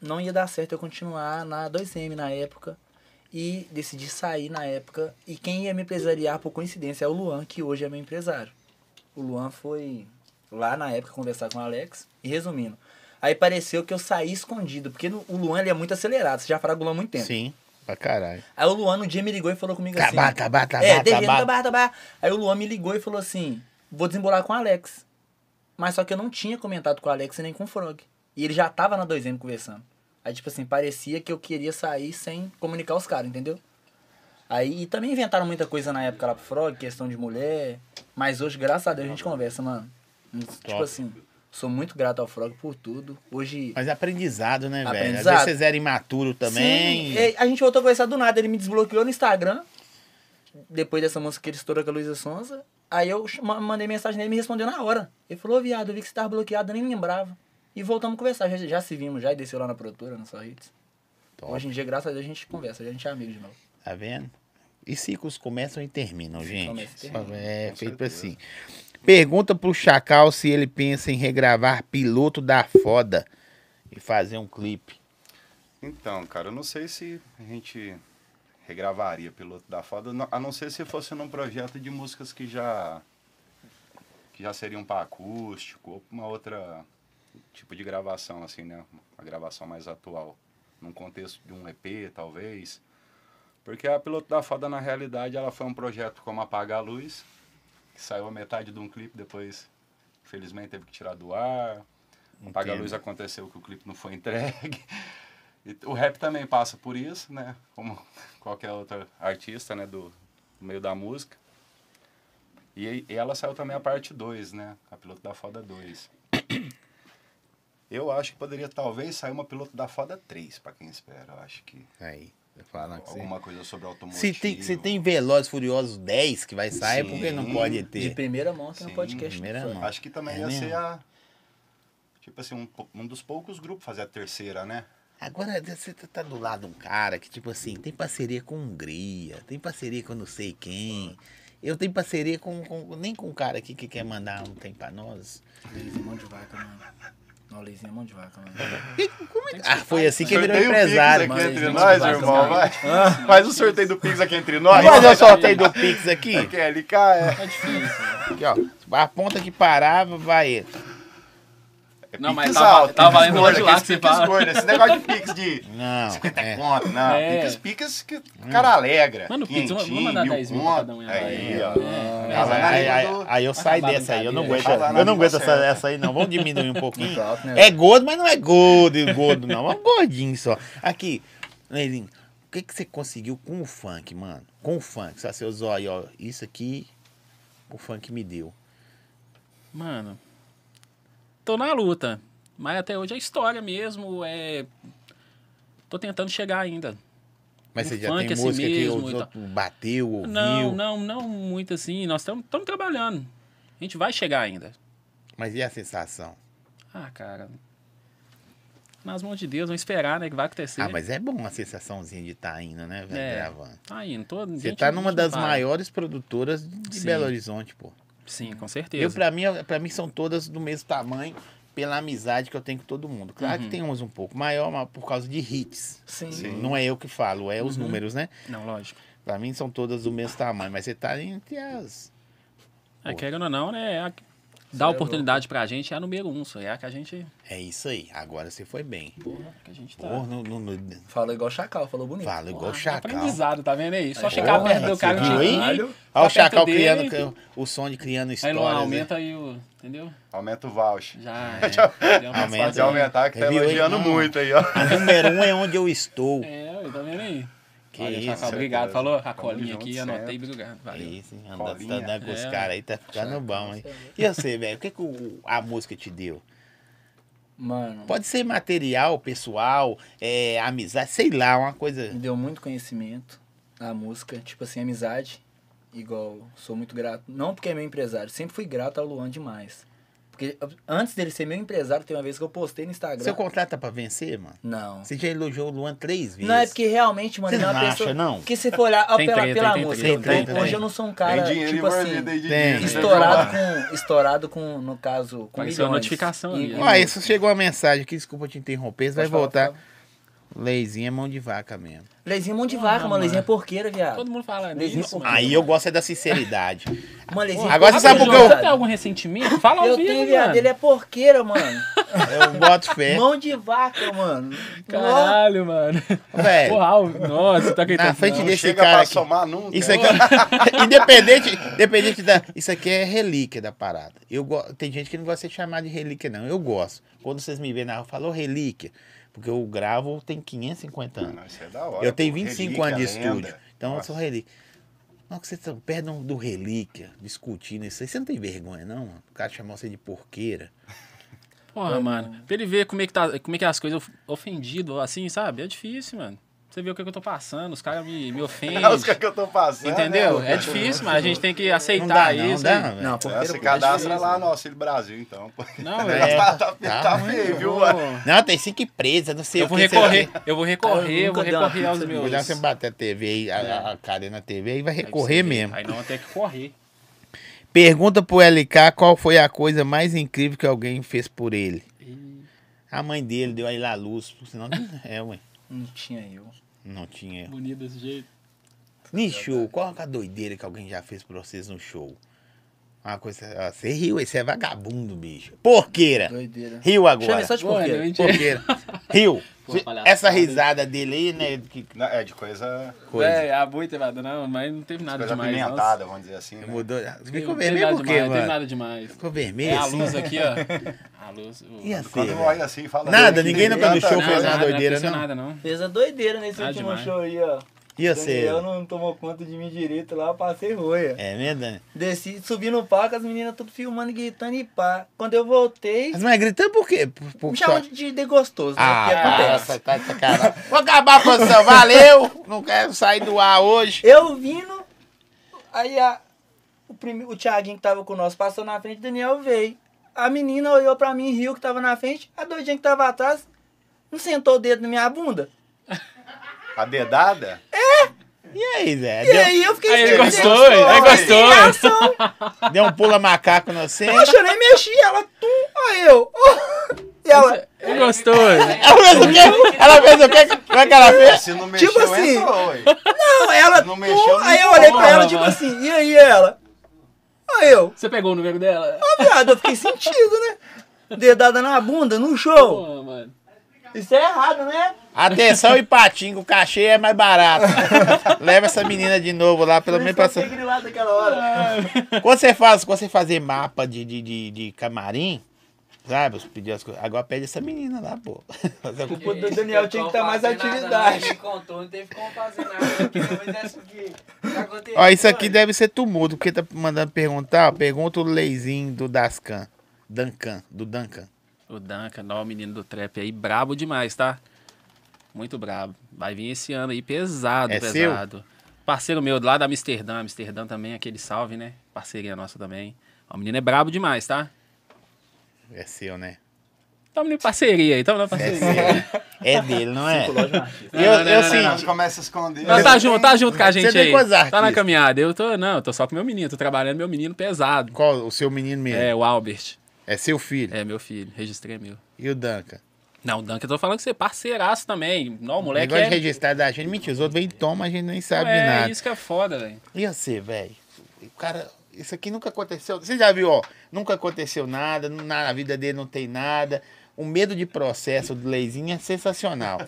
Speaker 4: não ia dar certo eu continuar na 2M na época. E decidi sair na época. E quem ia me empresariar, por coincidência, é o Luan, que hoje é meu empresário. O Luan foi lá na época conversar com o Alex. E resumindo, aí pareceu que eu saí escondido. Porque no- o Luan ele é muito acelerado, você já fraga o Luan há muito tempo.
Speaker 1: Sim, pra caralho.
Speaker 4: Aí o Luan um dia me ligou e falou comigo assim.
Speaker 1: Tabar, tabar, tabar,
Speaker 4: é, devendo,
Speaker 1: tabar.
Speaker 4: tabar, tabar. Aí o Luan me ligou e falou assim: vou desembolar com o Alex. Mas só que eu não tinha comentado com o Alex e nem com o Frog. E ele já tava na 2M conversando. Aí, tipo assim, parecia que eu queria sair sem comunicar os caras, entendeu? Aí e também inventaram muita coisa na época lá pro Frog, questão de mulher. Mas hoje, graças a Deus, a gente conversa, mano. Tipo assim, sou muito grato ao Frog por tudo. Hoje.
Speaker 1: Mas aprendizado, né, velho? Às vezes
Speaker 4: Aprendizado.
Speaker 1: vocês eram imaturos também.
Speaker 4: Sim, é, a gente voltou a conversar do nada. Ele me desbloqueou no Instagram. Depois dessa música que ele estourou com a Luísa Sonza. Aí eu ch- ma- mandei mensagem nele e me respondeu na hora. Ele falou, ô viado, eu vi que você tava bloqueado, eu nem lembrava. E voltamos a conversar. Já, já se vimos já e desceu lá na produtora, na sua hits.
Speaker 1: Top.
Speaker 4: Hoje em dia, graças a Deus, a gente conversa, a gente é amigo de novo.
Speaker 1: Tá vendo? E ciclos começam e terminam, gente.
Speaker 4: começa e termina,
Speaker 1: é
Speaker 3: com
Speaker 1: feito
Speaker 3: certeza.
Speaker 1: assim. Pergunta pro Chacal se ele pensa em regravar Piloto da Foda e fazer um clipe.
Speaker 3: Então, cara, eu não sei se a gente regravaria Piloto da Foda, não- a não ser se fosse num projeto de músicas que já que já seriam para acústico ou pra uma outra tipo de gravação assim, né? Uma gravação mais atual, num contexto de um EP, talvez. Porque a Piloto da Foda na realidade, ela foi um projeto como Apagar a Luz, que saiu a metade de um clipe, depois infelizmente teve que tirar do ar. Paga a luz aconteceu que o clipe não foi entregue. [LAUGHS] E o rap também passa por isso, né? Como [LAUGHS] qualquer outro artista, né? Do, do meio da música. E, e ela saiu também a parte 2, né? A piloto da Foda 2. Eu acho que poderia talvez sair uma piloto da Foda 3, pra quem espera. Eu acho que
Speaker 1: Aí, falando que você...
Speaker 3: alguma coisa sobre automotivo.
Speaker 1: Se tem, se tem Velozes Furiosos 10 que vai sair,
Speaker 3: Sim.
Speaker 1: por que não pode
Speaker 4: De
Speaker 1: ter?
Speaker 4: primeira mão tem um
Speaker 3: Sim,
Speaker 4: podcast.
Speaker 1: primeira
Speaker 4: só.
Speaker 1: mão.
Speaker 3: Acho que também
Speaker 1: É
Speaker 3: ia
Speaker 1: mesmo?
Speaker 3: ser a. Tipo assim, um, po- um dos poucos grupos fazer a terceira, né?
Speaker 1: Agora, você tá- tá do lado de um cara que, tipo assim, tem parceria com Hungria, tem parceria com não sei quem. Eu tenho parceria com, com- nem com o cara aqui que quer mandar um tem pra nós.
Speaker 4: Leizinho é mão de vaca, mano. Não, Leizinho é mão de vaca, mano.
Speaker 1: [LAUGHS] E como é que- Ah, foi assim que ele virou
Speaker 3: Sorteio o Pix
Speaker 1: empresário.
Speaker 3: um aqui
Speaker 4: mano.
Speaker 3: entre
Speaker 4: Gente,
Speaker 3: nós,
Speaker 4: vai,
Speaker 3: irmão, vai.
Speaker 1: [LAUGHS]
Speaker 4: vai.
Speaker 1: Ah.
Speaker 3: Faz o sorteio do Pix aqui entre nós.
Speaker 1: Vamos fazer o sorteio do Pix aqui?
Speaker 3: Aqui é LK, é.
Speaker 2: É difícil. né?
Speaker 1: Aqui, ó. A ponta que parava, vai ele.
Speaker 3: é
Speaker 2: Não, mas
Speaker 3: Pix
Speaker 2: tá-
Speaker 3: alto,
Speaker 2: tá
Speaker 3: Pix
Speaker 2: valendo
Speaker 3: gordo,
Speaker 2: hoje lá
Speaker 3: aqueles
Speaker 2: que você
Speaker 3: Pix
Speaker 2: fala.
Speaker 3: gordo, Esse negócio de Pix de
Speaker 1: Não.
Speaker 3: 50
Speaker 1: é.
Speaker 3: conto, não.
Speaker 2: É.
Speaker 3: Pix, Pix que o cara alegra.
Speaker 2: Manda o Pix, vamos- vamos
Speaker 3: Quinhentinho,
Speaker 2: mandar 10 mil
Speaker 3: conto.
Speaker 2: cada um,
Speaker 3: Aí,
Speaker 2: é.
Speaker 3: ó.
Speaker 2: É,
Speaker 1: Ah,
Speaker 3: Mas
Speaker 1: vai,
Speaker 3: na
Speaker 1: aí,
Speaker 3: língua
Speaker 1: aí,
Speaker 3: do-
Speaker 1: aí eu saio
Speaker 2: Acabar a
Speaker 1: dessa aí, eu não aguento,
Speaker 2: brincadeira.
Speaker 3: Acabar na
Speaker 1: eu não aguento essa,
Speaker 3: brincadeira.
Speaker 1: essa aí não, vamos diminuir um pouquinho.
Speaker 4: Muito alto, né,
Speaker 1: É
Speaker 4: velho?
Speaker 1: gordo, mas não é gordo, gordo não, é um gordinho só. Aqui, Leilinho, o que, que você conseguiu com o funk, mano? Com o funk, só seus olhos, ó, isso aqui o funk me deu.
Speaker 2: Mano, tô na luta. Mas até hoje é história mesmo. É... Tô tentando chegar ainda.
Speaker 1: Mas
Speaker 2: O
Speaker 1: você já
Speaker 2: funk
Speaker 1: tem
Speaker 2: assim
Speaker 1: música
Speaker 2: mesmo
Speaker 1: que os
Speaker 2: e tal.
Speaker 1: outros bateu, ouviu?
Speaker 2: Não, não, não muito assim. Nós estamos trabalhando. A gente vai chegar ainda.
Speaker 1: Mas e a sensação?
Speaker 2: Ah, cara. Nas mãos de Deus, vamos esperar, né? Que vai acontecer.
Speaker 1: Ah, mas é bom a sensaçãozinha de estar indo, né, velho,
Speaker 2: É.
Speaker 1: gravando.
Speaker 2: Tá indo. Tô,
Speaker 1: Você
Speaker 2: gente,
Speaker 1: tá numa
Speaker 2: não
Speaker 1: das
Speaker 2: para.
Speaker 1: maiores produtoras de
Speaker 2: Sim.
Speaker 1: Belo Horizonte, pô.
Speaker 2: Sim, com
Speaker 1: Eu,
Speaker 2: certeza.
Speaker 1: pra, mim, é, pra mim, são todas do mesmo tamanho pela amizade que eu tenho com todo mundo. Claro que
Speaker 2: Uhum.
Speaker 1: tem umas um pouco maior, mas por causa de hits.
Speaker 4: Sim.
Speaker 3: Sim.
Speaker 1: Não é eu que falo, é os
Speaker 2: Uhum.
Speaker 1: números, né?
Speaker 2: Não, lógico.
Speaker 1: Pra mim, são todas do mesmo tamanho, mas você tá entre as.
Speaker 2: É,
Speaker 1: Pô.
Speaker 2: querendo ou não, né? A...
Speaker 4: é
Speaker 2: Dá
Speaker 4: louco.
Speaker 2: oportunidade pra gente é a número um, só é a que a gente.
Speaker 1: É isso aí, agora você foi bem.
Speaker 2: Que a gente tá.
Speaker 1: Porra, no, no, no-
Speaker 4: Falou igual Chacal, falou bonito.
Speaker 1: Fala igual o
Speaker 2: Ah,
Speaker 1: Chacal.
Speaker 2: Aprendizado, tá vendo aí? Só
Speaker 4: Aí,
Speaker 2: chegar
Speaker 1: porra,
Speaker 2: perto do
Speaker 1: você
Speaker 2: cara
Speaker 1: viu aí?
Speaker 2: caralho,
Speaker 1: Olha o
Speaker 2: tá perto
Speaker 1: Chacal
Speaker 2: dele,
Speaker 1: criando, o som de criando
Speaker 2: Aí
Speaker 1: histórias.
Speaker 2: não
Speaker 1: né?
Speaker 2: aumenta aí o. Entendeu?
Speaker 3: Aumenta o
Speaker 1: [LAUGHS]
Speaker 3: voucher.
Speaker 2: Já. É, deu
Speaker 1: Aumenta.
Speaker 2: uma passada
Speaker 3: Pode
Speaker 1: Já
Speaker 2: aí.
Speaker 3: aumentar que tá
Speaker 1: Viu aí?
Speaker 3: elogiando
Speaker 1: Não.
Speaker 3: muito aí, ó.
Speaker 1: A número um é onde eu estou.
Speaker 2: É, ué, tá vendo aí?
Speaker 1: Que
Speaker 2: Olha,
Speaker 1: isso,
Speaker 2: Chacal,
Speaker 1: certeza.
Speaker 2: obrigado. Falou a
Speaker 3: Tamo
Speaker 2: colinha
Speaker 3: junto,
Speaker 2: aqui,
Speaker 3: certo.
Speaker 2: anotei, obrigado.
Speaker 1: É
Speaker 2: Valeu.
Speaker 1: isso, hein? Andando
Speaker 3: Colinha.
Speaker 1: andando com os
Speaker 2: É.
Speaker 1: caras aí, tá ficando bom, hein? E você, velho, o que, que o- a música te deu?
Speaker 4: Mano,
Speaker 1: Pode ser material, pessoal, é, amizade, sei lá, uma
Speaker 4: me
Speaker 1: coisa.
Speaker 4: deu muito conhecimento a música, tipo assim, amizade. Igual, sou muito grato. Não porque é meu empresário, sempre fui grato ao Luan demais. Porque antes dele ser meu empresário, tem uma vez que eu postei no Instagram.
Speaker 1: Seu contrato é pra vencer, mano?
Speaker 4: Não.
Speaker 1: Você já elogiou o Luan três vezes.
Speaker 4: Não, é porque realmente, mano,
Speaker 1: Você
Speaker 4: ele é
Speaker 1: não
Speaker 4: uma
Speaker 1: acha,
Speaker 4: pessoa.
Speaker 1: não?
Speaker 4: Que se for olhar, ó,
Speaker 2: Tem
Speaker 4: pela,
Speaker 2: treta,
Speaker 4: pela
Speaker 2: tem
Speaker 4: música.
Speaker 2: treta,
Speaker 1: tem
Speaker 4: eu-
Speaker 1: treta.
Speaker 4: hoje eu não sou um
Speaker 3: Tem
Speaker 4: cara,
Speaker 3: dinheiro
Speaker 4: tipo
Speaker 3: envolvido,
Speaker 4: assim,
Speaker 1: tem.
Speaker 3: tem dinheiro.
Speaker 4: estourado com. Estourado com, no caso, com
Speaker 2: Apareceu a
Speaker 4: milhões.
Speaker 2: notificação ali,
Speaker 4: E-
Speaker 2: né?
Speaker 1: Ó, isso chegou uma mensagem aqui, desculpa te interromper, você vai
Speaker 4: Pode falar,
Speaker 1: voltar.
Speaker 4: pode
Speaker 1: Leizinha é mão de vaca mesmo.
Speaker 4: Leizinho é mão de
Speaker 2: Ah,
Speaker 4: vaca, mano.
Speaker 2: mano.
Speaker 4: Leizinho é porqueira, viado.
Speaker 2: Todo mundo fala
Speaker 4: Desde-
Speaker 2: nisso, mano.
Speaker 1: Aí eu gosto é da sinceridade.
Speaker 4: Mano, é Leizinho
Speaker 1: Agora você sabe
Speaker 2: Sabe
Speaker 1: por
Speaker 2: o
Speaker 1: que eu-
Speaker 2: Tem algum ressentimento? Fala ao
Speaker 4: Eu
Speaker 2: vivo,
Speaker 4: tenho, viado.
Speaker 2: Tá mano.
Speaker 4: Ele é porqueira, mano.
Speaker 1: Eu boto fé.
Speaker 4: Mão de vaca, mano. Ó,
Speaker 2: Caralho, mano.
Speaker 1: Velho,
Speaker 2: Porra, ao- nossa, tá
Speaker 1: É. na
Speaker 2: acreditando.
Speaker 1: frente
Speaker 3: Não
Speaker 1: desse
Speaker 3: chega
Speaker 1: cara
Speaker 3: pra
Speaker 1: aqui.
Speaker 3: somar nunca.
Speaker 4: é
Speaker 1: Isso aqui, é [LAUGHS] independente, independente da. Isso aqui é relíquia da parada. Eu go- Tem gente que não gosta de chamar de relíquia, não. Eu gosto. Quando vocês me veem na rua, falou relíquia. Porque eu gravo tem 550 anos.
Speaker 3: Não, isso é da hora.
Speaker 1: eu tenho
Speaker 3: pô.
Speaker 1: 25
Speaker 3: Relíquia,
Speaker 1: anos de
Speaker 3: lenda.
Speaker 1: estúdio. Então
Speaker 3: Nossa.
Speaker 1: eu sou relíquia. Não, que vocês estão perto do- do relíquia, discutindo isso aí. Você não tem vergonha, não? mano? O cara chamou você de porqueira.
Speaker 2: Porra, mano. Pra ele ver como é que, tá, como é que é as coisas of- ofendido, assim, sabe? É difícil, mano. Você vê o que, que eu tô passando, os caras me, me
Speaker 1: [LAUGHS]
Speaker 2: ofendem.
Speaker 3: [LAUGHS] É os que que eu tô passando.
Speaker 2: entendeu?
Speaker 3: né?
Speaker 2: É difícil, mas a gente tem que
Speaker 1: Não
Speaker 2: aceitar
Speaker 1: dá, não,
Speaker 2: isso.
Speaker 1: dá,
Speaker 2: né?
Speaker 1: velho.
Speaker 4: Não,
Speaker 3: Ela
Speaker 4: porqueira.
Speaker 3: se
Speaker 4: pô, deixa
Speaker 3: cadastra
Speaker 4: isso.
Speaker 3: lá no Auxílio Brasil, então. pô.
Speaker 2: Não,
Speaker 1: É,
Speaker 2: velho.
Speaker 3: [LAUGHS] tá, tá,
Speaker 1: tá
Speaker 3: tá
Speaker 1: ruim,
Speaker 3: feio, viu,
Speaker 2: Pô,
Speaker 3: mano?
Speaker 1: Não, tem cinco presas, não sei
Speaker 2: Eu
Speaker 1: o
Speaker 2: vou
Speaker 1: que. sei o quê.
Speaker 2: recorrer, eu vou
Speaker 4: Cara,
Speaker 2: recorrer,
Speaker 4: eu
Speaker 2: eu vou
Speaker 4: nunca dei uma
Speaker 2: recorrer aos
Speaker 4: pizza de
Speaker 2: meus.
Speaker 1: Cuidado, você
Speaker 2: Aí
Speaker 1: bater a TV, aí, a, a cara na TV, aí vai
Speaker 2: você
Speaker 1: recorrer
Speaker 2: vê.
Speaker 1: mesmo.
Speaker 2: Aí não, tem que correr.
Speaker 1: Pergunta pro LK qual foi a coisa mais incrível que alguém fez por ele. A mãe dele deu aí lá a luz, senão. É, ué.
Speaker 4: Não tinha eu.
Speaker 1: Não tinha.
Speaker 2: Bonito desse jeito.
Speaker 1: Em show, qual a doideira que alguém já fez pra vocês no show? Uma coisa. ó, Você riu, esse é vagabundo, bicho. Porqueira!
Speaker 4: Doideira.
Speaker 1: Riu
Speaker 4: Chama
Speaker 1: agora.
Speaker 4: só de
Speaker 2: Mano,
Speaker 4: porqueira. [LAUGHS]
Speaker 2: eu entendi.
Speaker 1: Porqueira. Riu. Se- Essa risada dele aí, né? Que
Speaker 3: Não, é de coisa,
Speaker 1: coisa.
Speaker 2: É, a boita, velho, não, mas não teve nada
Speaker 3: coisa
Speaker 2: demais. não.
Speaker 3: apimentada, vamos dizer assim.
Speaker 4: É.
Speaker 3: Né?
Speaker 1: Mudou. Ah, Ficou
Speaker 2: Não teve nada
Speaker 1: vermelho por quê,
Speaker 2: demais, não teve
Speaker 1: mano?
Speaker 2: nada demais.
Speaker 1: Ficou
Speaker 2: É
Speaker 1: vermelho? assim?
Speaker 2: a luz
Speaker 5: [LAUGHS]
Speaker 2: aqui, ó. A luz. o-
Speaker 1: E a
Speaker 3: Quando
Speaker 1: cera?
Speaker 3: olha assim, fala.
Speaker 1: Nada,
Speaker 3: "Ei,
Speaker 1: ninguém nunca no
Speaker 3: tanta-
Speaker 1: show
Speaker 2: Não,
Speaker 1: fez
Speaker 2: nada,
Speaker 1: uma doideira,
Speaker 2: aconteceu
Speaker 1: não?
Speaker 2: nada, não.
Speaker 4: Fez a doideira nesse
Speaker 2: Ah,
Speaker 4: último
Speaker 2: demais.
Speaker 4: show aí, ó.
Speaker 1: E a
Speaker 4: Daniel
Speaker 1: cera?
Speaker 4: não tomou conta de mim direito lá, eu passei roia.
Speaker 1: É mesmo, Dani?
Speaker 4: Desci, subi no palco, as meninas tudo filmando, e gritando e pá. Quando eu voltei,
Speaker 1: Mas, mas gritando por quê? Por, por
Speaker 4: me
Speaker 1: só-
Speaker 4: chamam de, de desgostoso, né?
Speaker 1: Ah,
Speaker 4: Porque
Speaker 1: para,
Speaker 4: acontece.
Speaker 1: essa- tá de sacanagem. [LAUGHS] Vou acabar a produção, valeu! Não quero sair do ar hoje.
Speaker 4: Eu vindo, aí a, o, prime, o Thiaguinho que tava com nós passou na frente, o Daniel veio. A menina olhou pra mim, riu que tava na frente, a doidinha que tava atrás, não sentou o dedo na minha bunda.
Speaker 1: [LAUGHS]
Speaker 3: A dedada?
Speaker 1: E aí, Zé?
Speaker 4: E
Speaker 1: Deu,
Speaker 4: aí eu fiquei
Speaker 2: Aí ele
Speaker 4: sem
Speaker 2: gostou,
Speaker 4: reação,
Speaker 2: aí gostou.
Speaker 4: sem reação.
Speaker 1: deu um pula macaco no você?
Speaker 4: Poxa, eu nem mexi, ela tum, aí eu. [LAUGHS] oh. e ela,
Speaker 2: Ele gostou. ele-
Speaker 1: Ela fez o quê? Ela fez o quê? Como é que ela fez?
Speaker 3: Se não mexeu,
Speaker 4: Tipo assim.
Speaker 3: entrou, ué.
Speaker 4: não, ela
Speaker 3: Não
Speaker 4: tum,
Speaker 3: mexeu, né?
Speaker 4: aí eu
Speaker 3: não
Speaker 4: olhei pra ela
Speaker 2: mano.
Speaker 4: tipo assim, e aí ela? Aí eu,
Speaker 2: Você pegou o número dela?
Speaker 4: ah, viado, eu fiquei sentido, né? Dedada na bunda, no show.
Speaker 2: Pô, mano.
Speaker 4: Isso é errado, né?
Speaker 1: Atenção, Ipatinga, o cachê é mais barato. [LAUGHS] Leva essa menina de novo lá, pelo menos pra...
Speaker 4: Eu grilado naquela hora.
Speaker 1: Quando você faz, quando você fazer mapa de, de, de, de camarim, sabe? Os pedidos, as coisas. agora pede essa menina lá, pô. [LAUGHS] Fazer o quê?
Speaker 4: O do Daniel tinha que estar mais atividade.
Speaker 5: Não contou, não teve como fazer nada. porque Mas é assim. acho que já aconteceu.
Speaker 1: Ó, isso aqui deve ser tumulto, porque tá mandando perguntar, ó, pergunta o Leizinho do Dascan. Duncan, do Duncan.
Speaker 2: O Duncan, ó, o menino do trap aí, brabo demais, tá? Muito brabo. Vai vir esse ano aí, pesado,
Speaker 1: É
Speaker 2: pesado. Parceiro meu lá da Amsterdã, Amsterdã também, aquele salve, né? Parceria nossa também. Ó, o menino é brabo demais, tá?
Speaker 1: É seu, né?
Speaker 2: Tamo em parceria aí, tamo na
Speaker 1: É
Speaker 2: parceria.
Speaker 1: seu. É dele, não é? Eu,
Speaker 2: Não, não,
Speaker 1: eu assim,
Speaker 2: não,
Speaker 1: sim.
Speaker 3: Não, começa a esconder.
Speaker 2: Nós tá junto, tá junto com a gente
Speaker 1: tem
Speaker 2: aí.
Speaker 1: quantos
Speaker 2: Tá na
Speaker 1: artistas?
Speaker 2: caminhada. Eu tô, não, eu tô só com meu menino, tô trabalhando meu menino pesado.
Speaker 1: Qual o seu menino mesmo?
Speaker 2: É,
Speaker 1: É,
Speaker 2: o Albert.
Speaker 1: seu filho.
Speaker 2: É, meu filho, registrei meu.
Speaker 1: E o Duncan?
Speaker 2: Não, o Duncan, eu tô falando que você é parceiraço também. Não, o moleque
Speaker 1: Negócio de
Speaker 2: é...
Speaker 1: registrar da gente. Mentira, os outros vêm e tomam, a gente nem sabe de
Speaker 2: É,
Speaker 1: nada.
Speaker 2: isso que é foda, velho.
Speaker 1: E você, velho? O cara, isso aqui nunca aconteceu. Você já viu, ó, nunca aconteceu nada, não- na vida dele não tem nada. O medo de processo do Leizinho é sensacional.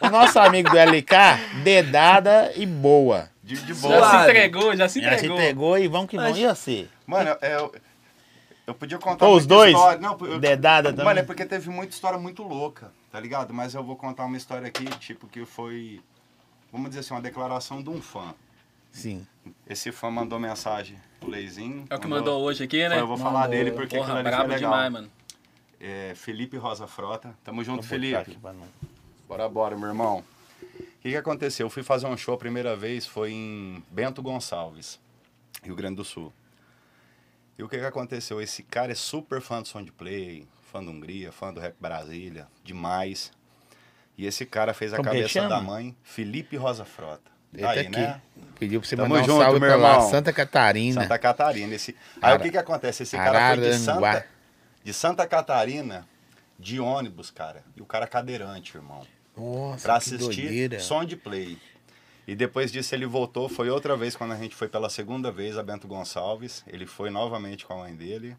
Speaker 1: o nosso amigo do LK, dedada e boa.
Speaker 3: De, de
Speaker 2: Já
Speaker 3: boa.
Speaker 4: Suave.
Speaker 2: se entregou, já se
Speaker 1: Ela se
Speaker 2: entregou.
Speaker 1: entregou e vamos que vamos.
Speaker 4: Mas-
Speaker 1: E você?
Speaker 3: Mano, eu- eu, eu podia contar
Speaker 1: Ou os
Speaker 3: muita
Speaker 1: dois?
Speaker 3: história. Não, eu-
Speaker 1: Dedada também.
Speaker 3: Mano, é porque teve muita história muito louca, tá ligado? Mas eu vou contar uma história aqui, tipo, que foi, vamos dizer assim, uma declaração de um fã.
Speaker 1: Sim.
Speaker 3: Esse fã mandou mensagem pro Leizinho.
Speaker 2: É o que mandou hoje aqui, né?
Speaker 3: Foi, eu vou falar
Speaker 4: Mandou.
Speaker 3: dele porque
Speaker 2: Porra,
Speaker 3: aquilo ali foi
Speaker 2: brabo
Speaker 3: legal.
Speaker 2: demais, mano.
Speaker 3: É, Felipe Rosa Frota. Tamo
Speaker 1: Vou
Speaker 3: junto,
Speaker 1: botar
Speaker 3: Felipe.
Speaker 1: aqui pra não-
Speaker 3: Bora, bora, meu irmão. O que, que aconteceu? Eu fui fazer um show a primeira vez, foi em Bento Gonçalves, Rio Grande do Sul. E o que, que aconteceu? Esse cara é super fã do Soundplay, fã do Hungria, fã do Rap Brasília, demais. E esse cara fez a
Speaker 1: Como que ele
Speaker 3: cabeça
Speaker 1: chama?
Speaker 3: da mãe, Felipe Rosa Frota.
Speaker 1: Ele tá
Speaker 3: Aí,
Speaker 1: aqui.
Speaker 3: né?
Speaker 1: Pediu pra você
Speaker 3: Tamo
Speaker 1: mandar um
Speaker 3: junto,
Speaker 1: salve
Speaker 3: meu
Speaker 1: pra lá,
Speaker 3: irmão.
Speaker 1: Santa Catarina.
Speaker 3: Santa Catarina. Esse... Aí
Speaker 1: Ara-
Speaker 3: o que, que acontece? Esse cara foi de
Speaker 1: Araranguá.
Speaker 3: Santa, de Santa Catarina de ônibus, cara. E o cara é cadeirante, irmão.
Speaker 1: Nossa,
Speaker 3: pra
Speaker 1: que
Speaker 3: assistir
Speaker 1: doideira.
Speaker 3: som de play. E depois disso ele voltou, foi outra vez quando a gente foi pela segunda vez a Bento Gonçalves, ele foi novamente com a mãe dele.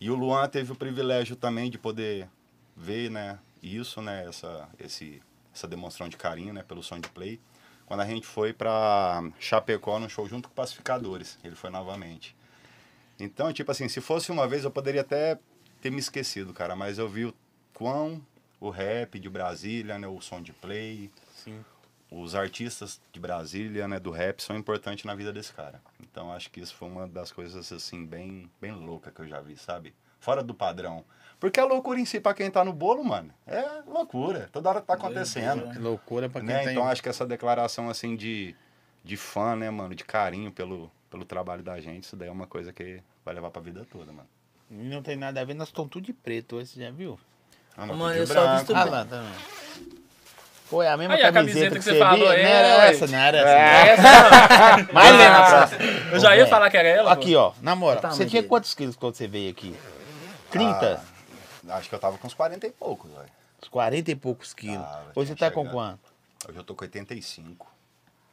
Speaker 3: E o Luan teve o privilégio também de poder ver, né, isso, né, essa esse essa demonstração de carinho, né, pelo som de play. Quando a gente foi pra Chapecó no show junto com Pacificadores, ele foi novamente. Então, tipo assim, se fosse uma vez eu poderia até ter me esquecido, cara, mas eu vi o quão o rap de Brasília, né, o som de play,
Speaker 1: Sim.
Speaker 3: os artistas de Brasília, né, do rap são importantes na vida desse cara. Então acho que isso foi uma das coisas assim bem, bem louca que eu já vi, sabe? Fora do padrão. Porque a loucura em si pra quem tá no bolo, mano, é loucura. Toda hora tá acontecendo.
Speaker 4: Doideira,
Speaker 1: Loucura pra quem tá
Speaker 3: Né?
Speaker 1: tem...
Speaker 3: Então acho que essa declaração assim de, de fã, né, mano, de carinho pelo, pelo trabalho da gente, isso daí é uma coisa que vai levar pra vida toda, mano.
Speaker 1: Não tem nada a ver, nós estamos tudo de preto hoje, você já viu?
Speaker 3: Ah,
Speaker 4: Mano,
Speaker 3: de
Speaker 4: eu só
Speaker 3: branco,
Speaker 4: visto
Speaker 1: Ah
Speaker 3: mano.
Speaker 1: lá, tá vendo? Foi a mesma
Speaker 2: Aí, a
Speaker 1: camiseta,
Speaker 2: camiseta
Speaker 1: que,
Speaker 2: que
Speaker 1: você
Speaker 2: você falou,
Speaker 1: via,
Speaker 2: é,
Speaker 1: Não era
Speaker 2: ué.
Speaker 1: essa, não era essa. não. [LAUGHS]
Speaker 2: É, essa não.
Speaker 1: Mas lembra,
Speaker 2: Ah,
Speaker 1: pra-
Speaker 2: Eu já ia
Speaker 1: Velho,
Speaker 2: falar que era ela. pô.
Speaker 1: Aqui, ó, na moral,
Speaker 4: Tá,
Speaker 1: você
Speaker 4: mas
Speaker 1: tinha
Speaker 4: ele-
Speaker 1: quantos quilos quando você veio aqui? 30?
Speaker 3: Ah, Acho que eu tava com uns 40 e poucos, velho.
Speaker 1: Uns 40 e poucos quilos.
Speaker 3: Ah, vai
Speaker 1: Hoje você
Speaker 3: tá
Speaker 1: tá com
Speaker 3: chegando.
Speaker 1: quanto?
Speaker 3: Hoje eu tô com 85.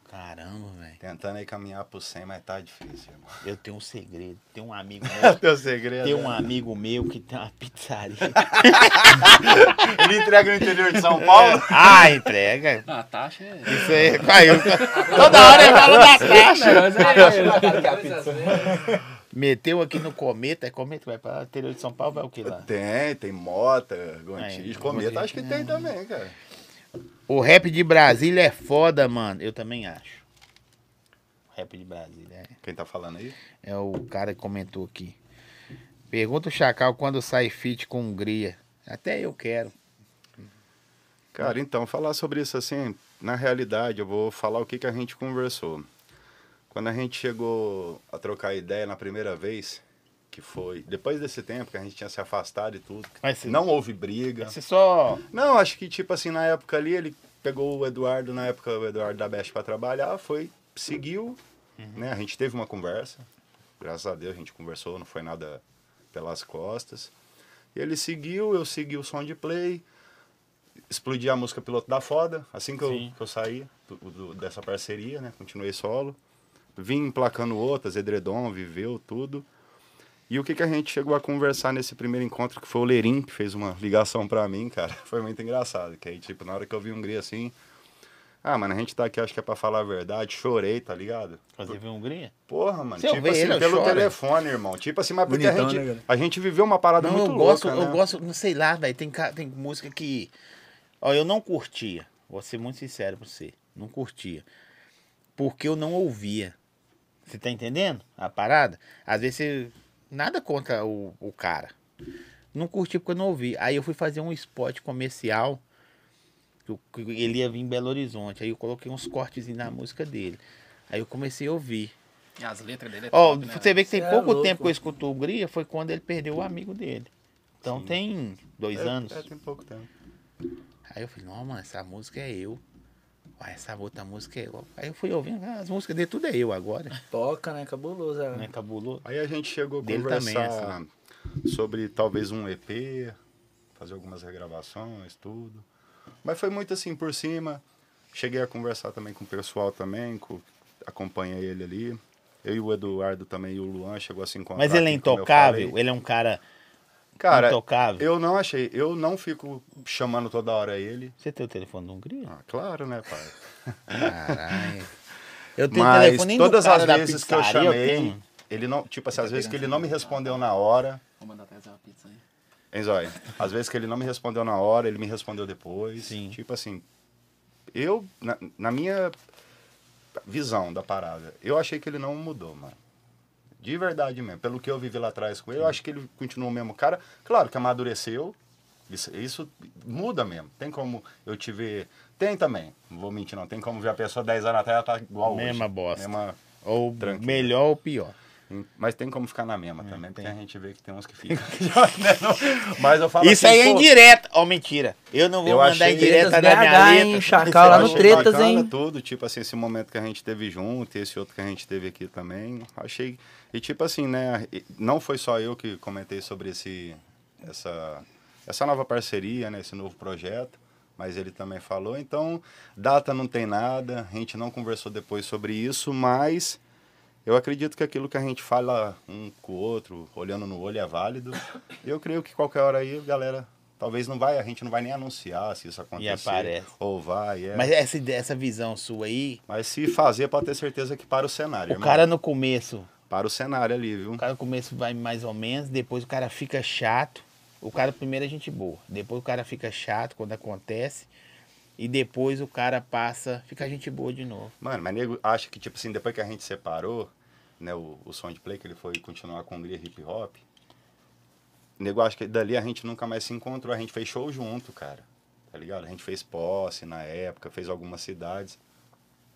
Speaker 1: Caramba, velho.
Speaker 3: Tentando aí caminhar pro 100, mas tá difícil, irmão.
Speaker 1: Eu tenho um segredo. Tem um amigo [LAUGHS] meu.
Speaker 3: [LAUGHS] Teu segredo. né?
Speaker 1: Tem um amigo meu que tem uma pizzaria.
Speaker 3: Ele entrega no interior de São Paulo?
Speaker 1: [LAUGHS] ah, entrega.
Speaker 2: Ah, a
Speaker 1: [LAUGHS]
Speaker 2: taxa é.
Speaker 1: Isso aí, caiu. Toda hora eu falo da taxa.
Speaker 2: Mas
Speaker 4: né? [LAUGHS]
Speaker 2: é-
Speaker 1: Meteu aqui no Cometa. É Cometa que vai pra lá? interior de São Paulo, vai o que lá?
Speaker 3: Tem, tem Mota, Gontijo,
Speaker 1: Aí,
Speaker 3: Cometa,
Speaker 1: Gontijo.
Speaker 3: acho que tem também, cara.
Speaker 1: O rap de Brasília é foda, mano. Eu também acho. O rap de Brasília é.
Speaker 3: Quem tá falando aí?
Speaker 1: É o cara que comentou aqui. Pergunta o Chacal quando sai fit com Hungria. Até eu quero.
Speaker 3: Cara, então, falar sobre isso assim, na realidade, eu vou falar o que, que a gente conversou. Quando a gente chegou a trocar ideia na primeira vez, que foi depois desse tempo que a gente tinha se afastado e tudo, que
Speaker 1: Mas se-
Speaker 3: não houve briga.
Speaker 1: Você só.
Speaker 3: Não, acho que tipo assim, na época ali, ele pegou o Eduardo, na época o Eduardo da Best pra trabalhar, foi, seguiu, né? A gente teve uma conversa, graças a Deus a gente conversou, não foi nada pelas costas. Ele seguiu, eu segui o som de play, explodi a música Piloto da Foda, assim que, eu,
Speaker 1: Sim.
Speaker 3: que eu saí do- do- dessa parceria, né? Continuei solo. Vim emplacando outras, Edredom, Viveu, tudo. E o que, que a gente chegou a conversar nesse primeiro encontro, que foi o Lerim, que fez uma ligação pra mim, cara. [LAUGHS] Foi muito engraçado. Que aí, tipo, na hora que eu vi Hungria assim. Ah, mano, a gente tá aqui, acho que é pra falar a verdade. Chorei, tá ligado?
Speaker 1: Você viu Hungria?
Speaker 3: Porra, mano.
Speaker 1: Se eu
Speaker 3: tipo
Speaker 1: ver
Speaker 3: assim,
Speaker 1: ele, eu
Speaker 3: pelo
Speaker 1: choro.
Speaker 3: telefone, irmão. Tipo assim, mas porque
Speaker 4: Bonitão,
Speaker 3: a, gente,
Speaker 4: né, cara?
Speaker 3: a gente viveu uma parada
Speaker 1: Não,
Speaker 3: muito
Speaker 1: eu gosto,
Speaker 3: louca,
Speaker 1: eu
Speaker 3: né?
Speaker 1: gosto, não sei lá, velho. Tem, ca- tem música que. Ó, eu não curtia. Vou ser muito sincero pra você. Não curtia. Porque eu não ouvia. Você tá entendendo a parada? Às vezes você. Nada contra o, o cara. Não curti porque eu não ouvi. Aí eu fui fazer um spot comercial. que o- que Ele ia vir em Belo Horizonte. Aí eu coloquei uns cortes na música dele. Aí eu comecei a ouvir.
Speaker 2: E as letras dele é
Speaker 1: Ó,
Speaker 2: top, né?
Speaker 1: você vê que tem
Speaker 4: Cê é
Speaker 1: pouco
Speaker 4: louco.
Speaker 1: tempo que eu escuto Hungria, foi quando ele perdeu o amigo dele. Então
Speaker 3: Sim.
Speaker 1: tem dois
Speaker 3: É,
Speaker 1: anos.
Speaker 3: É, tem pouco tempo.
Speaker 1: Aí eu falei, não, mano, essa música é eu. Uai, essa outra música é eu. Aí eu fui ouvindo, ah, as músicas dele tudo é eu agora.
Speaker 4: Toca, né? Cabuloso. é.
Speaker 1: né, cabuloso.
Speaker 3: Aí a gente chegou a
Speaker 1: Dele
Speaker 3: conversar
Speaker 1: também, assim.
Speaker 3: sobre talvez um EP, fazer algumas regravações, tudo. Mas foi muito assim por cima. Cheguei a conversar também com o pessoal também, com, acompanhei ele ali. Eu e o Eduardo também e o Luan chegou a se encontrar.
Speaker 1: Mas ele é
Speaker 3: aqui, como eu
Speaker 1: intocável,
Speaker 3: falei.
Speaker 1: ele é um cara,
Speaker 3: Cara,
Speaker 1: intocável.
Speaker 3: eu não achei, eu não fico chamando toda hora ele.
Speaker 1: Você tem o telefone do Hungria?
Speaker 3: Ah, claro, né, pai?
Speaker 1: Caralho. Eu tenho o
Speaker 3: Mas
Speaker 1: telefone nem do
Speaker 3: todas
Speaker 1: cara
Speaker 3: as
Speaker 1: da
Speaker 3: vezes que eu
Speaker 1: pizzaria,
Speaker 3: chamei,
Speaker 1: tenho.
Speaker 3: ele não, tipo assim, às vezes que ele não me respondeu na hora,
Speaker 2: Vou mandar trazer uma pizza aí.
Speaker 3: Hein, Zóia? Às vezes que ele não me respondeu na hora, ele me respondeu depois.
Speaker 1: Sim.
Speaker 3: Tipo assim, eu, na, na minha visão da parada, eu achei que ele não mudou, mano. De verdade mesmo. Pelo que eu vivi lá atrás com ele, eu acho que ele continua o mesmo cara. Claro que amadureceu. Isso, isso muda mesmo. Tem como eu te ver. Tem também. Não vou mentir, não. Tem como ver a pessoa 10 anos atrás, ela tá igual hoje.
Speaker 1: Mesma bosta.
Speaker 3: Mesma-
Speaker 1: Ou
Speaker 3: Tranquilo.
Speaker 1: melhor ou pior.
Speaker 3: mas tem como ficar na mesma também,
Speaker 1: É,
Speaker 3: porque a gente vê que tem uns que ficam. [LAUGHS] mas eu falo
Speaker 1: Isso
Speaker 3: assim,
Speaker 1: aí é
Speaker 3: pô,
Speaker 1: indireta. Ó, mentira. Eu não vou
Speaker 3: Eu
Speaker 1: mandar
Speaker 3: achei-
Speaker 1: indireta
Speaker 4: Tretas
Speaker 1: na minha
Speaker 4: BH,
Speaker 1: letra.
Speaker 4: hein, Chacal, lá
Speaker 3: Eu
Speaker 4: no
Speaker 3: Tá achei
Speaker 4: Tretas,
Speaker 3: bacana
Speaker 4: hein?
Speaker 3: tudo, tipo assim, esse momento que a gente teve junto, esse outro que a gente teve aqui também. Achei. E tipo assim, né? e Não foi só eu que comentei sobre esse, essa, essa nova parceria, né? Esse novo projeto. Mas ele também falou. Então, data não tem nada. A gente não conversou depois sobre isso, mas. Eu acredito que aquilo que a gente fala um com o outro, olhando no olho, é válido. Eu creio que qualquer hora aí, galera, talvez não vai, a gente não vai nem anunciar se isso acontecer.
Speaker 1: aparece.
Speaker 3: Ou vai, é.
Speaker 1: Mas
Speaker 3: Mas,
Speaker 1: essa, ide- essa visão sua aí,
Speaker 3: se fazer, pode ter certeza que para o cenário,
Speaker 1: o
Speaker 3: irmão.
Speaker 1: cara no começo,
Speaker 3: Para o cenário ali, viu?
Speaker 1: o cara no começo vai mais ou menos, depois o cara fica chato. O cara primeiro é gente boa, depois o cara fica chato quando acontece e depois o cara passa, fica gente boa de novo.
Speaker 3: Mano, mas nego acha que, tipo assim, depois que a gente separou, né, o, o som de play, que ele foi continuar com o Hungria Hip Hop, nego acha que dali a gente nunca mais se encontrou, a gente fez show junto, cara. Tá ligado? A gente fez posse na época, fez algumas cidades.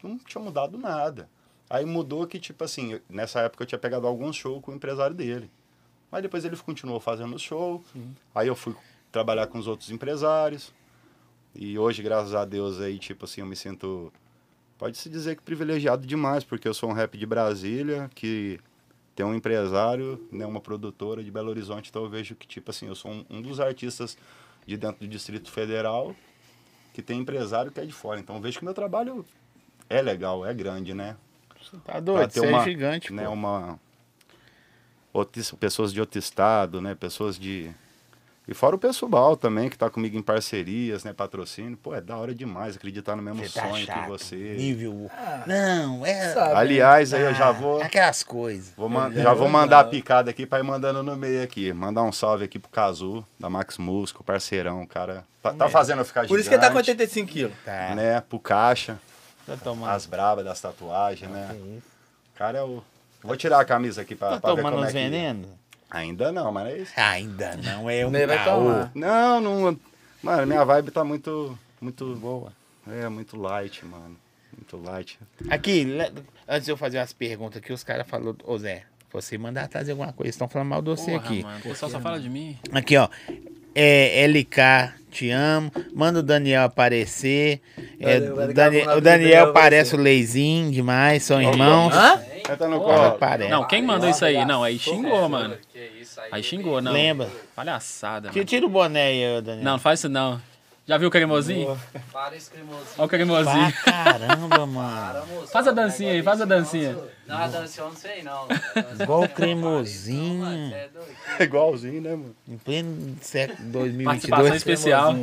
Speaker 3: Não tinha mudado nada. Aí mudou que, tipo assim, eu- nessa época eu tinha pegado alguns shows com o empresário dele. Mas depois ele continuou fazendo show. Aí eu fui trabalhar com os outros empresários. E hoje, graças a Deus, aí, tipo assim, eu me sinto Pode-se dizer que privilegiado demais, porque eu sou um rap de Brasília, que tem um empresário, né, uma produtora de Belo Horizonte, então eu vejo que, tipo assim, eu sou um, um dos artistas de dentro do Distrito Federal que tem empresário que é de fora. Então eu vejo que meu trabalho É legal, é grande, né?
Speaker 1: Tá doido,
Speaker 3: ter
Speaker 1: você é gigante,
Speaker 3: né,
Speaker 1: pô.
Speaker 3: uma outras- pessoas de outro estado, né, pessoas de e fora o pessoal também que tá comigo em parcerias, né, patrocínio. Pô, é da hora demais acreditar no mesmo
Speaker 1: tá
Speaker 3: um sonho
Speaker 1: chato,
Speaker 3: que você.
Speaker 1: Nível. um. não, é.
Speaker 4: Ah,
Speaker 1: Ah,
Speaker 4: sabe?
Speaker 3: Aliás, aí eu já vou
Speaker 1: Aquelas coisas.
Speaker 4: É
Speaker 3: Vou man- já vou mandar a picada aqui pra ir mandando no meio aqui. Mandar um salve aqui pro Cazu, da Max Musco, parceirão, cara. Tá, tá fazendo eu ficar
Speaker 4: É. Por isso que ele tá com 85 quilos.
Speaker 1: Tá.
Speaker 3: Né, pro Caixa,
Speaker 1: Tá tomando.
Speaker 3: as brabas das tatuagens,
Speaker 1: Que
Speaker 3: né.
Speaker 1: isso?
Speaker 3: Cara, eu... Vou tirar a camisa aqui pra,
Speaker 1: Tá
Speaker 3: pra ver
Speaker 1: tomando
Speaker 3: como
Speaker 1: uns
Speaker 3: é que...
Speaker 1: venenos?
Speaker 3: Ainda não, mas é isso.
Speaker 1: Ainda não, é um
Speaker 4: Ele vai
Speaker 1: caô.
Speaker 4: tomar.
Speaker 3: Não, não... Mano, minha vibe tá muito... Muito boa. É, muito light, mano. Muito light.
Speaker 1: Aqui, le- antes de eu fazer as perguntas aqui, os caras falaram, ô Zé, você mandar trazer alguma coisa, estão falando mal de você
Speaker 2: Porra,
Speaker 1: aqui.
Speaker 2: mano, o pessoal só fala de mim.
Speaker 1: Aqui, ó. É, LK, te amo. Manda o Daniel aparecer. É,
Speaker 4: Valeu, valeu,
Speaker 1: Dani-
Speaker 4: vamos lá,
Speaker 1: o Daniel
Speaker 4: Daniel vai
Speaker 1: parece o Leizinho demais, são irmãos.
Speaker 4: Hã?
Speaker 3: Você tá no
Speaker 1: Porra,
Speaker 3: colo.
Speaker 1: parece.
Speaker 2: Não, quem mandou isso aí? Não, aí xingou,
Speaker 5: Pô,
Speaker 2: mano.
Speaker 5: Que isso aí.
Speaker 2: Aí xingou, não.
Speaker 1: Lembra?
Speaker 2: Palhaçada,
Speaker 1: Tira-
Speaker 2: mano.
Speaker 1: Tira o boné aí, ô, Daniel.
Speaker 2: Não, não faz isso não. Já viu o cremosinho?
Speaker 4: É,
Speaker 5: Para esse cremosinho.
Speaker 2: Olha o cremosinho.
Speaker 1: Pra caramba, mano.
Speaker 5: Para, moço.
Speaker 2: Faz a
Speaker 5: O
Speaker 4: né?
Speaker 2: dancinha aí,
Speaker 5: negócio
Speaker 2: faz a
Speaker 5: desse não,
Speaker 2: dancinha.
Speaker 5: senhor. Não, a dancinha eu não sei não. mano. A dancinha
Speaker 1: Igual o
Speaker 5: eu não faço, não,
Speaker 1: cremosinho.
Speaker 5: mano. Cê é doido.
Speaker 3: [LAUGHS] Igualzinho, né, mano?
Speaker 1: Em pleno século
Speaker 2: [LAUGHS] Participação
Speaker 1: 2022.
Speaker 2: especial.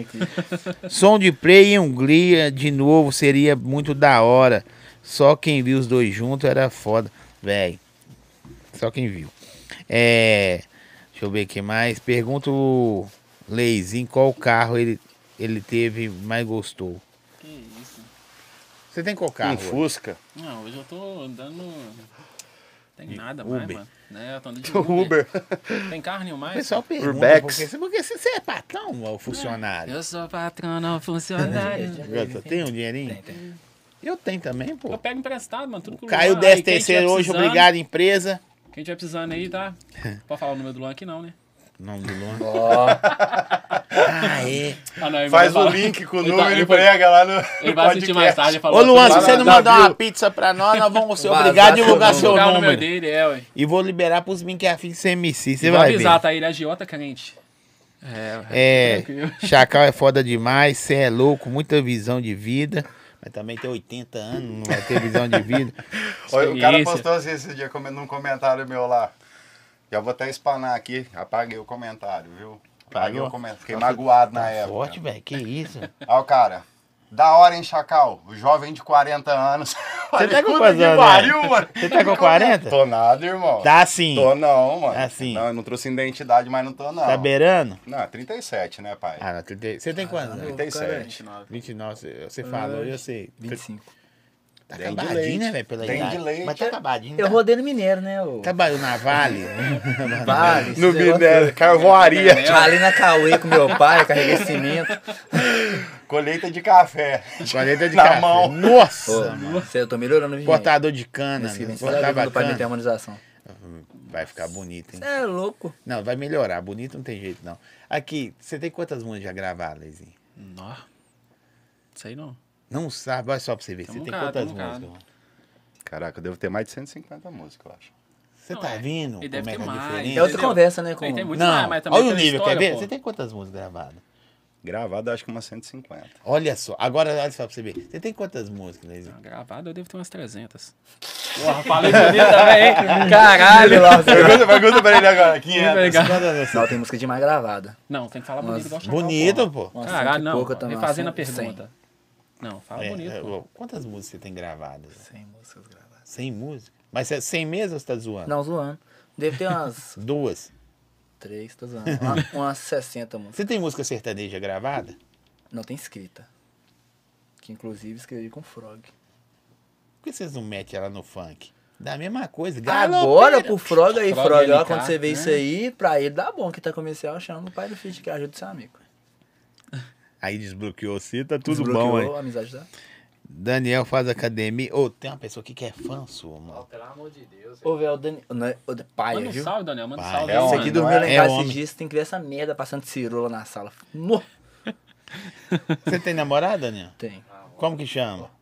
Speaker 1: Som de play em Hungria, de novo, seria muito da hora. Só quem viu os dois juntos era foda, velho. Só quem viu. É. Deixa eu ver o que mais. Pergunta o Leizinho qual carro ele, ele teve mais gostou.
Speaker 2: Que isso.
Speaker 1: Você tem qual
Speaker 3: Um
Speaker 1: carro? hoje?
Speaker 3: Fusca.
Speaker 2: Não, hoje eu tô andando. Tem nada
Speaker 1: Uber.
Speaker 2: mais, mano. Né? Eu tô andando
Speaker 1: [LAUGHS]
Speaker 2: de Uber.
Speaker 3: Uber.
Speaker 2: Tem carro nenhum
Speaker 1: O
Speaker 2: mais?
Speaker 1: pessoal pergunta
Speaker 3: Urbex.
Speaker 1: porque, você- porque você é patrão ou funcionário?
Speaker 2: É, Eu sou patrão, não funcionário.
Speaker 1: Gata, Tem um dinheirinho? Eu tenho também, pô.
Speaker 2: Eu pego emprestado, mano. Tudo que
Speaker 1: Caiu
Speaker 2: lugar. Tá Aí,
Speaker 1: 10
Speaker 2: quem tiver
Speaker 1: terceiro hoje,
Speaker 2: precisando-
Speaker 1: obrigado, empresa.
Speaker 2: Quem tiver precisando
Speaker 1: [LAUGHS]
Speaker 2: aí, tá? Pode falar o número do Luan aqui, não, né?
Speaker 1: Não, do Luan.
Speaker 4: Ó,
Speaker 1: Ah, é.
Speaker 2: Ah, não, ele
Speaker 3: Faz
Speaker 2: vai
Speaker 3: o
Speaker 2: falar.
Speaker 3: link com o
Speaker 2: Ele tá-
Speaker 3: número
Speaker 2: ele
Speaker 3: e
Speaker 2: foi-
Speaker 3: prega lá no
Speaker 2: Ele
Speaker 3: no
Speaker 2: vai assistir mais
Speaker 3: podcast.
Speaker 2: tarde.
Speaker 1: Ô, Luan, se você não
Speaker 3: Maravilha.
Speaker 1: mandar uma pizza pra nós, nós vamos ser
Speaker 4: [LAUGHS] Vazar
Speaker 1: obrigados a divulgar
Speaker 4: seu
Speaker 1: Tá seu
Speaker 2: divulgar o número
Speaker 1: número.
Speaker 2: dele, é, ué.
Speaker 1: E vou liberar pros meninos que é afim de ser MC, você
Speaker 4: Então
Speaker 2: Vou
Speaker 1: vai
Speaker 2: avisar,
Speaker 1: ver.
Speaker 2: tá? Ele é agiota crente. É, ué.
Speaker 1: É,
Speaker 4: [LAUGHS]
Speaker 2: Tranquilo.
Speaker 1: Chacal é foda demais, você é louco, muita visão de vida. Mas também tem 80 anos, não vai ter visão de vida.
Speaker 3: Olha, o cara
Speaker 2: Experiência.
Speaker 3: postou assim esse dia comen- num comentário meu lá. Já vou até espanar aqui. Apaguei o comentário, viu? Apaguei
Speaker 1: Apagou?
Speaker 3: o comentário. Fiquei magoado [LAUGHS] na
Speaker 1: Tá
Speaker 3: época.
Speaker 1: forte, velho, que isso. Você
Speaker 3: Olha o cara. Da hora, hein, Chacal? O jovem de 40 anos. [LAUGHS] Falei,
Speaker 1: tá com
Speaker 3: "Puta
Speaker 1: quantos
Speaker 3: que
Speaker 1: anos,
Speaker 3: pariu, mano?"
Speaker 1: Você tá com 40?
Speaker 3: Tô nada, irmão.
Speaker 1: Tá assim,
Speaker 3: Tô não, mano.
Speaker 1: Tá sim.
Speaker 3: Não, eu não trouxe identidade, mas não tô não.
Speaker 1: tá beirando?
Speaker 3: Não, 37, né, pai?
Speaker 1: Ah, não, 30 você tem quantos anos?
Speaker 3: 37.
Speaker 1: 29, você- você falou, eu sei.
Speaker 4: 25.
Speaker 1: Tá
Speaker 3: Tem de
Speaker 1: acabadinho,
Speaker 3: leite.
Speaker 1: né, velho, pela
Speaker 3: Tem de
Speaker 1: idade.
Speaker 3: leite.
Speaker 1: Mas tá acabadinho.
Speaker 4: Eu
Speaker 1: tá?
Speaker 4: rodei no Mineiro, né? ô?
Speaker 1: Trabalhou na
Speaker 2: [LAUGHS]
Speaker 1: Vale.
Speaker 4: Vale. esse
Speaker 3: No
Speaker 2: é
Speaker 4: negócio.
Speaker 3: Binério, carvoaria.
Speaker 1: [LAUGHS]
Speaker 4: Ali na Cauê com meu pai, carreguei [LAUGHS] cimento.
Speaker 3: Colheita de café.
Speaker 1: Colheita de
Speaker 3: [LAUGHS] Na
Speaker 1: café.
Speaker 3: mão.
Speaker 1: Nossa,
Speaker 4: Ô,
Speaker 1: mano.
Speaker 4: mano, cê- eu tô melhorando o
Speaker 1: Cortador de cana.
Speaker 4: Esse
Speaker 1: né?
Speaker 4: cliente
Speaker 1: Cortar
Speaker 4: tá pra mim ter
Speaker 1: bacana.
Speaker 4: harmonização.
Speaker 2: um-
Speaker 1: Vai ficar bonito, hein?
Speaker 4: Cê é louco.
Speaker 1: Não, vai melhorar. Bonito não tem jeito, não. Aqui, você tem quantas músicas já gravadas, Leizinho?
Speaker 2: Nó. Sei não.
Speaker 1: Não sabe, olha só pra você ver.
Speaker 2: Tem
Speaker 1: Você
Speaker 2: um
Speaker 1: tem
Speaker 2: bocado,
Speaker 1: quantas
Speaker 2: tem um bocado.
Speaker 1: músicas?
Speaker 3: Caraca, eu devo ter mais de 150 músicas, eu acho.
Speaker 1: Você
Speaker 2: Não,
Speaker 1: tá
Speaker 2: é.
Speaker 1: vindo?
Speaker 2: E
Speaker 1: como é
Speaker 2: deve ter
Speaker 1: que é
Speaker 2: mais.
Speaker 1: diferente?
Speaker 4: É outra
Speaker 2: Entendeu?
Speaker 4: conversa, né? Com...
Speaker 2: Aí tem muito mais,
Speaker 1: Não,
Speaker 2: mas também
Speaker 1: olha o
Speaker 2: pela
Speaker 1: nível, quer
Speaker 2: história,
Speaker 1: ver?
Speaker 2: pô.
Speaker 1: Você tem quantas músicas gravadas?
Speaker 3: Gravado, acho que umas 150.
Speaker 1: Olha só, agora olha só pra você ver. Você tem quantas músicas, Leizinho?
Speaker 2: Gravado eu devo ter umas 300. Porra,
Speaker 1: [LAUGHS]
Speaker 2: falei bonito também, hein?
Speaker 4: Caralho, lá.
Speaker 3: Pergunta, pergunta pra ele agora. é?
Speaker 2: Que
Speaker 3: 500.
Speaker 2: legal.
Speaker 1: Quantas
Speaker 4: Não, tem música demais gravada.
Speaker 2: Tá Não, tem que é falar bonito igual o Chacal,
Speaker 1: Bonito, pô.
Speaker 2: porra.
Speaker 4: Uma
Speaker 2: Caralho,
Speaker 4: cento e
Speaker 2: não.
Speaker 4: pouca também,
Speaker 2: Vem
Speaker 4: uma
Speaker 2: fazendo a
Speaker 4: cento e-
Speaker 2: pergunta. Não, fala
Speaker 1: É,
Speaker 2: bonito,
Speaker 1: é,
Speaker 2: pô.
Speaker 1: ô, quantas músicas você tem gravadas?
Speaker 4: Cem músicas gravadas.
Speaker 1: Sem música? Mas você- sem mesmo ou você tá zoando?
Speaker 4: Não, zoando. Deve
Speaker 1: [LAUGHS]
Speaker 4: ter umas
Speaker 1: Duas.
Speaker 4: três, tô zoando. Uma- Umas 60 músicas.
Speaker 1: Você tem música sertaneja gravada?
Speaker 4: Não, tem escrita. Que inclusive escrevi com Frog.
Speaker 1: Por que vocês não metem ela no funk? Dá a mesma coisa.
Speaker 4: Agora
Speaker 1: galopeira.
Speaker 4: pro Frog aí,
Speaker 2: Frog
Speaker 4: Frog, ó,
Speaker 2: LK,
Speaker 4: quando você vê
Speaker 2: né?
Speaker 4: isso aí, pra ele dá bom que tá comercial, chama o pai do Fit que ajuda seu amigo.
Speaker 1: Aí desbloqueou você, tá tudo
Speaker 4: Desbloqueou
Speaker 1: bom aí.
Speaker 4: a amizade da.
Speaker 1: Daniel faz academia. Ô, tem uma pessoa aqui que é fã sua,
Speaker 5: Ó,
Speaker 1: mano.
Speaker 5: Pelo amor de Deus.
Speaker 4: Ô, velho, o Dani. não é- O Dan- pai,
Speaker 2: Manda um
Speaker 4: viu?
Speaker 2: salve, Daniel. Manda um
Speaker 1: Vai,
Speaker 2: salve.
Speaker 3: é
Speaker 2: aí,
Speaker 3: um-
Speaker 4: Esse
Speaker 2: mano.
Speaker 4: aqui
Speaker 3: não
Speaker 4: dormiu lá em
Speaker 1: é
Speaker 4: casa
Speaker 1: homem.
Speaker 4: esses dias, tem que ver essa merda passando cirola na sala. Mor-
Speaker 1: Você tem namorada, Daniel?
Speaker 4: Tem.
Speaker 1: Como que chama?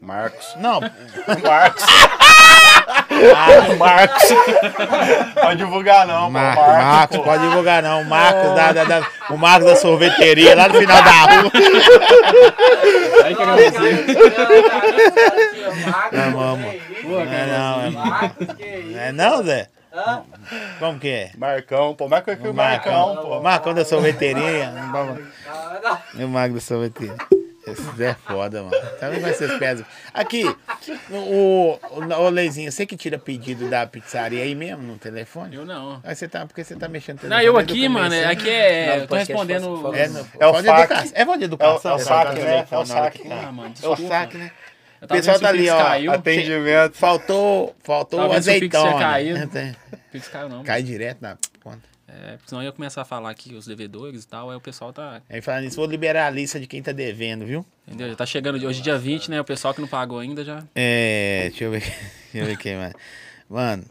Speaker 3: Marcos.
Speaker 1: Não,
Speaker 3: Marcos.
Speaker 1: Marcos.
Speaker 3: Pode divulgar não,
Speaker 1: Marcos,
Speaker 3: pô. Marcos,
Speaker 1: Marcos, pode divulgar não. O Marcos, da, da- da- o Marcos da sorveteria, lá no final da rua.
Speaker 2: Aí que
Speaker 5: Nossa,
Speaker 2: agradecer.
Speaker 1: [LAUGHS]
Speaker 4: tá
Speaker 5: cara,
Speaker 1: Não,
Speaker 5: não,
Speaker 1: vamos.
Speaker 5: não,
Speaker 1: Não é
Speaker 2: assim,
Speaker 1: não, é-
Speaker 5: Marcos, que isso?
Speaker 1: não é não, Zé?
Speaker 5: Hã?
Speaker 1: Como que é?
Speaker 3: Marcão, pô. Marcão é que o Marcão,
Speaker 1: Marcão,
Speaker 3: pô.
Speaker 1: Marcão da sorveteria. Não vamos-
Speaker 5: Ah, não.
Speaker 1: E o Magro sorveteiro. Esse Zé é foda, mano. Também vai ser péssimo. Aqui, o, o, o Leizinho, você que tira pedido da pizzaria aí mesmo, no telefone?
Speaker 2: Eu não.
Speaker 1: Aí você tá, porque você tá mexendo no
Speaker 2: Não,
Speaker 1: telefone.
Speaker 2: eu
Speaker 1: do
Speaker 2: aqui,
Speaker 1: começo,
Speaker 2: mano,
Speaker 1: né?
Speaker 2: é- aqui é.
Speaker 4: Não,
Speaker 2: Eu tô
Speaker 4: podcast,
Speaker 2: respondendo.
Speaker 4: fala- fala-
Speaker 1: É, no,
Speaker 3: É o
Speaker 1: fone de
Speaker 3: saque.
Speaker 1: educação. É fone de educação.
Speaker 3: É o- é o
Speaker 1: você fala
Speaker 3: saque,
Speaker 1: no
Speaker 3: né?
Speaker 1: telefone
Speaker 3: É o
Speaker 1: na hora
Speaker 3: saque,
Speaker 1: que
Speaker 3: né?
Speaker 1: tá.
Speaker 2: Ah, mano,
Speaker 1: É o
Speaker 2: desculpa.
Speaker 1: saque, né?
Speaker 2: Eu
Speaker 1: O
Speaker 2: tava
Speaker 1: pessoal
Speaker 2: vendo se
Speaker 1: tá ali,
Speaker 2: Pix
Speaker 1: ó.
Speaker 2: Caiu.
Speaker 3: Atendimento.
Speaker 1: Faltou, faltou
Speaker 2: Tá
Speaker 1: o
Speaker 2: vendo se o Pix tinha
Speaker 1: azeitona. né?
Speaker 2: caído? O Pix caiu, não.
Speaker 1: Cai direto na conta.
Speaker 2: É, porque senão eu ia começar a falar aqui os devedores e tal, aí o pessoal tá.
Speaker 1: Aí falando nisso, vou liberar a lista de quem tá devendo, viu?
Speaker 2: Entendeu? Já tá chegando de- hoje, dia 20, né? O pessoal que não pagou ainda já.
Speaker 1: É, deixa eu ver. [LAUGHS] Deixa eu ver quem mais. Mano,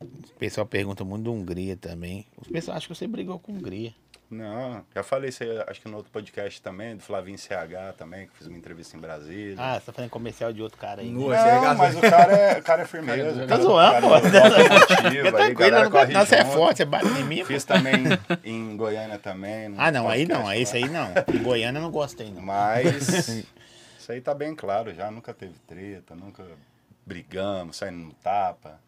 Speaker 1: o pessoal pergunta muito da Hungria também. Os pessoal acham que você brigou com a Hungria.
Speaker 3: Não, já falei isso aí, acho que no outro podcast também, do Flavinho CH também, que fiz uma entrevista em Brasília.
Speaker 1: Ah, você tá fazendo comercial de outro cara aí. né?
Speaker 4: Nu. Pô, esse é
Speaker 3: não,
Speaker 4: gato.
Speaker 3: mas o cara é, o cara é
Speaker 1: [LAUGHS]
Speaker 3: firmeza.
Speaker 1: Tá zoando, pô.
Speaker 3: Fica
Speaker 1: Fica tranquilo, não, não, você é forte, você bate em mim. pô.
Speaker 3: Fiz também em Goiânia também. no
Speaker 1: Ah, não, aí não,
Speaker 3: podcast né?
Speaker 1: aí
Speaker 3: lá.
Speaker 1: isso aí não. Em Goiânia eu não gostei, não.
Speaker 3: Mas [LAUGHS] isso aí tá bem claro já, nunca teve treta, nunca brigamos, saindo no tapa.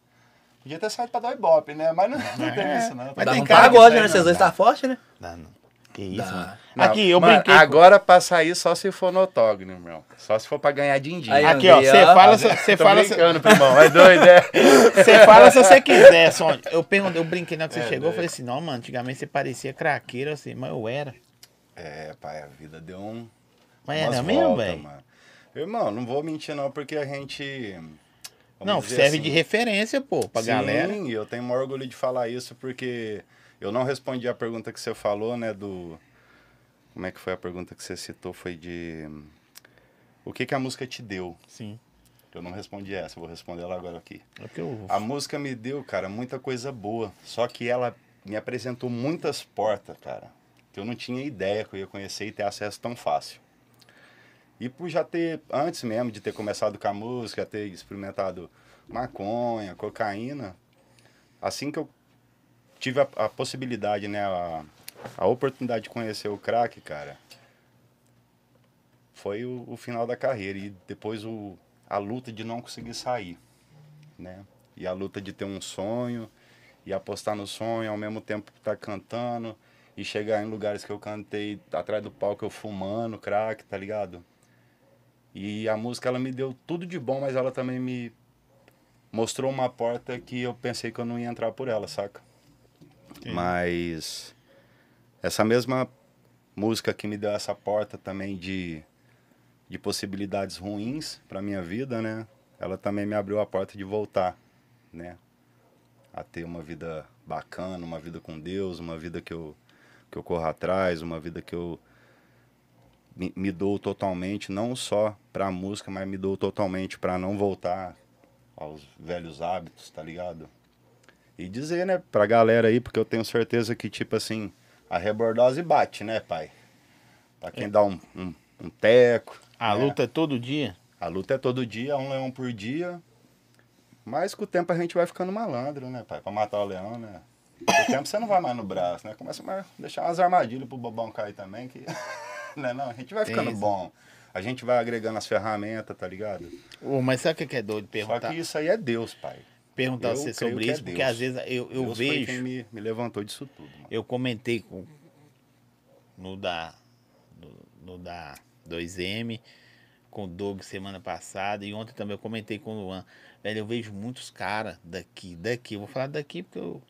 Speaker 3: Podia ter saído pra dar ibope, né? Mas não, não tem isso, não.
Speaker 1: Mas
Speaker 4: Dá
Speaker 1: tem
Speaker 4: um
Speaker 1: cara que
Speaker 4: pagode,
Speaker 1: sai,
Speaker 4: né?
Speaker 1: não,
Speaker 4: Vocês dois
Speaker 1: dá.
Speaker 4: tá forte, né?
Speaker 1: Dá, não. Que isso,
Speaker 4: Dá.
Speaker 1: mano.
Speaker 3: Não,
Speaker 1: Aqui, eu
Speaker 3: mano,
Speaker 1: brinquei. com-
Speaker 3: Agora pra sair só se for no autógrafo, meu. Só se for pra ganhar din-din.
Speaker 4: Aí,
Speaker 1: Aqui, ó,
Speaker 4: André,
Speaker 1: você
Speaker 4: ó.
Speaker 1: fala, se- você
Speaker 3: Tô
Speaker 1: fala, se-
Speaker 3: brincando, primão. É doido, é?
Speaker 1: você fala se você quiser, Sônia. Eu perguntei, eu brinquei na hora que você
Speaker 3: É,
Speaker 1: chegou, eu
Speaker 3: doido.
Speaker 1: falei assim, não, mano, antigamente você parecia craqueiro, assim, mas eu era.
Speaker 3: [LAUGHS] É, pai, a vida deu um...
Speaker 1: Mas
Speaker 3: umas
Speaker 1: era mesmo,
Speaker 3: voltas,
Speaker 1: velho?
Speaker 3: mano. Irmão, não vou mentir não, porque a gente... vamos
Speaker 1: Não,
Speaker 3: dizer
Speaker 1: serve
Speaker 3: assim,
Speaker 1: de referência, pô, pra
Speaker 3: Sim,
Speaker 1: galera.
Speaker 3: eu tenho maior orgulho de falar isso porque eu não respondi a pergunta que você falou, né, do Como é que foi a pergunta que você citou? Foi de hum, o que que a música te deu?
Speaker 1: Sim.
Speaker 3: Eu não respondi essa, eu vou responder ela agora aqui.
Speaker 1: É que eu...
Speaker 3: A música me deu, cara, muita coisa boa, só que ela me apresentou muitas portas, cara, que eu não tinha ideia que eu ia conhecer e ter acesso tão fácil. E por já ter, antes mesmo de ter começado com a música, ter experimentado maconha, cocaína, assim que eu tive a, a possibilidade, né, a, a oportunidade de conhecer o crack, cara, foi o, o final da carreira. E depois o, a luta de não conseguir sair, né? E a luta de ter um sonho e apostar no sonho ao mesmo tempo que tá cantando e chegar em lugares que eu cantei atrás do palco eu fumando crack, tá ligado? E a música ela me deu tudo de bom, mas ela também me mostrou uma porta que eu pensei que eu não ia entrar por ela, saca? Mas essa mesma música que me deu essa porta também de, de possibilidades ruins para minha vida, né? Ela também me abriu a porta de voltar, né? A ter uma vida bacana, uma vida com Deus, uma vida que eu que eu corro atrás, uma vida que eu me, me dou totalmente, não só para música, mas me dou totalmente para não voltar aos velhos hábitos, tá ligado? E dizer, né, pra galera aí, porque eu tenho certeza que, tipo assim, a rebordose bate, né, pai? Pra quem dá um, um, um teco.
Speaker 1: A
Speaker 3: né?
Speaker 1: luta é todo dia.
Speaker 3: A luta é todo dia, um leão por dia. Mas com o tempo a gente vai ficando malandro, né, pai? Pra matar o leão, né? Com o tempo você não vai mais no braço, né? Começa a deixar umas armadilhas pro bobão cair também, que. [LAUGHS] né, não? A gente vai
Speaker 1: Tem
Speaker 3: ficando
Speaker 1: isso.
Speaker 3: bom. A gente vai agregando as ferramentas, tá ligado?
Speaker 1: Ô, mas sabe o que que é doido
Speaker 3: Só
Speaker 1: perguntar,
Speaker 3: que isso aí é Deus, pai.
Speaker 1: perguntar
Speaker 3: eu
Speaker 1: você
Speaker 3: creio
Speaker 1: sobre
Speaker 3: que é
Speaker 1: isso? porque
Speaker 3: Deus.
Speaker 1: às vezes eu, eu
Speaker 3: Deus foi quem
Speaker 1: vejo,
Speaker 3: me, me levantou disso tudo, mano.
Speaker 1: eu comentei com no da no, no da 2M com o Doug semana passada e ontem também eu comentei com o Luan. Velho, eu vejo muitos caras daqui, daqui, eu vou falar daqui porque eu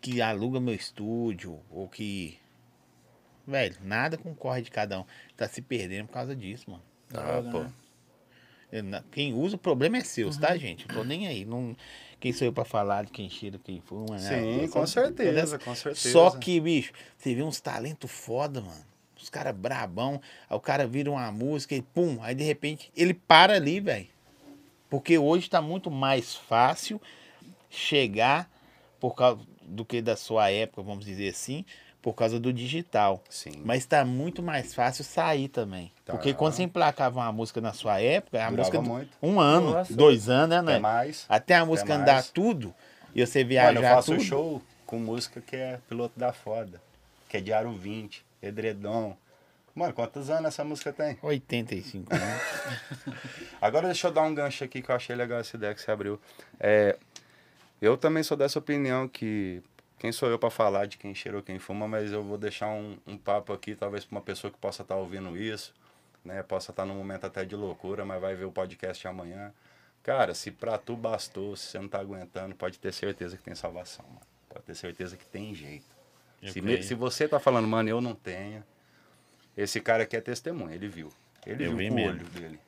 Speaker 1: que aluga meu estúdio ou que velho, nada concorre de cada um, tá se perdendo por causa disso, mano.
Speaker 3: Ah, pô.
Speaker 1: Eu na- Quem usa, o problema é seu, tá, gente? Eu tô nem aí. Não... Quem sou eu pra falar de quem cheira, quem fuma, né?
Speaker 3: Sim,
Speaker 1: Eu
Speaker 3: com
Speaker 1: só-
Speaker 3: certeza, com certeza.
Speaker 1: Só que, bicho, você vê uns talentos foda, mano. Os caras brabão, aí o cara vira uma música e pum, aí de repente ele para ali, velho. Porque hoje tá muito mais fácil chegar por causa do que da sua época, vamos dizer assim, por causa do digital.
Speaker 3: Sim.
Speaker 1: Mas tá muito mais fácil sair também.
Speaker 3: Tá.
Speaker 1: Porque quando você emplacava uma música na sua época, a
Speaker 3: Durava
Speaker 1: música.
Speaker 3: muito.
Speaker 1: Um ano,
Speaker 4: Nossa.
Speaker 1: dois anos, né,
Speaker 3: Até
Speaker 1: né?
Speaker 3: mais.
Speaker 1: Até a música
Speaker 3: mais.
Speaker 1: andar tudo e você viajar
Speaker 3: Mano, eu faço
Speaker 1: tudo.
Speaker 3: show com música que é Piloto da Foda, que é de Aro 20, Edredom. Mano, quantos anos essa música tem?
Speaker 1: 85 anos.
Speaker 3: Agora deixa eu dar um gancho aqui que eu achei legal essa ideia que você abriu. É, eu também sou dessa opinião que quem sou eu pra falar de quem cheirou, quem fuma, mas eu vou deixar um, um papo aqui, talvez pra uma pessoa que possa estar ouvindo isso, né? Possa estar num momento até de loucura, mas vai ver o podcast amanhã. Cara, se pra tu bastou, se você não tá aguentando, pode ter certeza que tem salvação, mano. Pode ter certeza que tem jeito.
Speaker 1: Eu
Speaker 3: Se,
Speaker 1: creio.
Speaker 3: me- se você tá falando, mano, eu não tenho, esse cara aqui é testemunha, ele viu. Ele
Speaker 1: Eu
Speaker 3: viu
Speaker 1: vi
Speaker 3: com o
Speaker 1: mesmo.
Speaker 3: olho dele.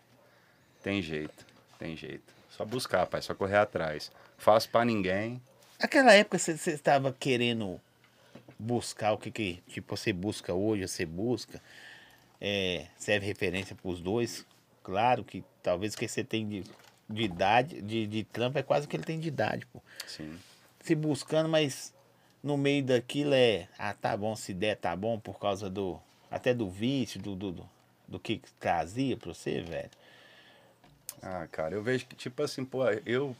Speaker 3: Tem jeito, tem jeito. Só buscar, pai, só correr atrás. Faço pra ninguém.
Speaker 1: Aquela época você você estava querendo buscar o que, que tipo você busca hoje, você busca. É, serve referência para os dois. Claro que talvez o que você tem de, de idade, de, de trampo, é quase o que ele tem de idade, pô.
Speaker 3: Sim.
Speaker 1: se buscando, mas no meio daquilo é. Ah, tá bom, se der, tá bom, por causa do. Até do vício, do, do, do, do que trazia pra você, velho.
Speaker 3: Ah, cara, eu vejo que, tipo assim, pô, eu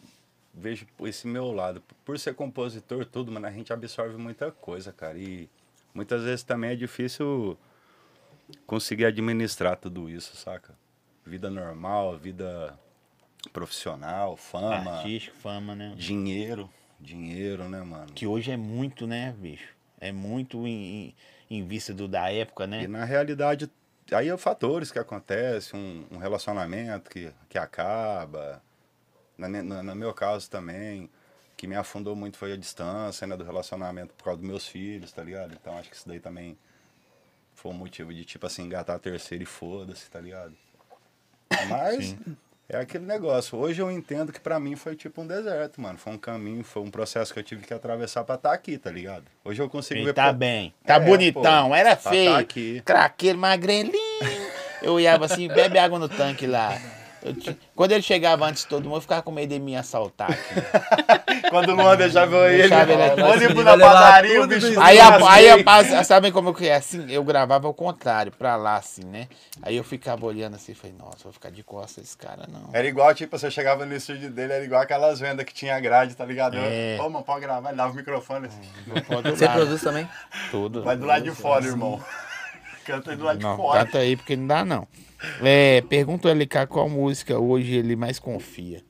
Speaker 3: vejo esse meu lado. Por ser compositor, tudo, mano, a gente absorve muita coisa, cara. E muitas vezes também é difícil conseguir administrar tudo isso, saca? Vida normal, vida profissional, fama,
Speaker 1: Artístico, fama, né?
Speaker 3: dinheiro. Dinheiro, né, mano?
Speaker 1: Que hoje é muito, né, bicho? É muito em, em, em vista do da época,
Speaker 3: E
Speaker 1: né?
Speaker 3: na realidade, aí é fatores que acontecem, um, um relacionamento que, que acaba. Na, mi- na- no meu caso também, que me afundou muito foi a distância né, do relacionamento por causa dos meus filhos, tá ligado? Então acho que isso daí também foi um motivo de, tipo assim, engatar a terceira e foda-se, tá ligado? Mas é aquele negócio. Hoje eu entendo que pra mim foi tipo um deserto, mano. Foi um caminho, foi um processo que eu tive que atravessar pra estar aqui, tá ligado? Hoje eu consigo
Speaker 1: Ele
Speaker 3: ver.
Speaker 1: tá
Speaker 3: pô,
Speaker 1: bem, tá
Speaker 3: É,
Speaker 1: bonitão,
Speaker 3: pô,
Speaker 1: era
Speaker 3: tá- tá
Speaker 1: feio,
Speaker 3: aqui.
Speaker 1: craqueiro, magrelinho. Eu olhava assim, bebe água no tanque lá. Eu ti- Quando ele chegava antes de todo mundo, eu ficava com medo de me assaltar.
Speaker 3: Quando o Luan deixava ele,
Speaker 1: Deixava ele aqui.
Speaker 3: ônibus
Speaker 4: Vai
Speaker 3: na
Speaker 4: levar
Speaker 3: padaria, o
Speaker 4: tudo
Speaker 3: bicho.
Speaker 4: isso.
Speaker 1: Aí, a,
Speaker 3: rasguei.
Speaker 1: aí a, paz- sabem como que é assim? Eu gravava ao contrário, pra lá assim, né? Aí eu ficava olhando assim, falei, nossa, vou ficar de costas esse cara, não.
Speaker 3: Era igual, tipo, você chegava no estúdio dele, era igual aquelas vendas que tinha grade, tá ligado?
Speaker 1: É.
Speaker 3: Ô, mano, pode gravar, ele dava o microfone assim.
Speaker 1: Não pode
Speaker 4: Você
Speaker 1: olhar,
Speaker 4: produz também?
Speaker 1: tudo.
Speaker 3: Vai do lado de fora, irmão. [LAUGHS] Canta aí do lado
Speaker 1: Não,
Speaker 3: de fora.
Speaker 1: canta aí porque não dá, não. É, pergunta o LK qual música hoje ele mais confia.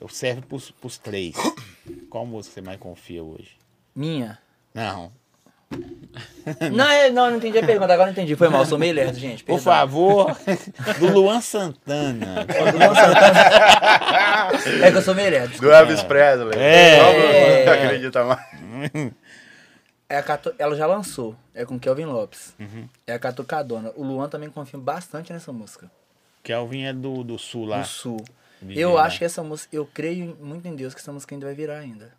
Speaker 1: Eu serve pros, pros três. Qual música você mais confia hoje?
Speaker 4: Minha.
Speaker 1: Não.
Speaker 4: Não, é, não, não entendi a pergunta, agora eu entendi. Foi mal, sou meio lerdo, gente.
Speaker 1: Por
Speaker 4: perdão.
Speaker 1: favor, [LAUGHS] do Luan Santana.
Speaker 4: [LAUGHS] É que eu sou meio lerdo.
Speaker 3: Do Elvis Presley.
Speaker 1: É.
Speaker 3: Só o Bruno,
Speaker 4: É.
Speaker 3: Não [LAUGHS] acredita mais.
Speaker 4: É a Catu- Ela já lançou, é com Kelvin Lopes.
Speaker 1: Uhum.
Speaker 4: É a Catucadona. O Luan também confia bastante nessa música.
Speaker 1: Kelvin é do, do Sul lá.
Speaker 4: Do Sul.
Speaker 1: DJ
Speaker 4: Eu
Speaker 1: lá.
Speaker 4: acho que essa música, eu creio em- muito em Deus que essa música ainda vai virar ainda.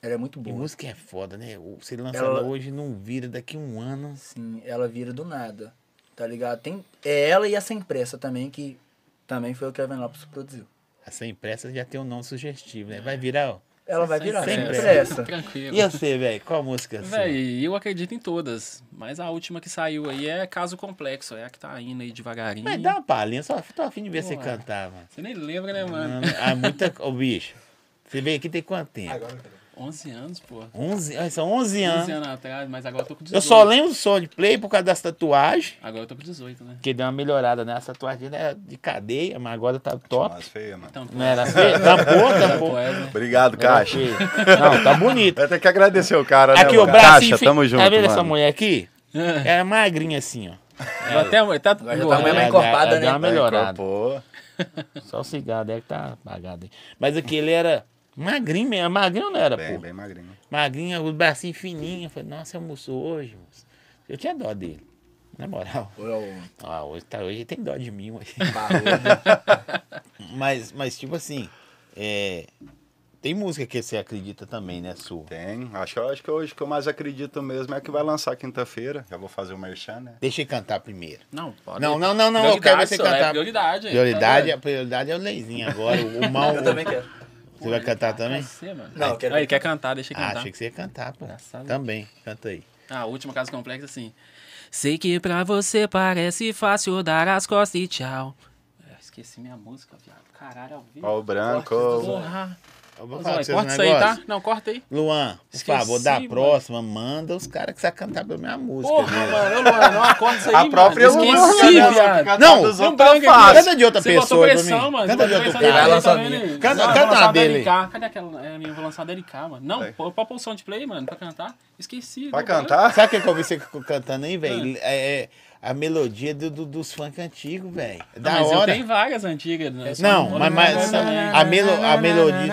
Speaker 4: Ela é muito
Speaker 1: E
Speaker 4: boa.
Speaker 1: música é foda, né? O- Você lança
Speaker 4: Ela-
Speaker 1: ela hoje não vira daqui um ano.
Speaker 4: Sim, ela vira do nada. Tá ligado? Tem, é ela e a Sem Pressa também, que também foi o que a Kelvin Lopes produziu.
Speaker 1: A sem pressa já tem um nome sugestivo, né? Vai virar, ó.
Speaker 4: Ela vai virar
Speaker 1: Sem
Speaker 4: Sem
Speaker 1: Pressa.
Speaker 4: Pressa.
Speaker 2: tá [LAUGHS] Tranquilo.
Speaker 1: E você, velho? Qual música assim?
Speaker 2: Véi, eu acredito em todas, mas a última que saiu aí é Caso Complexo, é a que tá indo aí devagarinho.
Speaker 1: Mas dá uma palhinha, só tô afim de ver você
Speaker 2: Ué.
Speaker 1: cantar, mano.
Speaker 2: Você nem lembra, né, mano?
Speaker 1: Mano, há muita. Ô, bicho, você veio aqui tem quanto tempo?
Speaker 2: 11 anos, pô.
Speaker 1: 11, ah, são 11 anos.
Speaker 2: 11 anos atrás, mas agora eu tô com 18.
Speaker 1: Eu só lembro do som de play por causa das tatuagens.
Speaker 2: Agora eu tô com 18, né?
Speaker 1: Que deu uma melhorada, né? As tatuagens era de cadeia, mas agora tá top.
Speaker 3: Mas feia, mano.
Speaker 2: Então,
Speaker 1: Não era feio? Tampou, tampou.
Speaker 2: pô,
Speaker 1: [LAUGHS]
Speaker 2: é, né?
Speaker 3: Obrigado,
Speaker 1: Era
Speaker 3: Caixa.
Speaker 1: feio. Não, tá bonito.
Speaker 3: Vai ter que agradecer o cara, né,
Speaker 1: Aqui, o
Speaker 3: mano?
Speaker 1: braço.
Speaker 3: Caixa,
Speaker 1: enfim-
Speaker 3: tamo junto,
Speaker 1: Tá vendo
Speaker 3: mano.
Speaker 1: essa mulher aqui?
Speaker 2: [LAUGHS] É.
Speaker 1: Ela é magrinha assim, ó.
Speaker 2: Ela até tá,
Speaker 4: já tá
Speaker 2: boa,
Speaker 4: A mulher
Speaker 1: Ela-
Speaker 2: né?
Speaker 4: mais
Speaker 1: ela-
Speaker 4: encorpada,
Speaker 1: ela
Speaker 4: né?
Speaker 1: Deu uma
Speaker 4: Vai
Speaker 1: melhorada.
Speaker 3: Pô,
Speaker 1: Só o cigarro deve tá apagado aí. Mas aqui ele era magrinho mesmo. Magrinho não era,
Speaker 3: bem,
Speaker 1: pô.
Speaker 3: bem magrinho.
Speaker 1: Magrinho, o bracinho fininho. Eu falei, nossa, almoçou hoje, moço. Eu tinha dó dele. Na moral. [LAUGHS]
Speaker 4: Ou é o-
Speaker 1: Ah, hoje, tá, hoje tem dó de mim hoje.
Speaker 4: Barulho.
Speaker 1: [LAUGHS] mas, mas, tipo assim, é, tem música que você acredita também, né, Su?
Speaker 3: Tem. Acho, que- acho que hoje o que eu mais acredito mesmo é que vai lançar quinta-feira. Já vou fazer o merchan, né?
Speaker 1: Deixa eu cantar primeiro.
Speaker 2: Não, pode.
Speaker 1: Não, não, não, não. Eu quero ver
Speaker 2: Prioridade,
Speaker 1: você
Speaker 2: só, É
Speaker 1: cantar.
Speaker 2: prioridade. tá
Speaker 1: Prioridade,
Speaker 2: doido?
Speaker 1: a prioridade é o Leizinho agora. O, o mal.
Speaker 4: [LAUGHS] Eu também quero.
Speaker 1: Você vai cantar também?
Speaker 2: Você, mano.
Speaker 4: Não, eu quero
Speaker 2: Aí, quer cantar, deixa eu
Speaker 1: Ah,
Speaker 2: cantar.
Speaker 1: achei que você ia cantar, pô.
Speaker 2: Engraçado.
Speaker 1: Também, canta aí.
Speaker 2: A última casa complexa, assim. Sei que pra você parece fácil dar as costas e tchau. É, esqueci minha música, viado. Caralho, ao vivo.
Speaker 3: Ó, o branco.
Speaker 2: Porra.
Speaker 1: Eu vou
Speaker 2: Ô,
Speaker 1: falar pra
Speaker 2: Zói,
Speaker 1: vocês um
Speaker 2: corta isso aí,
Speaker 1: negócio.
Speaker 2: tá? Não, corta aí.
Speaker 1: Luan, por
Speaker 2: Esqueci,
Speaker 1: favor, da
Speaker 2: mano.
Speaker 1: próxima, manda os caras que sabem cantar pra minha música.
Speaker 2: Porra,
Speaker 1: né?
Speaker 2: mano. Ô, Luan, não, corta isso aí,
Speaker 3: A própria
Speaker 2: mano.
Speaker 3: Luan,
Speaker 2: Esqueci,
Speaker 3: né,
Speaker 2: viado.
Speaker 3: mano?
Speaker 1: Não,
Speaker 3: Dos
Speaker 1: não
Speaker 2: branca
Speaker 3: outros tá
Speaker 2: aqui.
Speaker 3: fácil.
Speaker 1: Canta de outra
Speaker 2: Você
Speaker 1: pessoa
Speaker 2: botou
Speaker 1: pra
Speaker 2: pressão,
Speaker 1: mim.
Speaker 2: mano.
Speaker 1: Canta de
Speaker 2: Botou
Speaker 1: outro
Speaker 2: pressão
Speaker 1: cara.
Speaker 4: Vai
Speaker 2: nele,
Speaker 4: lançar
Speaker 2: tá
Speaker 4: a minha.
Speaker 2: vendo?
Speaker 1: Canta-
Speaker 2: Não,
Speaker 1: canta
Speaker 2: vou
Speaker 1: uma
Speaker 2: lançar
Speaker 1: dele.
Speaker 2: LK. Cadê aquela? É, eu vou lançar da LK, mano. Não,
Speaker 3: Aí.
Speaker 2: pô, pô, pô, o soundplay, mano, pra cantar. Esqueci.
Speaker 3: Vai
Speaker 2: não, cara.
Speaker 3: cantar?
Speaker 1: Sabe o que que eu vi você cantando aí,
Speaker 2: Hum.
Speaker 1: velho? É, é a melodia do, do- dos funk antigos, velho. É
Speaker 2: Não,
Speaker 1: Da
Speaker 2: mas eu
Speaker 1: hora.
Speaker 2: tenho várias antigas. né? Só
Speaker 1: Não,
Speaker 2: vou
Speaker 1: mas,
Speaker 2: lembrar
Speaker 1: mas
Speaker 2: dessa, né?
Speaker 1: a, melo, a melodia.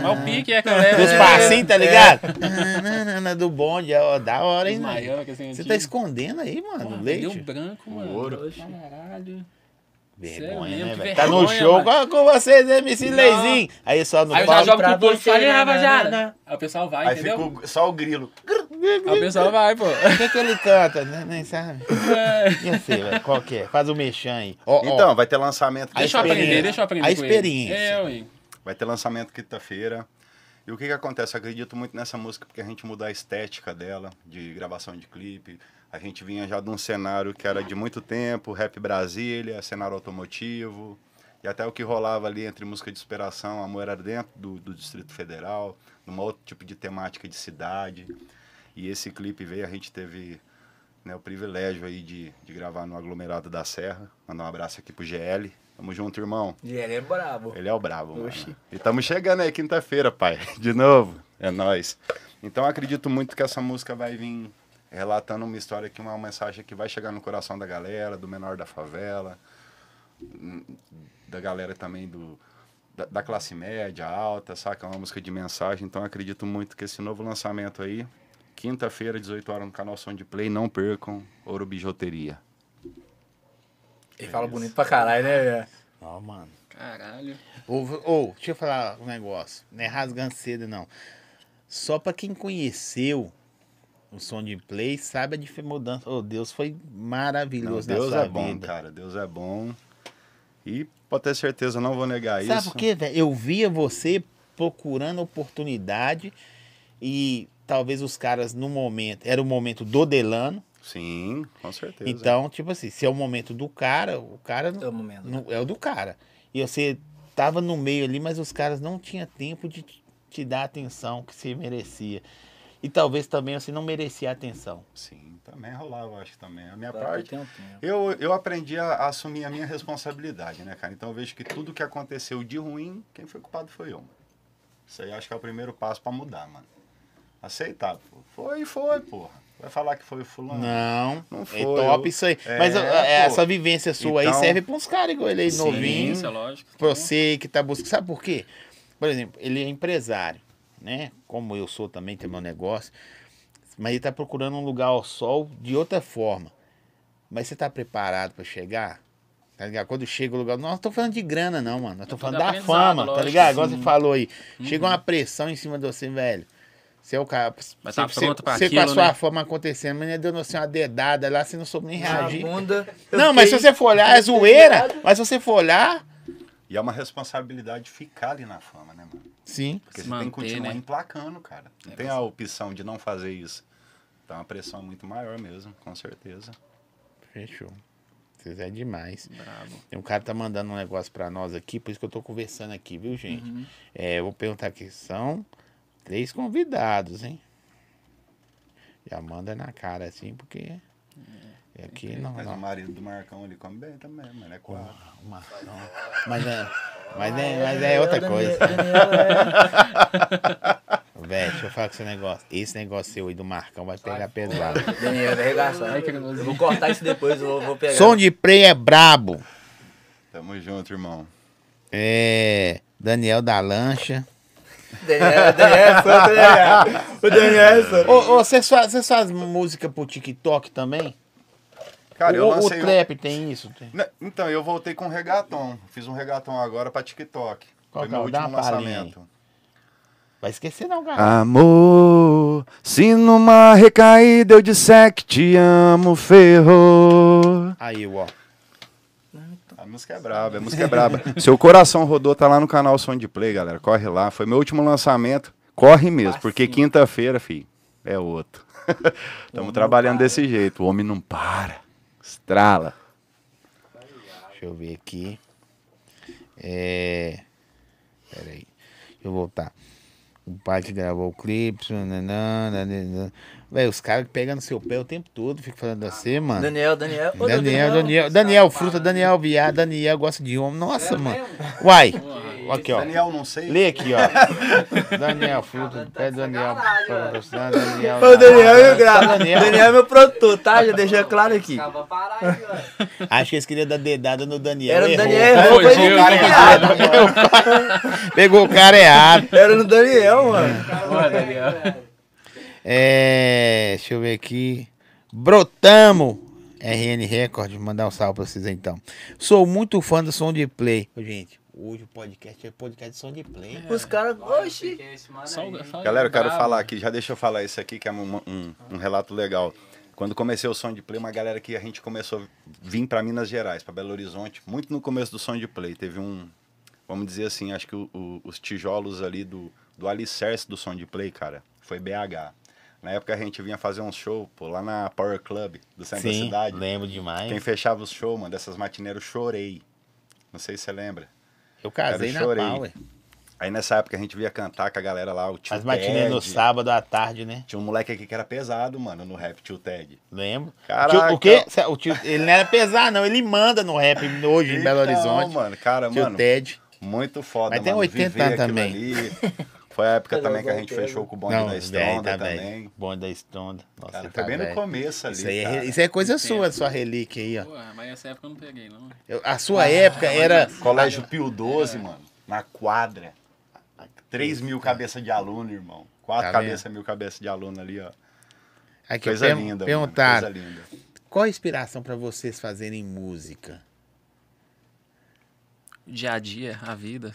Speaker 2: Mas o pique é que eu levo.
Speaker 1: Dos
Speaker 2: é,
Speaker 1: passinhos, tá ligado? Nananana, Do bonde, ó, da hora, hein,
Speaker 2: Os
Speaker 1: mano?
Speaker 2: maior, que assim,
Speaker 1: Você
Speaker 2: antigo.
Speaker 1: tá escondendo aí, mano,
Speaker 2: Porra,
Speaker 1: o
Speaker 2: leite.
Speaker 1: leite?
Speaker 2: branco, mano.
Speaker 3: ouro.
Speaker 2: Caralho. um Sério
Speaker 1: Vergonha,
Speaker 2: mesmo,
Speaker 1: né,
Speaker 2: é que
Speaker 1: velho? Tá no
Speaker 2: vergonha,
Speaker 1: show
Speaker 2: mano.
Speaker 1: com- com vocês, MC
Speaker 2: Não.
Speaker 1: Leizinho. Aí só no
Speaker 2: Aí eu já
Speaker 1: palco.
Speaker 2: jogo
Speaker 4: pra
Speaker 2: pro público e
Speaker 4: você,
Speaker 2: falo, "E aí,
Speaker 4: na, na,
Speaker 2: né, rapaziada.
Speaker 4: na.
Speaker 2: Aí o pessoal vai,
Speaker 3: Aí
Speaker 2: entendeu?
Speaker 3: fica o- só o grilo.
Speaker 2: Aí o pessoal vai, pô.
Speaker 1: O que, que ele canta? né? Nem sabe. Eu sei, velho. Qual que é? Faz o mexão aí. Ó, ó.
Speaker 3: Então, vai ter lançamento.
Speaker 1: A
Speaker 2: [LAUGHS] Deixa eu
Speaker 1: experiência.
Speaker 2: aprender, deixa eu aprender.
Speaker 1: A
Speaker 2: com
Speaker 1: experiência.
Speaker 2: Ele. É, ué.
Speaker 3: Vai ter lançamento quinta-feira. E o que que acontece? Eu acredito muito nessa música porque a gente mudou a estética dela, de gravação de clipe. A gente vinha já de um cenário que era de muito tempo, rap Brasília, cenário automotivo. E até o que rolava ali entre música de superação, amor era dentro do, do Distrito Federal, num outro tipo de temática de cidade. E esse clipe veio, a gente teve né, o privilégio aí de, de gravar no aglomerado da Serra. Mandar um abraço aqui pro GL. Tamo junto, irmão.
Speaker 4: E ele é brabo.
Speaker 3: Ele é o brabo, mano.
Speaker 4: Oxi.
Speaker 3: E estamos chegando aí quinta-feira, pai. [LAUGHS] De novo. É nóis. Então eu acredito muito que essa música vai vir relatando uma história que uma mensagem que vai chegar no coração da galera, do menor da favela, hum, da galera também do da, da classe média, alta, saca? É uma música de mensagem. Então eu acredito muito que esse novo lançamento aí, quinta-feira, 18 horas no canal Som de Play, não percam Ouro Bijuteria.
Speaker 1: é
Speaker 4: Ele fala bonito pra caralho, né, velho?
Speaker 1: Ó, mano.
Speaker 2: Caralho.
Speaker 1: Ou, ou, deixa eu falar um negócio. Não é rasgando cedo, não. Só pra quem conheceu o som de play, sabe a dif- mudança. Oh, Deus foi
Speaker 3: Não,
Speaker 1: maravilhoso na
Speaker 3: Deus
Speaker 1: sua
Speaker 3: é bom,
Speaker 1: vida.
Speaker 3: cara. Deus é bom. E pode ter certeza, não vou negar
Speaker 1: Sabe
Speaker 3: É isso.
Speaker 1: por quê, velho? Eu via você procurando oportunidade e talvez os caras no momento. Era o momento do Delano.
Speaker 3: Sim, com certeza.
Speaker 1: Então, tipo assim, se é o momento do cara, o cara não,
Speaker 4: É o momento.
Speaker 1: não- é o do cara. E você tava no meio ali, mas os caras não tinham tempo de te- te dar a atenção que você merecia. E talvez também você não merecia a atenção.
Speaker 3: Sim, também rolava, acho que também. A
Speaker 1: é
Speaker 3: minha
Speaker 4: Tá,
Speaker 3: parte.
Speaker 4: tem um tempo.
Speaker 3: Eu, eu aprendi a, a assumir a minha responsabilidade, né, cara? Então eu vejo que tudo que aconteceu de ruim, quem foi culpado foi eu, mano. Isso aí acho que é o primeiro passo pra mudar, mano. Aceitar, pô. Foi, foi, porra. Vai falar que foi o fulano.
Speaker 1: Não,
Speaker 3: Não foi,
Speaker 1: é top
Speaker 3: eu-
Speaker 1: isso aí.
Speaker 3: É,
Speaker 1: mas ó, é,
Speaker 3: pô.
Speaker 1: essa vivência sua
Speaker 3: Então-
Speaker 1: aí serve pra uns caras igual ele aí,
Speaker 3: Sim.
Speaker 1: novinho.
Speaker 2: Isso é lógico.
Speaker 1: pra você que tá buscando. Sabe por quê? Por exemplo, ele é empresário, né? Como eu sou também, tem meu negócio. Mas ele tá procurando um lugar ao sol de outra forma. Mas você tá preparado para chegar? Tá ligado? Quando chega o lugar. Não, não tô falando de grana, não, mano. Eu tô
Speaker 2: Tudo
Speaker 1: falando da
Speaker 2: aprendizado,
Speaker 1: fama, tá
Speaker 2: lógico,
Speaker 1: ligado? Igual
Speaker 2: sim. Uhum.
Speaker 1: você falou aí. Chega uma pressão em cima de você, velho. Você é o cara.
Speaker 2: Mas
Speaker 1: você,
Speaker 2: tá pronto pra
Speaker 1: você com
Speaker 2: aquilo,
Speaker 1: a sua
Speaker 2: né?
Speaker 1: fama acontecendo, mas ainda deu assim, uma dedada lá, você não soube nem
Speaker 4: Na
Speaker 1: reagir.
Speaker 4: bunda, eu
Speaker 1: Não, mas se
Speaker 4: fiquei-
Speaker 1: você for olhar, é zoeira. Mas se você for olhar,
Speaker 3: E é uma responsabilidade ficar ali na fama, né, mano?
Speaker 1: sim.
Speaker 3: Porque
Speaker 2: Se
Speaker 3: você tem que
Speaker 2: manter,
Speaker 3: continuar
Speaker 2: né?
Speaker 3: emplacando, cara. Não
Speaker 1: É
Speaker 3: tem a opção de não fazer isso. Tá uma pressão muito maior mesmo, com certeza.
Speaker 1: Fechou. Vocês é demais.
Speaker 2: Bravo.
Speaker 1: Tem um cara que tá mandando um negócio pra nós aqui, por isso que eu tô conversando aqui, viu, gente? É, eu vou perguntar aqui. São três convidados, hein? Já manda na cara assim, porque. É aqui não.
Speaker 3: Mas o
Speaker 1: não.
Speaker 3: marido do Marcão, ele come bem também, mano. É quatro.
Speaker 1: Uma- não. Mas é, mas é, mas é outra
Speaker 4: Daniel,
Speaker 1: coisa.
Speaker 4: Daniel, é.
Speaker 1: Véi, deixa eu falar com esse negócio. Esse negócio seu aí do Marcão vai pegar pesado.
Speaker 4: é.
Speaker 1: [LAUGHS]
Speaker 4: Daniel, vai arregaçar.
Speaker 2: Ai, que nervosinho.
Speaker 4: Eu vou cortar isso depois, eu vou, vou pegar.
Speaker 1: Som de Prey é brabo.
Speaker 3: Tamo junto, irmão.
Speaker 1: É. Daniel da Lancha.
Speaker 4: Daniel, Daniel é santo, né? velho? O Daniel é santo.
Speaker 1: Ô, ô, você faz, cês faz música pro TikTok também?
Speaker 3: Cara, eu
Speaker 1: o, o
Speaker 3: lancei. um-
Speaker 1: trap tem isso? Tem.
Speaker 3: Né, Então, eu voltei com um regatão. Fiz um regatão agora pra TikTok.
Speaker 1: Qual
Speaker 3: Foi
Speaker 1: que é?
Speaker 3: meu
Speaker 1: Dá
Speaker 3: último
Speaker 1: uma palhinha aí.
Speaker 3: lançamento.
Speaker 1: Vai esquecer não, cara.
Speaker 3: Amor, se numa recaída eu disser que te amo, ferrou.
Speaker 1: Aí, ó.
Speaker 3: A música é braba, a música é [LAUGHS] braba. Seu coração rodou, tá lá no canal Som de Play, galera. Corre lá. Foi meu último lançamento. Corre mesmo, porque quinta-feira, filho. é outro. [LAUGHS] Estamos trabalhando desse jeito. O homem não para. Estrala.
Speaker 1: Deixa eu ver aqui. É. Peraí. Deixa eu voltar. O pai que gravou o clipe. né, nananã, nananã. né. Véi, os caras pegando seu pé o tempo todo, fico falando assim, mano.
Speaker 4: Daniel, Daniel. Ô,
Speaker 1: Daniel, Daniel, Daniel, fruta, Daniel, viado, Daniel gosta de homem. Nossa, mano. Uai. Aqui, ó.
Speaker 3: Daniel, não sei.
Speaker 1: Lê aqui, ó.
Speaker 4: [LAUGHS]
Speaker 1: Daniel, fruta, pé do é Daniel. Daniel.
Speaker 4: Ô, Daniel, eu gravo.
Speaker 1: Daniel.
Speaker 4: Daniel é meu produtor, tá? Já deixei claro aqui.
Speaker 5: Acaba parar aí, ó.
Speaker 1: Acho que eles queriam dar dedada no Daniel.
Speaker 4: Era no
Speaker 1: errou.
Speaker 4: Daniel,
Speaker 2: Errou,
Speaker 4: errou, foi
Speaker 2: errou,
Speaker 4: no cara
Speaker 2: errou.
Speaker 1: [LAUGHS]
Speaker 4: errado.
Speaker 1: Pegou o cara errado.
Speaker 4: Era no Daniel, mano.
Speaker 2: Olha, Daniel.
Speaker 1: É, deixa eu ver aqui. Brotamo. RN Record, mandar um salve pra vocês então. Sou muito fã do som de play. Ô, gente, hoje o podcast é podcast de som de play.
Speaker 4: Os caras, oxi.
Speaker 2: Só o- só o
Speaker 3: Galera, eu quero
Speaker 2: bravo.
Speaker 3: falar aqui, já deixa eu falar isso aqui, que é um, um- um relato legal. Quando comecei o som de play, uma galera que a gente começou a vir para Minas Gerais, para Belo Horizonte, muito no começo do som de play. Teve um, vamos dizer assim, acho que o- o- os tijolos ali do, do alicerce do som de play, cara, foi BH. Na época a gente vinha fazer um show pô, lá na Power Club do
Speaker 4: É.
Speaker 3: centro da
Speaker 1: Sim,
Speaker 3: cidade.
Speaker 1: lembro demais.
Speaker 3: Quem fechava os shows, mano, dessas matineiras, eu chorei. Não sei se você lembra.
Speaker 1: Eu casei
Speaker 3: Cara,
Speaker 1: na
Speaker 3: eu chorei.
Speaker 1: Power.
Speaker 3: Aí nessa época a gente via cantar com a galera lá, o tio
Speaker 4: Tipo,
Speaker 1: As
Speaker 4: é,
Speaker 1: matinês no
Speaker 3: Ted.
Speaker 1: sábado à tarde, né?
Speaker 3: Tinha um moleque aqui que era pesado, mano, no rap, tio Ted.
Speaker 1: Lembro.
Speaker 3: Caraca.
Speaker 1: Tio- o quê? Cê- O tio, ele não era pesar, não. Ele manda no rap hoje em Belo
Speaker 3: Então,
Speaker 1: Horizonte.
Speaker 3: mano, cara,
Speaker 1: tio
Speaker 3: mano,
Speaker 1: Ted.
Speaker 3: muito foda,
Speaker 1: Mas tem
Speaker 3: mano,
Speaker 1: 80
Speaker 3: viver aquilo
Speaker 1: também. [LAUGHS]
Speaker 3: ali. Foi a época
Speaker 4: Mas
Speaker 3: também
Speaker 4: eu
Speaker 3: que a gente
Speaker 4: voltei,
Speaker 3: fechou
Speaker 4: né?
Speaker 3: com o bonde da Estronda também.
Speaker 1: Bonde da Estronda. tá Nossa,
Speaker 3: Cara,
Speaker 1: ele
Speaker 3: foi
Speaker 1: tá
Speaker 3: bem no
Speaker 1: velho.
Speaker 3: começo ali,
Speaker 1: Isso, aí é,
Speaker 3: cara.
Speaker 1: re- isso aí é coisa
Speaker 2: Tem
Speaker 1: sua,
Speaker 2: tempo.
Speaker 1: sua relíquia aí, ó.
Speaker 2: Porra, mas essa época eu não peguei, não.
Speaker 1: Eu- a sua época era.
Speaker 3: Colégio
Speaker 1: é
Speaker 3: Pio 12, mano, na quadra. 3 mil cabeça de aluno, irmão. Quatro
Speaker 1: Tá vendo?
Speaker 3: cabeça, mil cabeça de aluno ali, ó.
Speaker 1: Aqui,
Speaker 3: coisa
Speaker 1: per-
Speaker 3: linda, mano,
Speaker 1: Perguntaram.
Speaker 3: coisa linda.
Speaker 1: Qual a inspiração pra vocês fazerem música?
Speaker 2: O Dia a dia, a vida,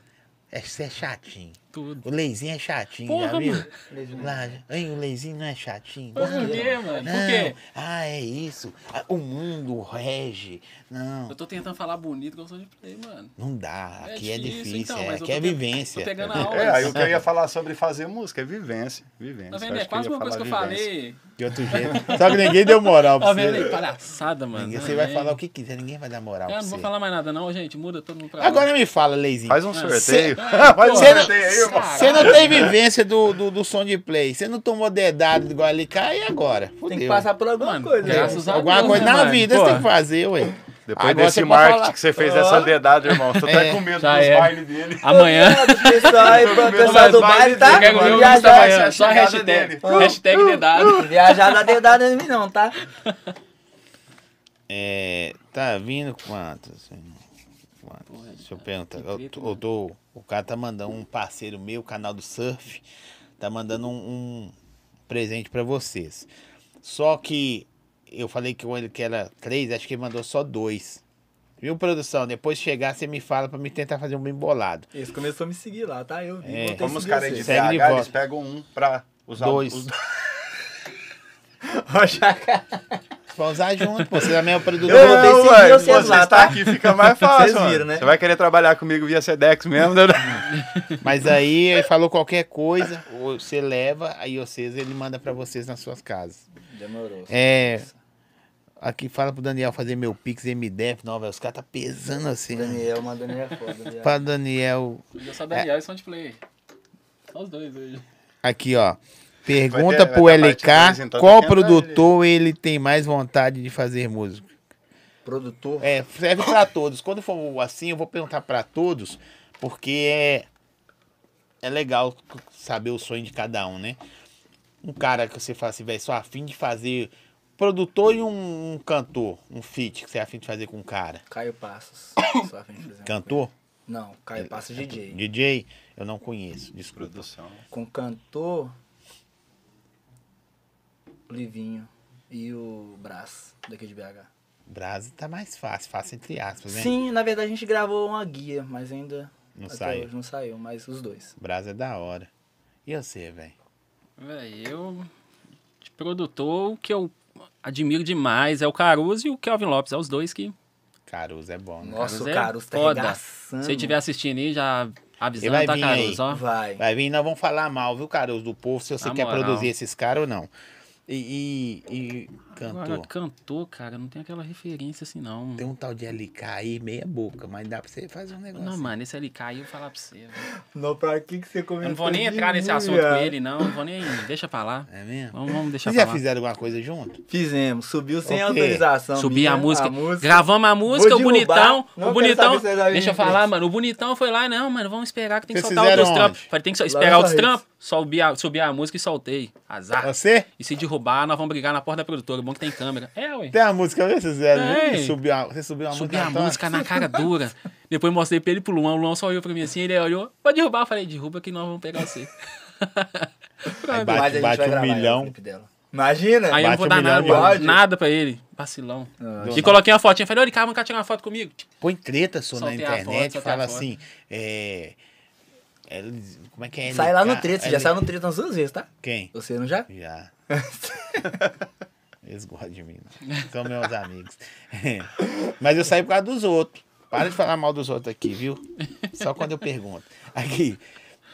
Speaker 1: É, você é chatinho.
Speaker 2: tudo.
Speaker 1: O Leizinho é chatinho, já
Speaker 2: Porra,
Speaker 1: viu?
Speaker 2: mano.
Speaker 1: Lá, hein, o Leizinho não é chatinho.
Speaker 2: Por
Speaker 1: Não.
Speaker 2: quê,
Speaker 1: Não.
Speaker 2: mano? Por quê?
Speaker 1: Ah, é isso. Ah, O mundo rege. Não,
Speaker 2: Eu tô tentando falar bonito com o som de play, mano.
Speaker 1: não dá. Aqui é difícil. é.
Speaker 2: então, mas eu
Speaker 1: Aqui é
Speaker 2: tô pe-
Speaker 1: vivência.
Speaker 2: Tô pegando a aula. assim.
Speaker 3: É, aí o que eu ia falar sobre fazer música é vivência, vivência.
Speaker 2: Tá
Speaker 3: Acho
Speaker 2: vendo?
Speaker 3: que
Speaker 2: É
Speaker 3: eu
Speaker 2: quase
Speaker 3: ia
Speaker 2: uma coisa
Speaker 3: falar
Speaker 2: que eu
Speaker 3: vivência.
Speaker 2: falei.
Speaker 1: De outro jeito. Só que ninguém deu moral
Speaker 2: [LAUGHS]
Speaker 1: pra
Speaker 2: Tá vendo aí?
Speaker 1: você.
Speaker 2: Palhaçada, mano.
Speaker 1: Ninguém,
Speaker 2: Tá
Speaker 1: você vai
Speaker 2: vendo?
Speaker 1: falar o que quiser, ninguém vai dar moral
Speaker 2: Eu
Speaker 1: pra
Speaker 2: não
Speaker 1: você.
Speaker 2: vou falar mais nada, não, gente. Muda todo mundo pra lá.
Speaker 1: Agora me fala, Leizinho.
Speaker 3: Faz um
Speaker 2: Ah,
Speaker 3: sorteio.
Speaker 2: cê-
Speaker 3: [LAUGHS] Faz um né?
Speaker 1: Você não,
Speaker 3: sorteio aí, irmão.
Speaker 1: cê não tem vivência do, do, do som de play. Você não tomou dedado igual ele cai e agora?
Speaker 4: Tem que
Speaker 1: Fudeu.
Speaker 4: passar por alguma
Speaker 2: Mano,
Speaker 4: coisa.
Speaker 1: É,
Speaker 4: né?
Speaker 2: Graças a
Speaker 1: Alguma
Speaker 2: Deus,
Speaker 1: coisa
Speaker 2: né,
Speaker 1: na
Speaker 2: mano?
Speaker 1: vida
Speaker 2: Pô.
Speaker 1: você tem que fazer, ué.
Speaker 3: Depois
Speaker 1: Agora
Speaker 3: desse
Speaker 1: você pode
Speaker 3: marketing
Speaker 1: falar.
Speaker 3: que você fez dessa dedada, irmão, tô até com medo
Speaker 2: Já
Speaker 3: dos
Speaker 2: é.
Speaker 3: bailes dele.
Speaker 2: Amanhã.
Speaker 4: Pessoal aí, pro pessoal do baile, tá?
Speaker 2: Eu quero ver o
Speaker 4: Viajar-
Speaker 1: um
Speaker 2: Augusto da manhã.
Speaker 3: a
Speaker 2: Só
Speaker 3: chegada
Speaker 2: hashtag.
Speaker 3: dele.
Speaker 1: [LAUGHS]
Speaker 2: Hashtag dedado.
Speaker 4: Viajar dá dedada em mim não, tá?
Speaker 1: É, tá vindo quantos? Quantos? Deixa eu perguntar. Eu,
Speaker 2: treta,
Speaker 1: tô- eu tô- o cara tá mandando um parceiro meu, canal do Surf, tá mandando um, um presente pra vocês. Só que eu falei que ele que era três, acho que ele mandou só dois. Viu, produção? Depois que chegar, você me fala pra me tentar fazer um bem bolado.
Speaker 4: Esse começou a me seguir lá, tá? Eu vi.
Speaker 1: É.
Speaker 4: voltei a
Speaker 3: Como os
Speaker 4: seguir
Speaker 3: caras
Speaker 4: vocês.
Speaker 3: de
Speaker 1: Segue de
Speaker 3: BH, eles
Speaker 1: volta.
Speaker 3: pegam um pra usar
Speaker 1: Dois.
Speaker 3: os-
Speaker 4: Ó, Jaca.
Speaker 1: Vamos usar junto, pô. Você é mesmo produtor.
Speaker 4: Eu voltei a
Speaker 3: Não,
Speaker 4: seguir
Speaker 3: ué,
Speaker 4: vocês
Speaker 3: você
Speaker 4: lá,
Speaker 3: está
Speaker 4: tá?
Speaker 3: aqui, fica mais fácil,
Speaker 4: Vocês viram,
Speaker 3: mano.
Speaker 4: né?
Speaker 3: Você vai querer trabalhar comigo via Sedex mesmo, né?
Speaker 1: Mas aí ele falou qualquer coisa, ou você leva, aí vocês, ele manda pra vocês nas suas casas.
Speaker 4: Demorou.
Speaker 1: É. Aqui fala pro Daniel fazer meu Pix MDF. Não, velho, os caras tá pesando assim. Né?
Speaker 4: Daniel, mano, Daniel é foda. Daniel.
Speaker 1: Pra Daniel.
Speaker 2: Eu sou
Speaker 1: É.
Speaker 2: Daniel e som de play. Só os dois hoje.
Speaker 1: Aqui, ó.
Speaker 3: Vai
Speaker 1: Pergunta
Speaker 3: ter-
Speaker 1: pro
Speaker 3: vai ter parte dois,
Speaker 1: LK
Speaker 3: então,
Speaker 1: qual
Speaker 3: tem que andar
Speaker 1: produtor ele tem mais vontade de fazer música.
Speaker 4: Produtor.
Speaker 1: É, serve
Speaker 3: [LAUGHS]
Speaker 1: pra todos. Quando for assim, eu vou perguntar pra todos, porque é, é legal saber o sonho de cada um, né? Um cara que você fala assim, velho, só afim de fazer produtor e um, um cantor, um feat que você é afim de fazer com um cara.
Speaker 4: Caio Passos. Só a gente fazer.
Speaker 1: Cantor? É,
Speaker 4: Não, Caio Passos DJ.
Speaker 1: DJ? Eu não conheço, desculpa.
Speaker 3: [LAUGHS] Produção.
Speaker 4: Com cantor. Livinho. E o Brás, daqui de BH.
Speaker 1: Brasa tá mais fácil, fácil entre aspas, né?
Speaker 4: Sim, na verdade a gente gravou uma guia, mas ainda.
Speaker 1: Não
Speaker 4: até
Speaker 1: saiu.
Speaker 4: hoje não saiu, mas os dois.
Speaker 1: Brasa é da hora. E você, velho?
Speaker 2: Véi, eu. De produtor, o que eu admiro demais é o Caruso e o Kelvin Lopes. É os dois que.
Speaker 1: Caruso é bom, né?
Speaker 4: Nossa, o
Speaker 2: Caruso é
Speaker 4: Caruso tá
Speaker 2: foda.
Speaker 4: arregaçando.
Speaker 2: Se você estiver assistindo aí, já
Speaker 1: Ele vai
Speaker 2: Avisando, tá,
Speaker 1: vir
Speaker 2: Caruso, ó.
Speaker 4: Vai.
Speaker 1: Vai vir, nós vamos falar mal, viu, Caruso, do povo, se você
Speaker 2: Na
Speaker 1: quer
Speaker 2: moral.
Speaker 1: produzir esses caras ou não. E, e, e
Speaker 2: Agora,
Speaker 1: cantor.
Speaker 2: cantor, cara, não tem aquela referência assim, não.
Speaker 1: Tem um tal de LK aí, meia boca, mas dá pra você fazer um negócio.
Speaker 2: Não, mano, esse LK aí eu vou falar pra você. velho.
Speaker 4: Não, pra que, que você
Speaker 2: Eu
Speaker 4: comentou?
Speaker 2: não vou nem
Speaker 4: de
Speaker 2: entrar nesse
Speaker 4: mim,
Speaker 2: assunto com
Speaker 4: viado?
Speaker 2: ele, não. Não vou nem. Deixa pra lá.
Speaker 1: É mesmo?
Speaker 2: Vamos, vamos deixar
Speaker 1: Vocês
Speaker 2: pra
Speaker 1: já
Speaker 2: lá.
Speaker 1: fizeram alguma coisa junto?
Speaker 4: Fizemos, subiu sem
Speaker 1: Ok.
Speaker 4: autorização. né?
Speaker 2: Subir a
Speaker 4: minha,
Speaker 2: música. Gravamos a música,
Speaker 4: Vou
Speaker 2: o bonitão.
Speaker 4: derrubar. Não
Speaker 2: O
Speaker 4: quero
Speaker 2: bonitão.
Speaker 4: saber se você vai vir
Speaker 2: Deixa eu
Speaker 4: em frente.
Speaker 2: falar, mano. O bonitão foi lá, não, mano. Vamos esperar que tem que
Speaker 1: Vocês
Speaker 2: soltar outros
Speaker 1: fizeram
Speaker 2: trampos.
Speaker 1: onde?
Speaker 2: Falei, tem que só
Speaker 4: na
Speaker 2: esperar outros
Speaker 4: Ritz.
Speaker 2: trampos. Subi a, subi a música e soltei. Azar.
Speaker 1: Você?
Speaker 2: E se derrubar, nós vamos brigar na porta da produtora. Bom que tem câmera. É, ué.
Speaker 1: Tem uma música que vocês fizeram?
Speaker 2: Tem.
Speaker 1: Ih, Subiu a, você subiu uma
Speaker 2: Subi
Speaker 1: música.
Speaker 2: a
Speaker 1: então?
Speaker 2: música na cara dura. Depois mostrei pra ele e pro Luan. O Luan só olhou pra mim assim, ele olhou. Pode derrubar. Eu falei, derruba que nós vamos pegar você.
Speaker 1: Aí
Speaker 4: Mas a
Speaker 1: bate,
Speaker 4: gente
Speaker 1: bate
Speaker 4: vai
Speaker 1: um
Speaker 4: gravar ela, o
Speaker 1: milhão.
Speaker 4: clipe dela. Imagina.
Speaker 2: Aí eu não
Speaker 1: Bate
Speaker 2: vou
Speaker 1: um
Speaker 2: dar
Speaker 1: milhão
Speaker 2: nada,
Speaker 1: de
Speaker 4: ódio.
Speaker 2: nada pra ele. Vacilão.
Speaker 4: Ah,
Speaker 2: e coloquei uma fotinha. Falei, olha, cara, vamos cá tirar uma foto comigo.
Speaker 1: Põe treta só na
Speaker 2: Soltei a
Speaker 1: internet
Speaker 2: foto, soltei a
Speaker 1: fala
Speaker 2: foto.
Speaker 1: assim. É, L- como é que é? LK?
Speaker 4: Sai lá no treta, você já
Speaker 1: L-
Speaker 4: saiu no treta umas duas vezes, tá?
Speaker 1: Quem?
Speaker 4: Você não já?
Speaker 1: Já.
Speaker 4: [LAUGHS]
Speaker 1: Eles gostam de mim. não. São meus amigos. [LAUGHS] Mas eu saí por causa dos outros. Para de falar mal dos outros aqui, viu? Só quando eu pergunto. Aqui.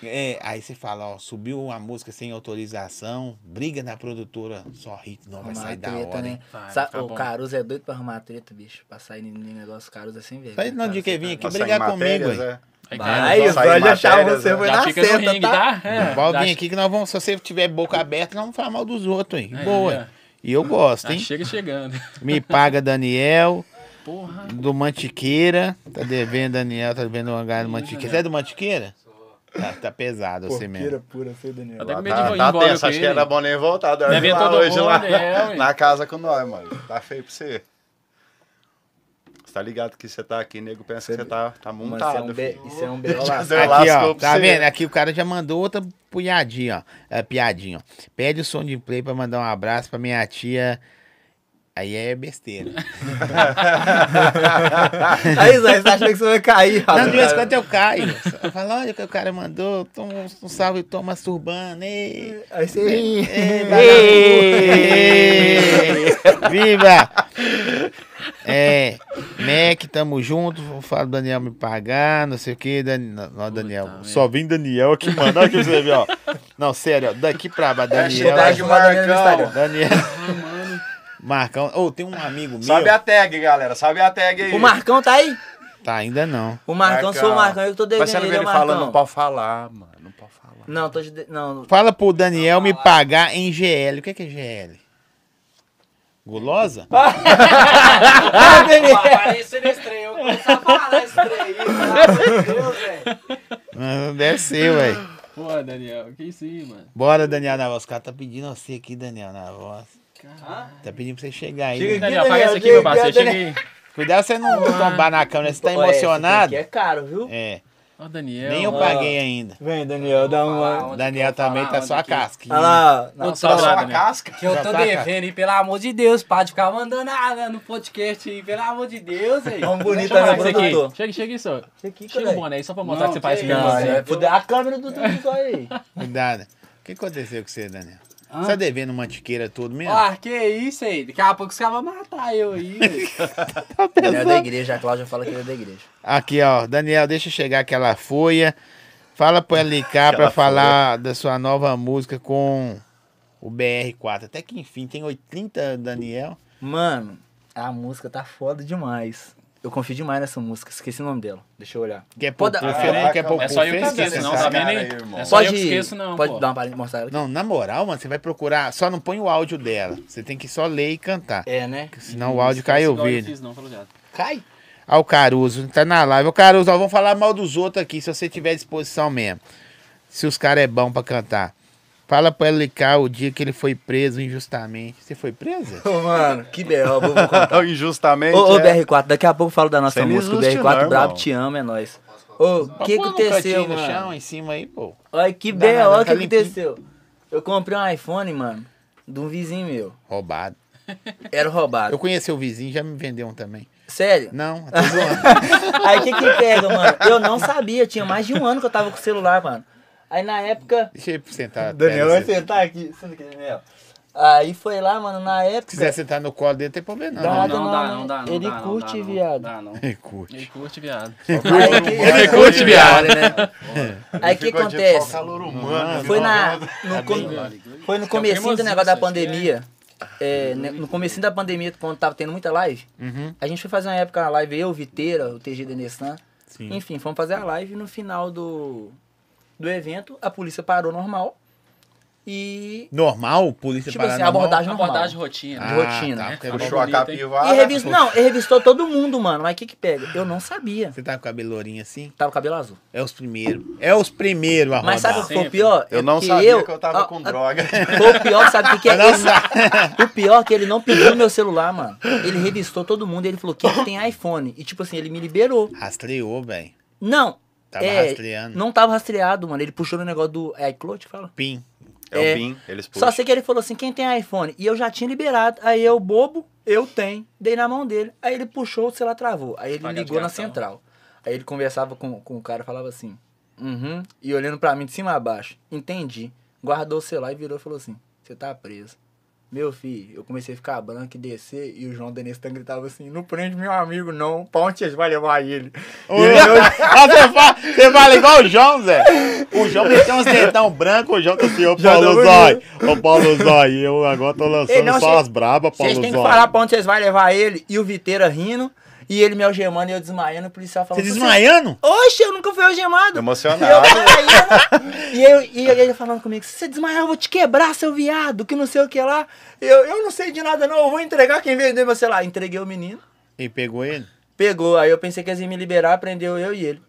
Speaker 1: É, aí você fala, ó, subiu uma música sem autorização, briga na produtora, só hit, não vai sair da hora,
Speaker 4: né?
Speaker 1: hein?
Speaker 2: Vai,
Speaker 4: Sa-
Speaker 2: tá
Speaker 4: o
Speaker 2: bom.
Speaker 4: Caruso é doido pra arrumar treta, bicho. Pra sair em em negócio, o Caruso é sem vergonha.
Speaker 1: Mas não,
Speaker 4: Caruso
Speaker 1: de que
Speaker 4: é
Speaker 1: vir
Speaker 4: caro.
Speaker 1: aqui
Speaker 3: Nossa,
Speaker 1: brigar
Speaker 3: em matérias,
Speaker 1: comigo,
Speaker 3: é.
Speaker 4: Vai,
Speaker 3: Vai
Speaker 4: os dois
Speaker 3: sair
Speaker 4: achavam
Speaker 3: matérias,
Speaker 4: você
Speaker 3: né?
Speaker 4: foi
Speaker 2: Já
Speaker 4: na
Speaker 2: fica no
Speaker 4: seta,
Speaker 2: ringue,
Speaker 4: tá?
Speaker 2: tá? É,
Speaker 1: Pode
Speaker 2: já-
Speaker 1: vir aqui que nós vamos, se você tiver boca aberta, nós vamos falar mal dos outros, hein?
Speaker 2: É,
Speaker 1: Boa.
Speaker 2: é.
Speaker 1: E eu gosto,
Speaker 2: já
Speaker 1: hein?
Speaker 2: chega chegando. [LAUGHS]
Speaker 1: Me paga Daniel.
Speaker 2: Porra.
Speaker 1: Do Mantiqueira. Tá devendo, Daniel. Tá devendo uma galera do Mantiqueira. Você é do Mantiqueira? Tá, tá pesado você mesmo.
Speaker 4: pura, é foi Daniel.
Speaker 2: Eu até com medo de
Speaker 3: Tá,
Speaker 2: ir
Speaker 3: tá
Speaker 2: embora
Speaker 3: tenso,
Speaker 2: com
Speaker 3: acho que
Speaker 2: ele.
Speaker 3: era bom nem voltar. Dorme
Speaker 2: Deve
Speaker 3: lá
Speaker 2: todo
Speaker 3: hoje
Speaker 2: mundo,
Speaker 3: lá
Speaker 2: é, ué.
Speaker 3: na casa com nós, mano. Tá feio pra você. Você tá ligado que você tá aqui, nego pensa que você tá, tá
Speaker 4: Mano, isso é
Speaker 3: montado.
Speaker 4: um
Speaker 3: filho.
Speaker 4: B- isso
Speaker 2: [LAUGHS]
Speaker 4: é um B.O. lascado.
Speaker 3: Deu
Speaker 1: Aqui,
Speaker 3: lascou
Speaker 1: ó,
Speaker 3: pra
Speaker 1: tá
Speaker 3: você.
Speaker 1: vendo? Aqui o cara já mandou outra piadinha, ó. É, piadinha, ó. Pede o som de play pra mandar um abraço pra minha tia. Aí é besteira.
Speaker 2: [LAUGHS]
Speaker 4: Tá Aí, Zé, você achou que você vai cair,
Speaker 1: Não, de vez em quando
Speaker 4: rapaz.
Speaker 1: eu caio. Eu falo, olha o que o cara mandou. Toma um, um salve, toma surbano. Ei,
Speaker 4: Aí você... é,
Speaker 1: ei, Ei! [LAUGHS] Viva! É, Mac, tamo junto. Vou falar do Daniel me pagar, não sei o que. Dan... Não, não, Daniel.
Speaker 2: merda.
Speaker 1: Só vem Daniel aqui, mano. Olha que você vê, ó. Não, sério, ó, daqui pra baixo. Daniel.
Speaker 3: Hashtag É Marcão.
Speaker 1: Daniel. Marcão. Ô, tem um amigo meu.
Speaker 3: Sobe a tag, galera. Sobe a tag aí.
Speaker 4: O Marcão tá aí?
Speaker 1: Tá, ainda não.
Speaker 4: O Marcão, sou o Marcão, eu que tô devendo
Speaker 3: Mas você não vê
Speaker 4: ele, é
Speaker 3: ele
Speaker 4: Marcão.
Speaker 3: falando, não pode falar, mano. Não pode falar.
Speaker 4: Não, tô de... Não,
Speaker 1: Fala pro Daniel me pagar em GL. O que é, que é GL? Gulosa?
Speaker 4: Ah, Daniel!
Speaker 5: Aparecendo estranho, eu começar a falar né, estranho. Meu Deus, velho.
Speaker 1: Ah, Deve ser, ué.
Speaker 2: Pô, Daniel, que isso aí, mano.
Speaker 1: Bora, Daniel Navas. O cara tá pedindo você aqui, Daniel Navas. Tá pedindo pra você chegar aí.
Speaker 4: Chega
Speaker 1: né?
Speaker 2: Daniel,
Speaker 4: Daniel,
Speaker 2: apaga essa aqui,
Speaker 4: Daniel,
Speaker 2: meu parceiro. Chega
Speaker 4: Daniel.
Speaker 2: aí.
Speaker 1: Cuidado pra você não tombar na câmera, você tá
Speaker 4: Pô, é, esse
Speaker 1: emocionado.
Speaker 4: aqui é caro, viu?
Speaker 1: É,
Speaker 2: Ó, Daniel.
Speaker 1: nem eu
Speaker 2: ó.
Speaker 1: paguei ainda.
Speaker 4: Vem, Daniel, dá
Speaker 5: uma-
Speaker 1: O Daniel também tá só a casquinha.
Speaker 4: Olha lá, na
Speaker 2: Não, só
Speaker 4: próxima-
Speaker 2: lá,
Speaker 3: Só a
Speaker 2: Daniel.
Speaker 3: casca.
Speaker 5: Que eu
Speaker 1: Já
Speaker 5: tô
Speaker 1: tá, cara?
Speaker 5: devendo, hein? Pelo amor de Deus, pá, de ficar mandando ah, no podcast aí. Pelo amor de Deus, velho.
Speaker 4: Vamos
Speaker 6: tá
Speaker 4: bonito,
Speaker 2: Chega
Speaker 4: né,
Speaker 2: mais
Speaker 4: produtor?
Speaker 2: aqui. Chega, chega isso. ó.
Speaker 4: Isso aqui,
Speaker 2: Chega o
Speaker 4: cara.
Speaker 2: boné aí, só pra mostrar
Speaker 5: Não,
Speaker 2: que você faz
Speaker 5: que
Speaker 2: isso mesmo.
Speaker 5: isso,
Speaker 2: assim.
Speaker 5: é.
Speaker 4: Cara, fuder a câmera do Dudu aí.
Speaker 1: Cuidado. O que aconteceu com você, Daniel?
Speaker 5: Hã?
Speaker 1: Você tá devendo mantiqueira tudo mesmo?
Speaker 5: Ah, que isso aí? Daqui a pouco os caras vão matar eu aí, [LAUGHS] velho.
Speaker 4: Ele é da igreja, a Cláudia fala que ele é da igreja.
Speaker 1: Tá Aqui, ó. Daniel, deixa chegar aquela folha. Fala pro LK pra
Speaker 3: Aquela
Speaker 1: falar da sua nova música com o BR4. Até que enfim, tem 80, Daniel.
Speaker 4: Mano, a música tá foda demais. Eu confio demais nessa música, esqueci o nome dela. Deixa eu olhar.
Speaker 1: Quer pôr
Speaker 4: Pode-
Speaker 1: puff, né? Quer pôr
Speaker 2: É só eu que
Speaker 1: puff, esquece
Speaker 2: esqueço, não,
Speaker 1: essa
Speaker 2: tá
Speaker 3: cara
Speaker 2: vendo
Speaker 3: aí,
Speaker 2: aí?
Speaker 3: irmão.
Speaker 2: É só eu que esqueço, não,
Speaker 4: Pode
Speaker 2: pô.
Speaker 4: dar uma palhinha, mostrar ela aqui?
Speaker 1: Não, na moral, mano, você vai procurar. Só não põe o áudio dela. Você tem que só ler e cantar.
Speaker 4: É, né?
Speaker 1: Senão
Speaker 2: um
Speaker 1: o áudio cai o
Speaker 2: Igual eu
Speaker 1: vídeo.
Speaker 2: fiz, não, falou já.
Speaker 4: Cai.
Speaker 1: Ó, o Caruso, tá na live. Ô, Caruso, ó, vamos falar mal dos outros aqui, se você tiver disposição mesmo. Se os caras é bom pra cantar. Fala pro LK o dia que ele foi preso injustamente. Você foi presa?
Speaker 4: Ô, mano, que B.O., vou vou contar.
Speaker 3: Injustamente.
Speaker 4: Ô, ô,
Speaker 3: é.
Speaker 4: BR4, daqui a pouco eu falo da nossa
Speaker 3: Você não
Speaker 4: música. O
Speaker 3: existe
Speaker 4: BR4
Speaker 3: não,
Speaker 4: brabo,
Speaker 3: irmão.
Speaker 4: te ama, é nóis. Ô, [LAUGHS] o que
Speaker 1: Pô, põe um
Speaker 4: aconteceu,
Speaker 1: cantinho no
Speaker 4: mano?
Speaker 1: chão, em cima aí, pô.
Speaker 4: Olha que
Speaker 1: Dá nada,
Speaker 4: B.O. que
Speaker 1: tá limpinho.
Speaker 4: aconteceu. Eu comprei um iPhone, mano, de um vizinho meu.
Speaker 1: Roubado.
Speaker 4: Era roubado.
Speaker 1: Eu conheci o vizinho, já me vendeu um também.
Speaker 4: Sério?
Speaker 1: Não, tô
Speaker 4: [LAUGHS]
Speaker 1: zoando.
Speaker 4: Aí o que que pega, mano? Eu não sabia, tinha mais de um ano que eu tava com o celular, mano. Aí na época...
Speaker 1: Deixa eu sentar. a tela,
Speaker 4: Daniel vai
Speaker 1: você-
Speaker 4: sentar aqui. Senta aqui, Daniel. Aí foi lá, mano, na época.
Speaker 1: Se quiser sentar no colo dele, não tem problema não.
Speaker 4: Dá.
Speaker 1: né?
Speaker 4: Nada não, né? Ele
Speaker 5: dá, não,
Speaker 4: curte,
Speaker 5: dá, não.
Speaker 4: viado.
Speaker 5: Dá não.
Speaker 1: Ele curte.
Speaker 2: Ele curte, viado.
Speaker 4: Aí que-
Speaker 1: Ele curte, viado.
Speaker 4: né? Aí o que acontece?
Speaker 3: calor humano.
Speaker 4: Foi, na, no, com- foi no comecinho do
Speaker 2: cremosinho,
Speaker 4: negócio da
Speaker 2: isso aí.
Speaker 4: pandemia. é, né, no comecinho da pandemia, quando tava tendo muita live, a gente foi fazer uma época uma live, eu, Viteira, o TG da Nessan.
Speaker 1: Sim.
Speaker 4: Enfim, fomos fazer a live no final do, do evento, a polícia parou normal. E.
Speaker 1: Normal, polícia
Speaker 4: Tipo assim,
Speaker 1: parar normal?
Speaker 4: abordagem normal.
Speaker 2: Abordagem rotina.
Speaker 4: de rotina.
Speaker 1: tá,
Speaker 2: né?
Speaker 1: porque
Speaker 3: Puxou a
Speaker 2: Bonita, hein?
Speaker 3: capivara.
Speaker 4: E revistou, não, ele revistou todo mundo, mano. Mas o que que pega? Eu não sabia.
Speaker 1: Você tá com o cabelo lourinho assim?
Speaker 4: Tava com o cabelo azul.
Speaker 1: É os primeiros. É os primeiros a
Speaker 4: Mas sabe o
Speaker 1: rodar.
Speaker 4: que foi
Speaker 2: Sempre.
Speaker 4: o pior? É
Speaker 3: Eu não
Speaker 4: que
Speaker 3: sabia que eu
Speaker 4: Ah,
Speaker 3: tava com
Speaker 4: ah,
Speaker 3: droga. [LAUGHS]
Speaker 4: Foi o pior, sabe o que, que é?
Speaker 1: Não
Speaker 4: Ele- o pior é que ele não pediu meu celular, mano. Ele revistou todo mundo, ele falou, quem que tem iPhone? E tipo assim, ele me liberou.
Speaker 1: Rastreou, velho.
Speaker 4: Não.
Speaker 1: Tava
Speaker 4: é,
Speaker 1: rastreando.
Speaker 4: Não tava rastreado, mano. Ele puxou no negócio do é iCloud, que fala.
Speaker 1: Pim.
Speaker 3: É o BIM, eles
Speaker 4: Só
Speaker 3: puxam.
Speaker 4: sei que ele falou assim, quem tem iPhone? E eu já tinha liberado. Aí eu, bobo, eu tenho. Dei na mão dele. Aí ele puxou, o celular travou. Aí ele
Speaker 2: Pagar de
Speaker 4: ligou na
Speaker 2: cartão.
Speaker 4: central. Aí ele conversava com, com o cara, falava assim, uhum. E olhando pra mim de cima a baixo. Entendi. Guardou o celular e virou e falou assim, você tá preso. Meu filho, eu comecei a ficar branco e descer, e o João Denestan gritava assim, não prende meu amigo não, pra onde vocês vai levar ele?
Speaker 1: Ah, [LAUGHS] Você fala, você fala igual o João, Zé. O João meteu uns dentão branco, o João tá assim, ô
Speaker 4: Já
Speaker 1: Paulo
Speaker 4: deu
Speaker 1: Zói. Ô Paulo Zói, eu agora tô
Speaker 4: Ei,
Speaker 1: lançando
Speaker 4: não,
Speaker 1: só
Speaker 4: cês-
Speaker 1: as brabas, Paulo
Speaker 4: assim, Vocês
Speaker 1: Zói.
Speaker 4: têm que falar pra onde vocês vão levar ele. E o Viteira rindo. E ele me algemando e eu desmaiando. O policial falando...
Speaker 1: Você desmaiando?
Speaker 4: Oxe, eu nunca fui algemado. E [LAUGHS] eu
Speaker 3: Emocionado.
Speaker 4: desmaiando. e, eu, e ele falando comigo, se você desmaiar eu vou te quebrar, seu viado, que não sei o que lá. Eu, eu não sei de nada não, eu vou entregar quem vendeu meu celular. Entreguei o menino,
Speaker 1: E pegou ele?
Speaker 4: pegou. Aí eu pensei que eles iam me liberar, prendeu eu e ele.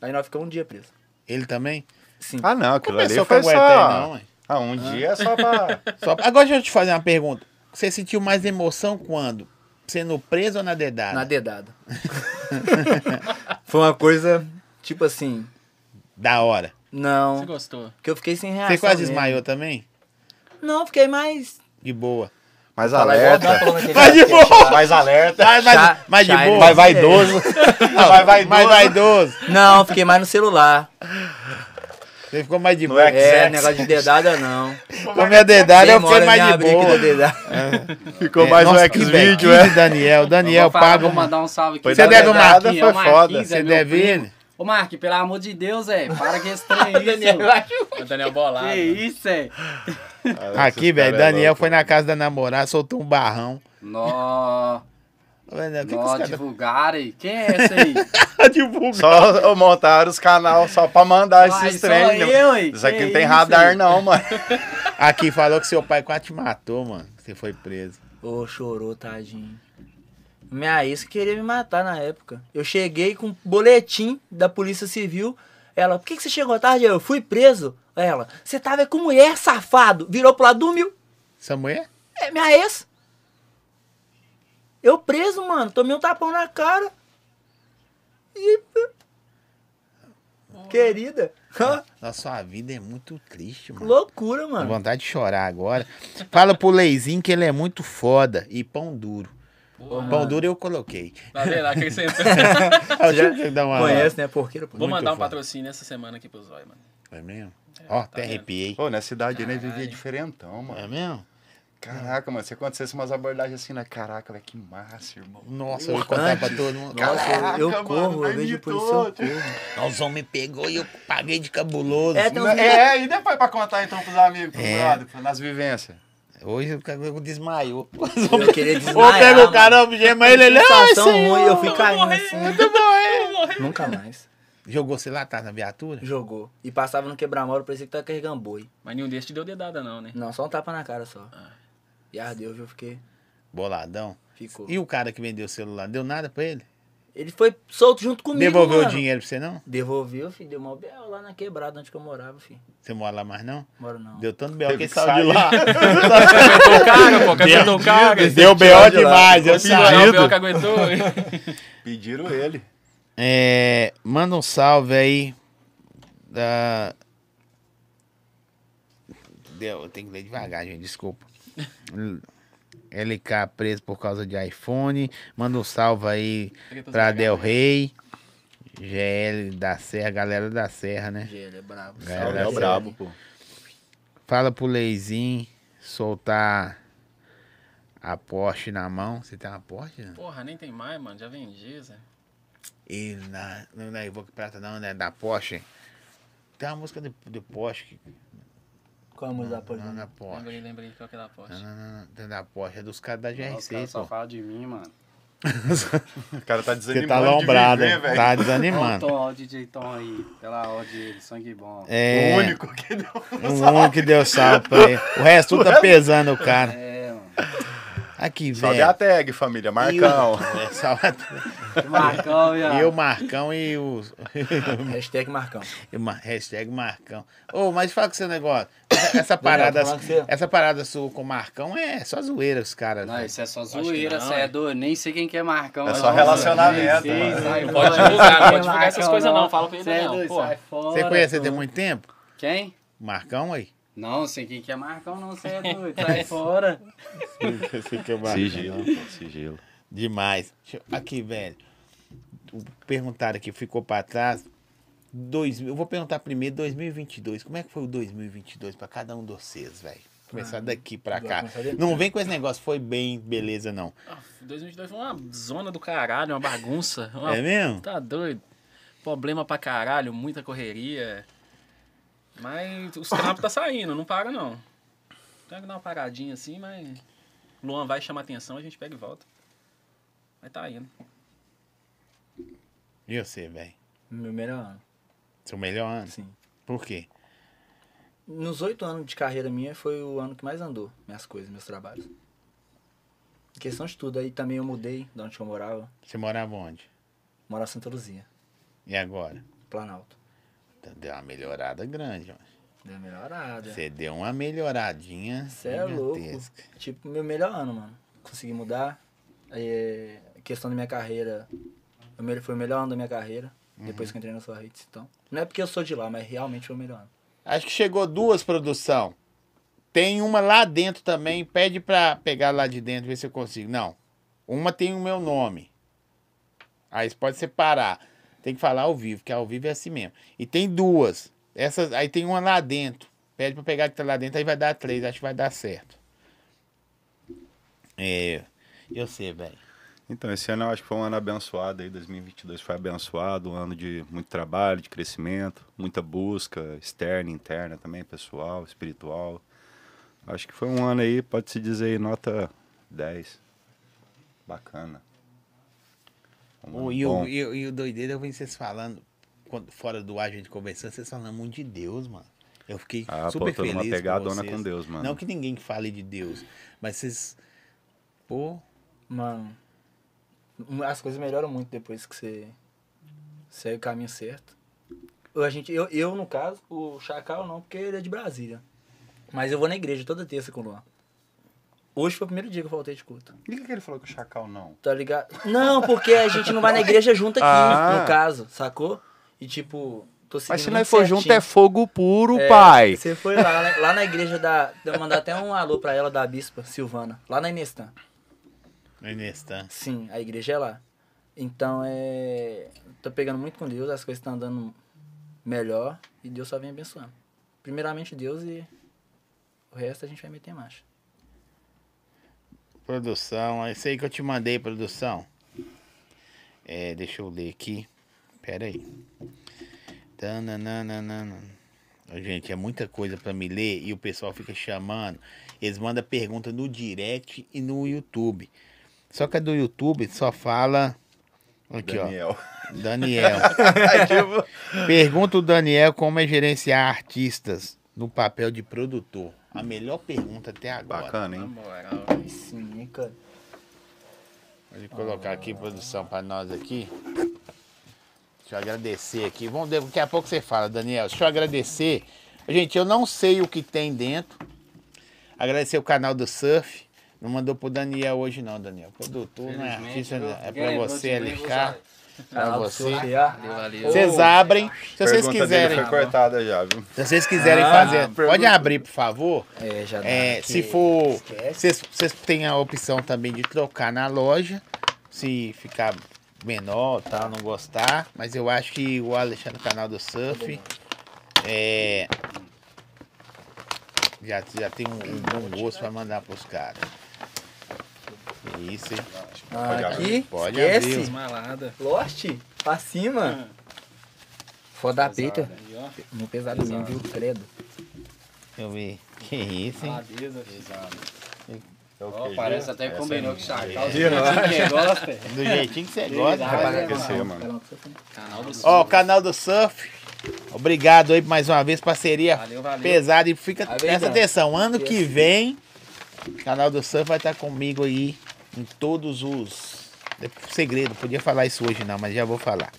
Speaker 4: Aí nós ficamos um dia presos. Ele
Speaker 1: Também?
Speaker 4: Sim.
Speaker 3: Ah, não, aquilo ali
Speaker 1: Começou
Speaker 3: foi
Speaker 1: com
Speaker 3: só...
Speaker 1: o Eterno, não, ué.
Speaker 3: ah, um dia é só pra...
Speaker 1: Só- Agora deixa eu te fazer uma pergunta. Você sentiu mais emoção quando? Sendo preso ou na dedada?
Speaker 4: Na dedada. Foi uma coisa, tipo assim,
Speaker 1: Da hora.
Speaker 4: não.
Speaker 2: Você [LAUGHS] gostou?
Speaker 4: Porque eu fiquei sem reação
Speaker 1: Você
Speaker 3: Ah,
Speaker 1: quase
Speaker 4: mesmo.
Speaker 1: desmaiou também?
Speaker 4: Não, fiquei mais.
Speaker 1: De
Speaker 3: [LAUGHS]
Speaker 1: boa.
Speaker 3: Mas
Speaker 4: Falar igual o Dan
Speaker 3: alerta.
Speaker 4: falou naquele
Speaker 1: Mas de
Speaker 4: podcast. [LAUGHS]
Speaker 1: boa!
Speaker 3: Mais alerta.
Speaker 1: Mas, mas-
Speaker 4: Chá-
Speaker 1: mas de
Speaker 4: chá é
Speaker 1: boa. [LAUGHS]
Speaker 4: mais
Speaker 1: vaidoso. Vai vaidoso. Mais vaidoso.
Speaker 4: Não, fiquei mais no celular.
Speaker 1: Você ficou mais de
Speaker 3: Não
Speaker 1: boa.
Speaker 3: é
Speaker 4: É,
Speaker 3: Sexo.
Speaker 4: negócio de dedada não.
Speaker 1: Com a minha dedada eu
Speaker 4: Demora
Speaker 1: fiquei mais
Speaker 4: me
Speaker 1: de
Speaker 4: abrir aqui
Speaker 1: boa. né?
Speaker 4: da [LAUGHS] dedada.
Speaker 3: Ficou
Speaker 1: É,
Speaker 3: mais um
Speaker 1: nossa, que
Speaker 3: X-Video,
Speaker 1: bequise,
Speaker 3: é.
Speaker 1: Daniel, Daniel,
Speaker 5: vou falar,
Speaker 1: paga
Speaker 5: vou
Speaker 1: uma...
Speaker 5: mandar um salve aqui.
Speaker 3: Foi
Speaker 1: Você
Speaker 3: da
Speaker 5: pra
Speaker 1: deve o
Speaker 3: dedada,
Speaker 5: Marquinhos,
Speaker 3: foi
Speaker 5: é o Marquinhos,
Speaker 1: foda.
Speaker 5: é
Speaker 1: Você
Speaker 5: meu
Speaker 1: deve
Speaker 5: primo.
Speaker 1: ele?
Speaker 5: Ô, Mark, pelo amor de Deus, é. Para que esse trem é isso.
Speaker 2: O Daniel bolado.
Speaker 5: Que isso, é.
Speaker 3: Ah,
Speaker 1: Aqui,
Speaker 3: esses
Speaker 1: velho,
Speaker 3: cara é
Speaker 1: Daniel
Speaker 3: louco.
Speaker 1: foi na casa da namorada, soltou um barrão.
Speaker 5: Nó,
Speaker 1: Olha, O que, que os tá
Speaker 5: nó,
Speaker 1: caras
Speaker 5: divulgaram aí. Quem é essa aí?
Speaker 1: divulgam?
Speaker 3: Só montaram os canal só pra mandar
Speaker 5: Uai,
Speaker 3: esses
Speaker 5: só
Speaker 3: trem.
Speaker 5: eu, hein?
Speaker 3: Isso aqui
Speaker 5: Que
Speaker 3: não tem
Speaker 5: isso,
Speaker 3: radar,
Speaker 5: hein? [LAUGHS]
Speaker 3: não, mano.
Speaker 1: Aqui falou que seu pai quase te matou, mano. que Você foi preso.
Speaker 4: Ô, chorou, tadinho. Minha ex queria me matar na época. Eu cheguei com um boletim da Polícia Civil. Ela, por que, que você chegou tarde? Eu fui preso. Ela, você tava com mulher, safado. Virou pro lado, dormiu.
Speaker 1: Essa mulher?
Speaker 4: É minha ex. Eu preso, mano. Tomei um tapão na cara. E... Querida.
Speaker 1: Nossa, sua vida é muito triste, mano.
Speaker 4: Loucura,
Speaker 1: Dá
Speaker 4: mano.
Speaker 1: vontade de chorar agora. Fala pro Leizinho que ele é muito foda. E pão duro. pão duro eu coloquei.
Speaker 2: Lá vem lá, que você
Speaker 1: Ah, deixa eu dar uma-
Speaker 4: Conhece, né? Porqueira, pô.
Speaker 2: Vou mandar um
Speaker 1: foda.
Speaker 2: patrocínio essa semana aqui pro Zói, mano.
Speaker 1: É mesmo? Ó, até
Speaker 2: vendo?
Speaker 1: arrepiei.
Speaker 3: Pô, nessa idade ele vivia diferentão,
Speaker 1: É
Speaker 3: mano.
Speaker 1: mesmo?
Speaker 3: Caraca, mano, se acontecesse umas abordagens assim, né? Caraca, velho, que massa, irmão.
Speaker 1: Nossa, eu vou contar pra todo mundo.
Speaker 4: Nossa,
Speaker 1: Nossa,
Speaker 3: Caraca,
Speaker 4: eu
Speaker 3: mano,
Speaker 4: corro,
Speaker 3: vai
Speaker 4: eu vejo
Speaker 3: de
Speaker 4: por isso,
Speaker 3: todo.
Speaker 4: eu corro.
Speaker 1: os homens pegou e eu paguei de cabuloso.
Speaker 4: É, tem uns vídeos-
Speaker 3: É, e depois pra contar então pros amigos, pros brother, nas vivências.
Speaker 1: Hoje o cara desmaiou.
Speaker 4: Eu queria
Speaker 1: Ou
Speaker 4: desmaiar.
Speaker 1: pega o
Speaker 4: mano.
Speaker 1: caramba, gema ele, ele... Ai,
Speaker 4: Sensação
Speaker 1: senhor.
Speaker 4: ruim, eu fui caindo assim. Nunca mais.
Speaker 1: Jogou, sei lá, tá na viatura?
Speaker 4: Jogou. E passava no quebra-mola, parecia que tava carregando boi.
Speaker 2: Mas nenhum desses te deu dedada, não, [LAUGHS] né?
Speaker 4: Não, só um tapa na cara só.
Speaker 1: Ah.
Speaker 4: E ardeu, viu? Fiquei.
Speaker 1: Boladão.
Speaker 4: Ficou.
Speaker 1: E o cara que vendeu o celular, deu nada pra ele?
Speaker 4: Ele foi solto junto comigo.
Speaker 1: Devolveu
Speaker 4: mano.
Speaker 1: o dinheiro pra você não?
Speaker 4: Devolveu, filho. Deu mal B.O. lá na quebrada onde que eu morava, filho.
Speaker 1: Você mora lá mais não?
Speaker 4: Moro não.
Speaker 1: Deu tanto B.O. que
Speaker 3: Teve
Speaker 1: ele
Speaker 3: que
Speaker 1: saiu de
Speaker 3: sair.
Speaker 1: lá.
Speaker 2: Aguentou o cara, pô. Aguentou o cara.
Speaker 1: Deu B.O. demais, eu
Speaker 2: Não, o pior que
Speaker 1: saído.
Speaker 2: aguentou.
Speaker 3: Pediram ele.
Speaker 1: É, manda um salve aí. Da... Deu, eu tenho que ler devagar, gente, desculpa. LK preso por causa de iPhone. Manda um salve aí pra Del Rey. GL da Serra, galera da Serra, né?
Speaker 4: Ele é brabo.
Speaker 1: Galera
Speaker 4: Salve,
Speaker 1: da
Speaker 4: Zé.
Speaker 1: Serra. Fala pro Leizinho. soltar a Porsche na mão. Você tem uma Porsche? Não?
Speaker 2: [LAUGHS] Porra, nem tem mais, mano. Já vendi, Zé.
Speaker 1: E na, não é Evoque Prata, não, né? Da Porsche. Tem uma música do, do Porsche. que-
Speaker 4: Qual a música da Porsche?
Speaker 1: Não, da
Speaker 2: Lembrei,
Speaker 1: Porsche.
Speaker 2: lembrei qual que é da Porsche.
Speaker 1: Não, não, não, não. Tem da Porsche. É dos caras da
Speaker 6: Os caras
Speaker 1: GRC,
Speaker 6: só
Speaker 1: pô.
Speaker 6: falam de mim, mano.
Speaker 3: O cara tá
Speaker 1: Você
Speaker 3: desanimando
Speaker 1: tá
Speaker 3: de
Speaker 1: alombrado,
Speaker 3: viver,
Speaker 1: hein?
Speaker 3: velho.
Speaker 1: tá
Speaker 6: Olha o
Speaker 1: desanimando.
Speaker 6: Tom, olha o DJ Tom aí. Pela ódio dele, sangue bom.
Speaker 1: É,
Speaker 3: O único que deu.
Speaker 1: um único que deu salto pra ele. O resto tudo tá pesando o cara.
Speaker 6: É, mano.
Speaker 1: Aqui,
Speaker 5: É.
Speaker 3: Salve a
Speaker 1: velho.
Speaker 3: tag, família. Marcão. [LAUGHS]
Speaker 1: É, salve a Deus.
Speaker 6: Marcão, viado.
Speaker 1: E o Marcão e o. [LAUGHS]
Speaker 4: Hashtag Marcão.
Speaker 1: e ma- Hashtag Marcão. Ô, mas fala com seu negócio. Essa- Essa parada,
Speaker 4: fala com você.
Speaker 1: essa parada sua com o Marcão é só zoeira, os caras.
Speaker 6: Não, isso é só
Speaker 2: que
Speaker 6: zoeira,
Speaker 2: não,
Speaker 6: você
Speaker 2: é.
Speaker 6: é doido. Nem sei quem que é Marcão.
Speaker 3: É
Speaker 6: mas
Speaker 3: só
Speaker 6: nossa,
Speaker 3: relacionamento,
Speaker 6: nem sei,
Speaker 3: mano.
Speaker 6: sai
Speaker 2: Não
Speaker 6: fora,
Speaker 2: pode divulgar,
Speaker 6: quem
Speaker 2: não
Speaker 6: é
Speaker 2: pode divulgar essas
Speaker 6: Marcão,
Speaker 2: coisas não, fala pra ele
Speaker 6: Você é
Speaker 2: não,
Speaker 6: doido,
Speaker 2: pô.
Speaker 6: sai fora.
Speaker 1: Você conhece ele tem
Speaker 6: pô.
Speaker 3: um-
Speaker 1: muito tempo?
Speaker 6: Quem?
Speaker 1: Marcão aí.
Speaker 6: Não, sei quem que é Marcão, não.
Speaker 2: [LAUGHS]
Speaker 6: Você é doido, sai fora.
Speaker 3: Sigilo, pô, sigilo.
Speaker 1: Demais. Deixa eu- Aqui, velho. O- Perguntaram aqui, ficou pra trás. Dois, eu vou perguntar primeiro, 2022. Como é que foi o 2022 pra cada um de vocês, velho? Começar daqui pra
Speaker 4: vou
Speaker 1: cá.
Speaker 4: Ah, começar daqui.
Speaker 1: Não vem com esse negócio, foi bem, beleza, não.
Speaker 2: Ah, 2022 foi uma zona do caralho, uma bagunça. Uma...
Speaker 1: É mesmo?
Speaker 2: Tá doido. Problema pra caralho, muita correria. Mas os trampos tá saindo, não para não. Tem que dar uma paradinha assim, mas. Luan vai chamar atenção, a gente pega e volta. Mas tá indo.
Speaker 1: E você, velho?
Speaker 4: Meu melhor ano.
Speaker 1: Seu melhor ano?
Speaker 4: Sim.
Speaker 1: Por quê?
Speaker 4: Nos oito anos de carreira minha, foi o ano que mais andou minhas coisas, meus trabalhos. Em questão de tudo, aí também eu mudei de onde eu morava.
Speaker 1: Você morava onde?
Speaker 4: Morava em Santa Luzia,
Speaker 1: E agora?
Speaker 4: Planalto.
Speaker 1: Então, Deu uma melhorada grande,
Speaker 4: É.
Speaker 1: ó.
Speaker 4: Deu melhorada.
Speaker 1: Você deu uma melhoradinha
Speaker 4: Você é louco.
Speaker 1: gigantesca.
Speaker 4: Tipo, meu melhor ano, mano. Consegui mudar. É, questão da minha carreira. o melhor- Foi o melhor ano da minha carreira. Depois que eu entrei na sua rede, então. Não é porque eu sou de lá, mas realmente foi o melhor ano.
Speaker 1: Acho que chegou duas produção. Tem uma lá dentro também. Pede pra pegar lá de dentro, ver se eu consigo. Não. Uma tem o meu nome. Aí você pode separar. Tem que falar ao vivo, que ao vivo é assim mesmo. E tem duas. Essas, aí tem uma lá dentro. Pede pra pegar que tá lá dentro, aí vai dar três. Acho que vai dar certo. É. Eu sei, velho.
Speaker 3: Então, esse ano eu acho que foi um ano abençoado aí, 2022 foi abençoado, um ano de muito trabalho, de crescimento, muita busca externa, interna também, pessoal, espiritual. Acho que foi um ano aí, pode-se dizer, aí, nota 10. Bacana. Um
Speaker 1: Ô,
Speaker 3: ano
Speaker 1: e, o,
Speaker 3: bom.
Speaker 1: e, o- e o doideiro, é eu vi vocês falando, quando- fora do ar, a gente conversando, vocês falando muito de Deus, mano. Eu fiquei
Speaker 3: Ah, pô,
Speaker 1: super
Speaker 3: tô
Speaker 1: feliz
Speaker 3: numa
Speaker 1: por
Speaker 3: pegadona
Speaker 1: vocês.
Speaker 3: com Deus, mano.
Speaker 1: Não que ninguém fale de Deus, mas vocês... Pô,
Speaker 4: Mano, um, as coisas melhoram muito depois que você segue o caminho certo. Eu, a gente, eu, eu, no caso, o Chacal não, porque ele é de Brasília. Mas eu vou na igreja toda terça com o Luan. Hoje foi o primeiro dia que eu faltei de culto.
Speaker 3: Por que, que ele falou que o Chacal não?
Speaker 4: Tá ligado? Não, porque a gente não vai na igreja junto aqui,
Speaker 3: Ah.
Speaker 4: no caso, sacou? E tipo, tô seguindo.
Speaker 3: Mas se
Speaker 4: muito
Speaker 3: nós for junto
Speaker 4: certinho.
Speaker 3: é fogo puro, pai.
Speaker 4: Você foi lá, né? lá na igreja da. Eu mandar até um alô pra ela da bispa, Silvana. Lá na Inestan.
Speaker 1: Inês, tá?
Speaker 4: Sim, a igreja é lá. Então é. Tô pegando muito com Deus, as coisas estão andando melhor e Deus só vem abençoando. Primeiramente Deus e o resto a gente vai meter marcha.
Speaker 1: Produção, é isso aí que eu te mandei, produção. É, deixa eu ler aqui. Pera aí. Tananana. Ô, Gente, é muita coisa pra me ler e o pessoal fica chamando. Eles mandam pergunta no direct e no YouTube. Só que a do YouTube só fala. Aqui,
Speaker 3: Daniel.
Speaker 1: ó. Daniel. Pergunta o Daniel como é gerenciar artistas no papel de produtor. A melhor pergunta até agora.
Speaker 3: Bacana,
Speaker 2: Na
Speaker 3: hein?
Speaker 2: moral.
Speaker 4: Sim, cara.
Speaker 1: Vou colocar aqui produção pra nós aqui. Deixa eu agradecer aqui. Vamos ver, daqui a pouco você fala, Daniel. Deixa eu agradecer. Gente, eu não sei o que tem dentro. Agradecer o canal do Surf. Não mandou pro Daniel hoje não, Daniel. Produtor não é
Speaker 6: Felizmente,
Speaker 1: artista,
Speaker 6: viu?
Speaker 1: não. É pra
Speaker 6: Quem lembrou
Speaker 1: você,
Speaker 6: de mim, vou
Speaker 1: LK.
Speaker 6: saber.
Speaker 1: Pra Ah, você.
Speaker 2: Deu ali.
Speaker 3: é
Speaker 1: Vocês abrem. Se vocês
Speaker 3: Pergunta
Speaker 1: quiserem.
Speaker 3: dele foi Ah, cortada já, viu?
Speaker 1: Se vocês quiserem fazer. Pode abrir, por favor.
Speaker 4: É, já dá.
Speaker 1: É,
Speaker 4: aqui.
Speaker 1: se for.
Speaker 4: Esquece.
Speaker 1: Vocês vocês têm a opção também de trocar na loja. Se ficar menor, tal, não gostar. Mas eu acho que o Alexandre Canal do Surf. É. Já, já tem um, um bom gosto pra mandar pros caras. Que Isso, hein?
Speaker 3: Pode abrir.
Speaker 4: Ah, Aqui,
Speaker 1: Pode
Speaker 4: esquece.
Speaker 1: abrir.
Speaker 2: Malada.
Speaker 4: Lost, pra
Speaker 1: Hum.
Speaker 4: cima. Foda a
Speaker 1: né?
Speaker 4: peita.
Speaker 2: Aí, ó.
Speaker 4: Muito pesado mesmo, viu? Credo.
Speaker 1: Deixa eu ver. Que isso, hein?
Speaker 2: Maleza, filho.
Speaker 3: É o
Speaker 6: Ó,
Speaker 3: queijo.
Speaker 6: parece até que
Speaker 3: Essa
Speaker 6: combinou
Speaker 3: é
Speaker 6: com o
Speaker 3: minha.
Speaker 6: Chacal.
Speaker 4: Viu?
Speaker 1: Do jeitinho que você gosta.
Speaker 6: Vai
Speaker 1: rapaz.
Speaker 3: Vai aquecer, mano.
Speaker 2: Canal do
Speaker 1: Ó, o
Speaker 2: Sul.
Speaker 1: canal do Surf. Obrigado aí mais uma vez, parceria
Speaker 2: Valeu, valeu.
Speaker 1: pesada. E fica,
Speaker 4: Valeu,
Speaker 1: presta
Speaker 4: Ivan.
Speaker 1: atenção, ano que vem, o canal do Surf vai estar comigo aí em todos os. é Segredo, podia falar isso hoje não, mas já vou falar.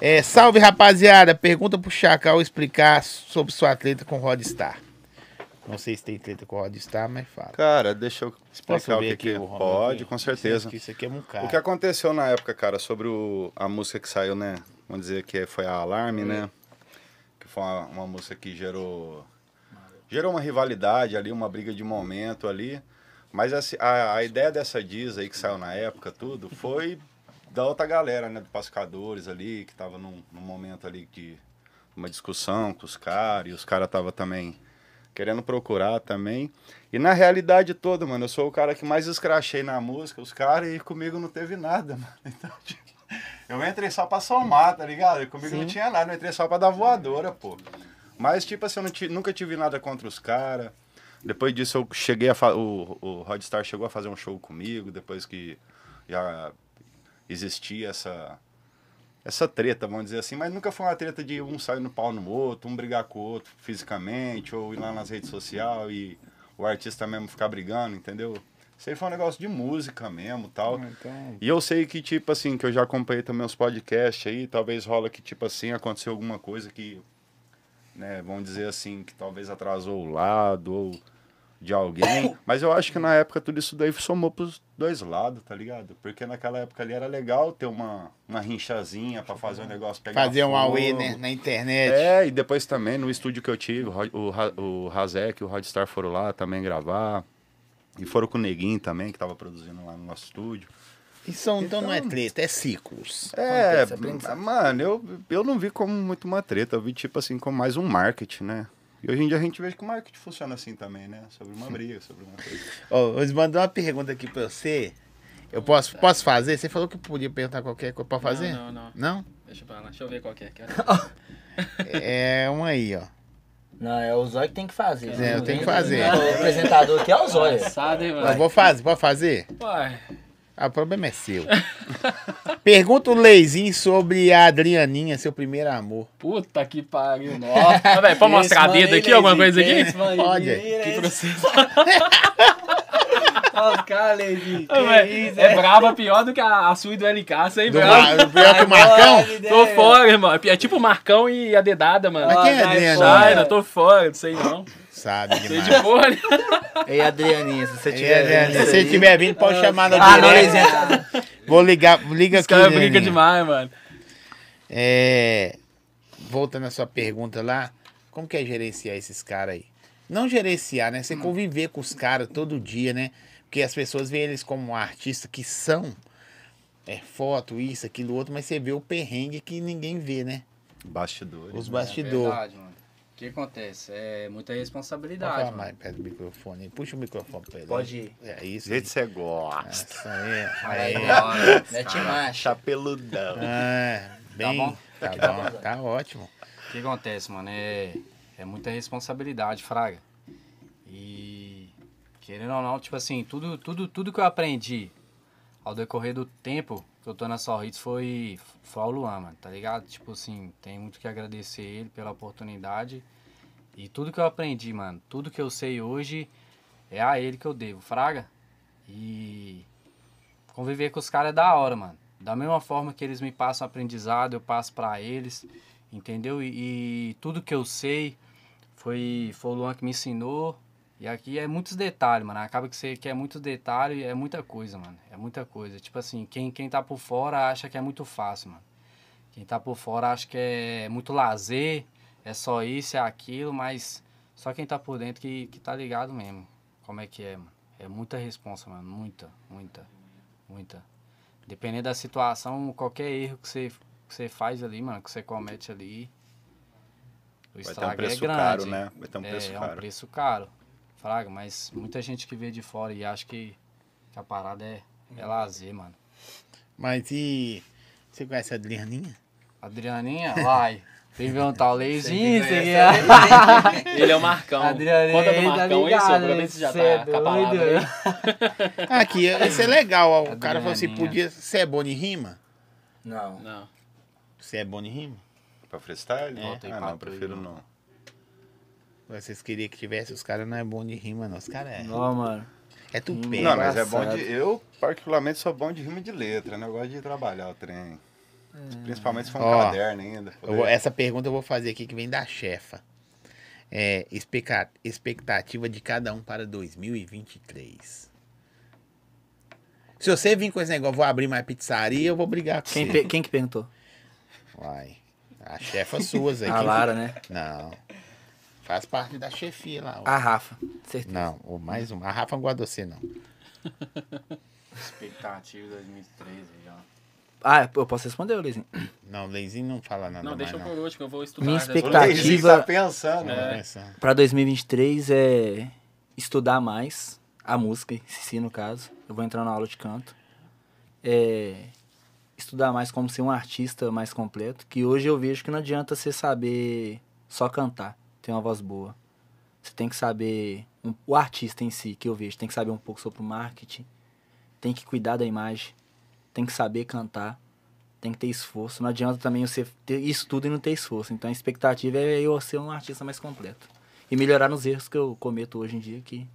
Speaker 1: É, salve rapaziada, pergunta pro Chacal explicar sobre sua treta com o Rodstar. Não sei se tem treta com o Rodstar, mas fala.
Speaker 3: Cara, deixa eu
Speaker 1: Você pode
Speaker 3: explicar o
Speaker 1: ver
Speaker 3: que, que é?
Speaker 1: aqui o Ronaldo?
Speaker 3: Pode, com
Speaker 1: Isso
Speaker 3: certeza.
Speaker 1: aqui, isso aqui é um cara.
Speaker 3: O que aconteceu na época, cara, sobre o- a música que saiu, né? Vamos dizer que foi a Alarme, né? Que foi uma, uma música que gerou gerou uma rivalidade ali, uma briga de momento ali. Mas assim, a, a ideia dessa diz aí que saiu na época, tudo, foi da outra galera, né? Do Pascadores ali, que tava num, num momento ali de uma discussão com os caras, e os caras tava também querendo procurar também. E na realidade toda, mano, eu sou o cara que mais escrachei na música, os caras, e comigo não teve nada, [LAUGHS] mano. Então, tipo, eu entrei só pra somar, tá ligado? Comigo não tinha nada, eu entrei só pra dar voadora, pô. Mas, tipo assim, eu não ti- nunca tive nada contra os caras. Depois disso, eu cheguei a. fa- O, o Rodstar chegou a fazer um show comigo, depois que já existia essa. Essa treta, vamos dizer assim, mas nunca foi uma treta de um sair no pau no outro, um brigar com o outro fisicamente, ou ir lá nas redes sociais e o artista mesmo ficar brigando, entendeu? Isso aí foi um negócio de música mesmo tal. E eu sei que, tipo assim, que eu já acompanhei também os podcasts aí, talvez rola que, tipo assim, aconteceu alguma coisa que, né, vamos dizer assim, que talvez atrasou o lado ou de alguém. Mas eu acho que na época tudo isso daí somou pros dois lados, tá ligado? Porque naquela época ali era legal ter uma, uma rinchazinha pra fazer um negócio pegar
Speaker 1: Fazer um Huawei
Speaker 3: fogo.
Speaker 1: né, na internet.
Speaker 3: É, e depois também no estúdio que eu tive, o Ro- o, Ra- o Razek e o Rodstar foram lá também gravar. E foram com o Neguinho também, que tava produzindo lá no nosso estúdio.
Speaker 1: Isso então, não é treta, é ciclos.
Speaker 3: É,
Speaker 4: Acontece, aprendizado.
Speaker 3: mano, eu, eu não vi como muito uma treta, eu vi tipo assim, como mais um marketing, né? E hoje em dia a gente vê que o marketing funciona assim também, né? Sobre uma briga, sobre uma coisa.
Speaker 1: Ó, eles mandou uma pergunta aqui pra você. Eu posso, posso fazer? Você falou que podia perguntar qualquer coisa pra fazer?
Speaker 2: Não, não, não.
Speaker 1: Não?
Speaker 2: Deixa pra lá. Deixa eu ver qual que é. Quero-
Speaker 1: É uma aí, ó.
Speaker 4: Não, é o zóio que tem que fazer.
Speaker 1: É, eu tenho que fazer.
Speaker 4: O apresentador aqui é o zóio.
Speaker 6: Engraçado, hein,
Speaker 1: Eu
Speaker 6: mano?
Speaker 1: vou fazer, pode fazer?
Speaker 2: Uai.
Speaker 1: Ah, o problema é seu. Pergunta o Leizinho sobre a Adrianinha, seu primeiro amor.
Speaker 6: Puta que pariu,
Speaker 2: Ó, ah, velho, pode mostrar
Speaker 5: Esse
Speaker 2: dedo
Speaker 5: mano
Speaker 2: aqui, alguma coisa
Speaker 5: aí,
Speaker 2: aqui?
Speaker 5: esse mano aí,
Speaker 1: Olha,
Speaker 5: vira
Speaker 2: Que
Speaker 5: esse-
Speaker 2: processo.
Speaker 5: Olha os caras, Levi.
Speaker 2: Ah, velho, É brava pior do que a, a sua e do LK, isso aí,
Speaker 1: Do
Speaker 2: brava.
Speaker 1: Ma- pior
Speaker 4: é
Speaker 1: que o Marcão?
Speaker 2: Tô fora, irmão. É tipo o Marcão e a dedada, mano.
Speaker 1: Mas quem
Speaker 5: vai
Speaker 1: é Adrianinha?
Speaker 5: fora.
Speaker 2: Sai, não tô fora, não sei não.
Speaker 1: Sabe
Speaker 2: Sei
Speaker 1: demais.
Speaker 2: de porra. né?
Speaker 4: Ei, Adrianinha, se você
Speaker 1: É,
Speaker 4: tiver.
Speaker 1: Adrianinha,
Speaker 4: vendo
Speaker 1: se você
Speaker 4: isso aí-
Speaker 1: estiver vindo, pode chamar na
Speaker 4: Ah, não,
Speaker 1: direta.
Speaker 4: Leizinha.
Speaker 1: Vou ligar, liga
Speaker 2: Os
Speaker 1: aqui,
Speaker 2: caras brigam
Speaker 1: Adrianinha.
Speaker 2: é demais, mano.
Speaker 1: É, voltando à sua pergunta lá, como que é gerenciar esses caras aí? Não gerenciar, né? Você conviver com os caras todo dia, né? Porque as pessoas veem eles como artistas que são. É foto, isso, aquilo, outro, mas você vê o perrengue que ninguém vê, né?
Speaker 3: Bastidores.
Speaker 1: Os
Speaker 3: né?
Speaker 6: É
Speaker 1: bastidores.
Speaker 6: verdade, mano. O que acontece? É muita
Speaker 1: Pode
Speaker 6: responsabilidade,
Speaker 1: falar
Speaker 6: mano.
Speaker 1: mais perto do microfone. aí. Puxa o microfone pra ele.
Speaker 4: Pode ir.
Speaker 1: É isso.
Speaker 3: Gente,
Speaker 1: Isso
Speaker 3: você gosta.
Speaker 1: aí. Aí.
Speaker 4: Aí, ó, Mete marcha.
Speaker 3: Chapeludão.
Speaker 6: É.
Speaker 1: Ah, bem. Tá bom, tá ótimo.
Speaker 6: O que acontece, mano? É, é muita responsabilidade, Fraga. E querendo ou não, tipo assim, tudo, tudo, tudo que eu aprendi ao decorrer do tempo que eu tô na Sorritos foi, foi ao Luan, mano, tá ligado? Tipo assim, tem muito que agradecer ele pela oportunidade. E tudo que eu aprendi, mano, tudo que eu sei hoje é a ele que eu devo, Fraga. E conviver com os caras é da hora, mano. Da mesma forma que eles me passam aprendizado, eu passo pra eles entendeu? E, e tudo que eu sei foi, foi o Luan que me ensinou. E aqui é muitos detalhes, mano. Acaba que você quer muitos detalhes e é muita coisa, mano. É muita coisa. Tipo assim, quem, quem tá por fora acha que é muito fácil, mano. Quem tá por fora acha que é muito lazer, é só isso, é aquilo, mas só quem tá por dentro que, que tá ligado mesmo. Como é que é, mano? É muita responsa, mano. Muita, muita, muita. Dependendo da situação, qualquer erro que você que você faz ali, mano, que você comete ali,
Speaker 3: Vai
Speaker 6: o
Speaker 3: ter um
Speaker 6: estrago é
Speaker 3: preço
Speaker 6: grande.
Speaker 3: caro, né? Vai ter um
Speaker 6: é,
Speaker 3: preço
Speaker 6: é um
Speaker 3: caro.
Speaker 6: preço caro. Fraga, mas muita gente que vê de fora e acha que, que a parada é, é lazer, mano.
Speaker 1: Mas e. Você conhece a Adrianinha?
Speaker 6: Adrianinha, [LAUGHS] vai. Tem que ver um tal leizinho,
Speaker 5: Sempre
Speaker 6: sei
Speaker 5: conhece
Speaker 6: lá.
Speaker 2: Ele é o Marcão.
Speaker 6: Adrianinha,
Speaker 2: Conta do
Speaker 6: tá
Speaker 2: Marcão aí,
Speaker 6: ligado,
Speaker 2: seu pra
Speaker 6: né?
Speaker 2: ver se já
Speaker 6: Cê é
Speaker 2: tá acapalado
Speaker 6: doido,
Speaker 2: aí.
Speaker 1: Aqui, isso é legal. ó. O cara falou assim:
Speaker 6: Adrianinha.
Speaker 1: podia. Você é bom de rima?
Speaker 4: Não.
Speaker 2: Não.
Speaker 1: Você é bom de rima?
Speaker 3: Pra freestyle?
Speaker 6: Volta aí
Speaker 3: ah,
Speaker 6: pra um.
Speaker 3: não, prefiro
Speaker 6: tu,
Speaker 3: não.
Speaker 1: Vocês queriam que tivesse, os caras não é bom de rima, não. Os caras é.
Speaker 6: Não, mano.
Speaker 1: É tupé.
Speaker 3: Não, mas é bom
Speaker 6: engraçado.
Speaker 3: de. Eu, particularmente, sou bom de rima de letra, né? Eu gosto de trabalhar o trem.
Speaker 1: Hum.
Speaker 3: Principalmente se for um
Speaker 1: Ó,
Speaker 3: caderno ainda.
Speaker 1: Eu vou- é essa pergunta eu vou fazer aqui que vem da chefa. É, expeca- expectativa de cada um para 2023. Se você vir com esse negócio, vou abrir mais pizzaria, eu vou brigar com
Speaker 4: Quem,
Speaker 1: você.
Speaker 4: pe- quem que perguntou?
Speaker 1: Vai. A chefa é suas aí.
Speaker 4: A
Speaker 1: quem-
Speaker 4: Lara, né?
Speaker 1: Não. Faz parte da chefia lá. ó.
Speaker 4: A Rafa. Certeza.
Speaker 1: Não, ou mais uma. A Rafa não guardou você, não.
Speaker 6: Expectativa 2013 já.
Speaker 4: Ah, eu posso responder, Leizinho?
Speaker 1: Não, Leizinho não fala nada
Speaker 2: Não, deixa
Speaker 1: mais,
Speaker 2: por último, eu vou estudar.
Speaker 4: Minha
Speaker 2: dessa-
Speaker 3: O Leizinho
Speaker 4: expectativa-
Speaker 3: tá pensando,
Speaker 1: não.
Speaker 3: né?
Speaker 1: Não,
Speaker 2: É.
Speaker 1: essa-
Speaker 4: Pra 2023 é estudar mais a música, em si no caso. Eu vou entrar na aula de canto. É estudar mais como ser um artista mais completo, que hoje eu vejo que não adianta você saber só cantar, ter uma voz boa. Você tem que saber um- o artista em si, que eu vejo, tem que saber um pouco sobre o marketing, tem que cuidar da imagem, tem que saber cantar, tem que ter esforço. Não adianta também você ter isso tudo e não ter esforço. Então a expectativa é eu ser um artista mais completo e melhorar nos erros que eu cometo hoje em dia que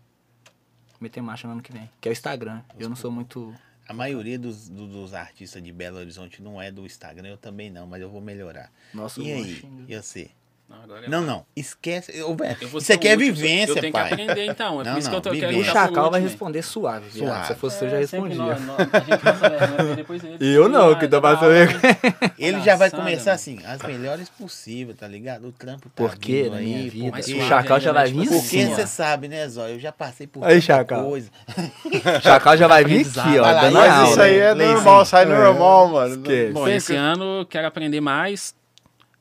Speaker 4: meter marcha no ano que vem, que é o Instagram. Eu não sou muito
Speaker 1: A maioria dos, do- dos artistas de Belo Horizonte não é do Instagram, eu também não, mas eu vou melhorar.
Speaker 4: nosso
Speaker 1: E aí?
Speaker 4: roxinho.
Speaker 1: E você?
Speaker 2: Não, agora é
Speaker 1: Não, não. Esquece. Ô, velho,
Speaker 2: Eu vou
Speaker 1: isso
Speaker 2: ser
Speaker 1: aqui
Speaker 2: o
Speaker 1: é
Speaker 2: último, Eu
Speaker 1: vivência,
Speaker 2: tenho
Speaker 1: pai.
Speaker 2: que aprender então,
Speaker 1: Não,
Speaker 2: é por É, isso
Speaker 1: não,
Speaker 2: que eu tô quero
Speaker 1: vivência.
Speaker 4: O
Speaker 1: Tá
Speaker 4: Chacal vai responder suave, viado.
Speaker 1: Suave.
Speaker 4: Se fosse eu, eu já respondia.
Speaker 2: né? Eu não, que tô passando.
Speaker 1: Ele já vai
Speaker 2: Engraçado,
Speaker 1: começar
Speaker 2: mano.
Speaker 1: assim, as melhores possíveis, tá ligado? O trampo tá
Speaker 4: Porque
Speaker 1: vindo
Speaker 4: na
Speaker 1: aí,
Speaker 4: né? minha vida,
Speaker 2: mas
Speaker 4: o
Speaker 1: é
Speaker 2: suave
Speaker 4: Chacal
Speaker 2: ainda,
Speaker 4: já
Speaker 2: né?
Speaker 4: vai
Speaker 2: Tipo
Speaker 4: vir
Speaker 2: assim,
Speaker 1: Porque
Speaker 4: assim,
Speaker 1: você
Speaker 4: ó.
Speaker 1: sabe, né, Zóio? Eu já passei por
Speaker 4: Aí,
Speaker 1: tanta
Speaker 4: Chacal.
Speaker 1: coisa.
Speaker 4: O Chacal já vai vir aqui,
Speaker 1: tá Vai
Speaker 4: ó,
Speaker 1: lá,
Speaker 4: dando
Speaker 1: mas
Speaker 4: aula.
Speaker 1: isso aí é Leizinho. normal,
Speaker 3: sai normal, mano.
Speaker 4: Esquece.
Speaker 2: Bom, esse ano eu quero aprender mais,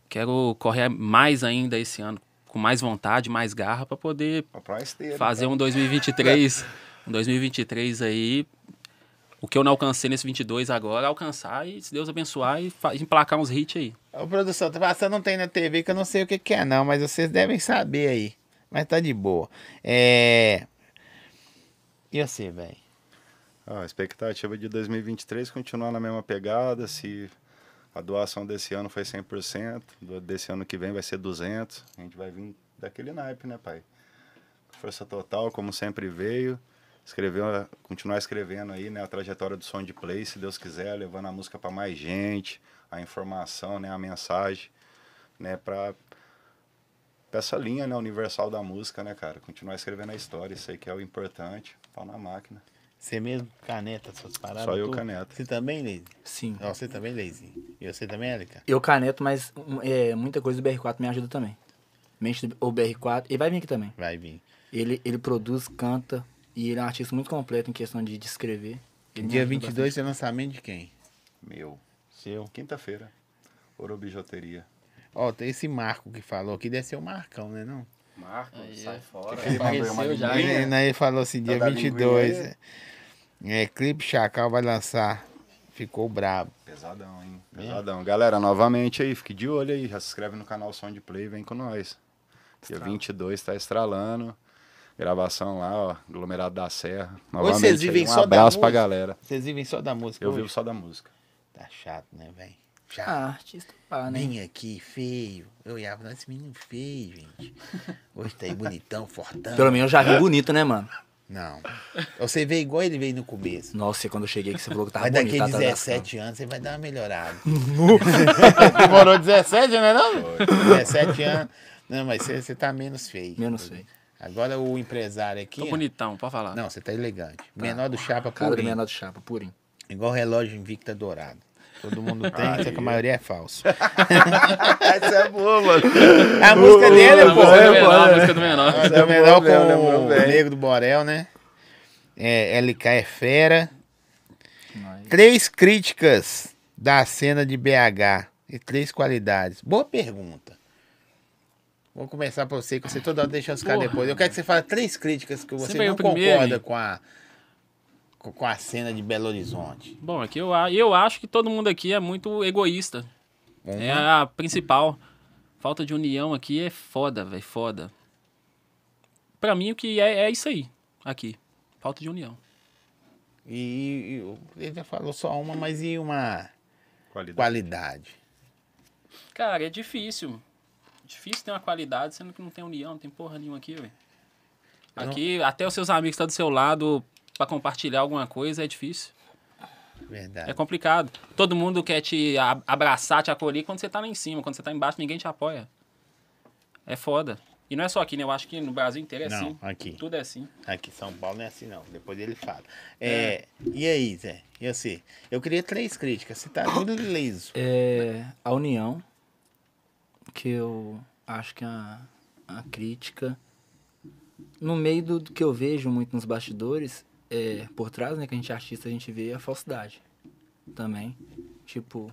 Speaker 2: quero correr mais ainda esse ano, com mais vontade, mais garra, pra poder
Speaker 3: Comprar é uma esteira.
Speaker 2: fazer um 2023, um 2023 aí, o que eu não alcancei nesse 22 agora, alcançar e, se Deus abençoar, e fa- emplacar uns hits aí.
Speaker 1: Ô, produção, tá passando não tem na TV que eu não sei o que, que é, não, mas vocês devem saber aí. Mas tá de boa. É. E você, velho?
Speaker 3: Ah, a expectativa de 2023 continuar na mesma pegada, se a doação desse ano foi 100%, do- desse ano que vem vai ser 200, a gente vai vir daquele naipe, né, pai? Força total, como sempre veio, escrever, continuar escrevendo aí, né, a trajetória do som de play, se Deus quiser, levando a música para mais gente, a informação, né, a mensagem, né, para essa linha, né, universal da música, né, cara? Continuar escrevendo a história, isso aí que é o importante, pau na máquina.
Speaker 1: Você mesmo? Caneta, suas paradas?
Speaker 3: Só eu,
Speaker 1: tudo?
Speaker 3: caneta.
Speaker 1: Você também, Leide?
Speaker 4: Sim.
Speaker 1: Ó, Você também, Leide? E você também, Érica?
Speaker 4: Eu caneto, mas um, é, muita coisa do BR4 me ajuda também. Mente do o BR4, ele vai vir aqui também.
Speaker 1: Vai vir.
Speaker 4: Ele, ele produz, canta e ele é um artista muito completo em questão de, de escrever. Ele me
Speaker 1: Dia
Speaker 4: ajuda
Speaker 1: 22 é lançamento de quem?
Speaker 3: Meu.
Speaker 1: Seu.
Speaker 3: Quinta-feira. Orobijoteria.
Speaker 1: Ó, tem esse Marco que falou aqui, deve ser o Marcão, né não?
Speaker 6: Marco, sai fora.
Speaker 3: Ele mandou uma
Speaker 2: Apareceu já,
Speaker 3: linguinha.
Speaker 2: né?
Speaker 1: Aí, né, ele falou assim, dia
Speaker 3: da
Speaker 1: 22.
Speaker 3: linguinha
Speaker 1: É, é, clipe Chacal vai lançar. Ficou brabo.
Speaker 3: Pesadão, hein? Pesadão. Galera, novamente aí, fique de olho aí. Já se inscreve no canal Som de Play, vem com nós. Dia 22 tá estralando. Gravação lá, ó, aglomerado da Serra. Novamente,
Speaker 1: vocês vivem
Speaker 3: aí, um
Speaker 1: só da
Speaker 3: abraço pra
Speaker 1: música?
Speaker 3: galera.
Speaker 1: Vocês vivem só da música
Speaker 3: Eu
Speaker 1: hoje?
Speaker 3: vivo só da música.
Speaker 1: Tá chato, né, velho?
Speaker 4: bastante.
Speaker 1: Chato.
Speaker 4: Ah, artista pá, né?
Speaker 1: Vem aqui, feio. Eu olhava, nossa, esse menino feio, gente. Hoje tá aí bonitão, fortão.
Speaker 4: Pelo menos eu já vi bonito, né, mano?
Speaker 1: Não. Você vê igual ele veio no começo.
Speaker 4: Nossa, e quando eu cheguei aqui, você falou que tava
Speaker 1: Mas
Speaker 4: bonito.
Speaker 1: daqui
Speaker 4: tá atrás da
Speaker 1: 17 anos você vai dar uma
Speaker 3: [LAUGHS]
Speaker 1: melhorada. Demorou 17, né? Não? 17 anos. Não, mas você você tá menos feio.
Speaker 4: câmera. Menos feio.
Speaker 1: Agora o empresário aqui.
Speaker 2: Tô bonitão, pode falar.
Speaker 1: Não, você tá elegante. Menor do chapa
Speaker 4: Cara do
Speaker 1: purinho.
Speaker 4: menor do chapa, purinho.
Speaker 1: Igual relógio invicta dourado. Todo
Speaker 2: [LAUGHS]
Speaker 1: mundo tem, só que a maioria é falso.
Speaker 3: Essa é boa, mano.
Speaker 2: [LAUGHS]
Speaker 1: A música dele,
Speaker 2: a música do
Speaker 1: pô.
Speaker 2: menor, a música do menor.
Speaker 1: Mas
Speaker 3: é
Speaker 1: é
Speaker 3: bom,
Speaker 1: melhor
Speaker 3: velho,
Speaker 1: com
Speaker 3: lembrou
Speaker 1: o
Speaker 3: bem.
Speaker 1: Negro do Borel, né? É, LK é fera. Três críticas da cena de BH e três qualidades. Boa pergunta. Vamos começar pra você, que você toda hora deixa os caras depois. Eu quero que você fale três críticas que você
Speaker 2: veio
Speaker 1: não
Speaker 2: primeiro.
Speaker 1: concorda com a, com com a cena de Belo Horizonte.
Speaker 2: Bom, aqui eu, a- eu acho que todo mundo aqui é muito egoísta.
Speaker 1: Uma.
Speaker 3: né?
Speaker 2: É a principal. Falta de união aqui é foda, velho, foda. Pra mim, o que é, é isso aí, aqui. Falta de união.
Speaker 1: E, e o- ele já falou só uma, mas e uma
Speaker 3: [LAUGHS] Qualidade.
Speaker 1: qualidade?
Speaker 2: Cara, é difícil. Difícil ter uma qualidade, sendo que não tem união, não tem porra nenhuma aqui, velho.
Speaker 1: Eu não-
Speaker 2: Aqui, até os seus amigos estão do seu lado pra compartilhar alguma coisa, é difícil. É
Speaker 1: Verdade.
Speaker 2: complicado. Todo mundo quer te a- abraçar, te acolher quando você tá lá em cima. Quando você tá embaixo, ninguém te apoia. É foda. E não é só aqui, né? Eu acho que no Brasil inteiro é
Speaker 1: não,
Speaker 2: assim.
Speaker 1: aqui.
Speaker 2: Tudo é assim.
Speaker 1: Aqui, São Paulo não é assim, não. Depois ele fala. É, E aí, Zé? E você? Eu queria três críticas. Você tá muito liso.
Speaker 4: É a união, que eu acho que é uma, uma crítica. No meio do, do que eu vejo muito nos bastidores, é, por trás, né, que a gente é artista, a gente vê a falsidade também. Tipo,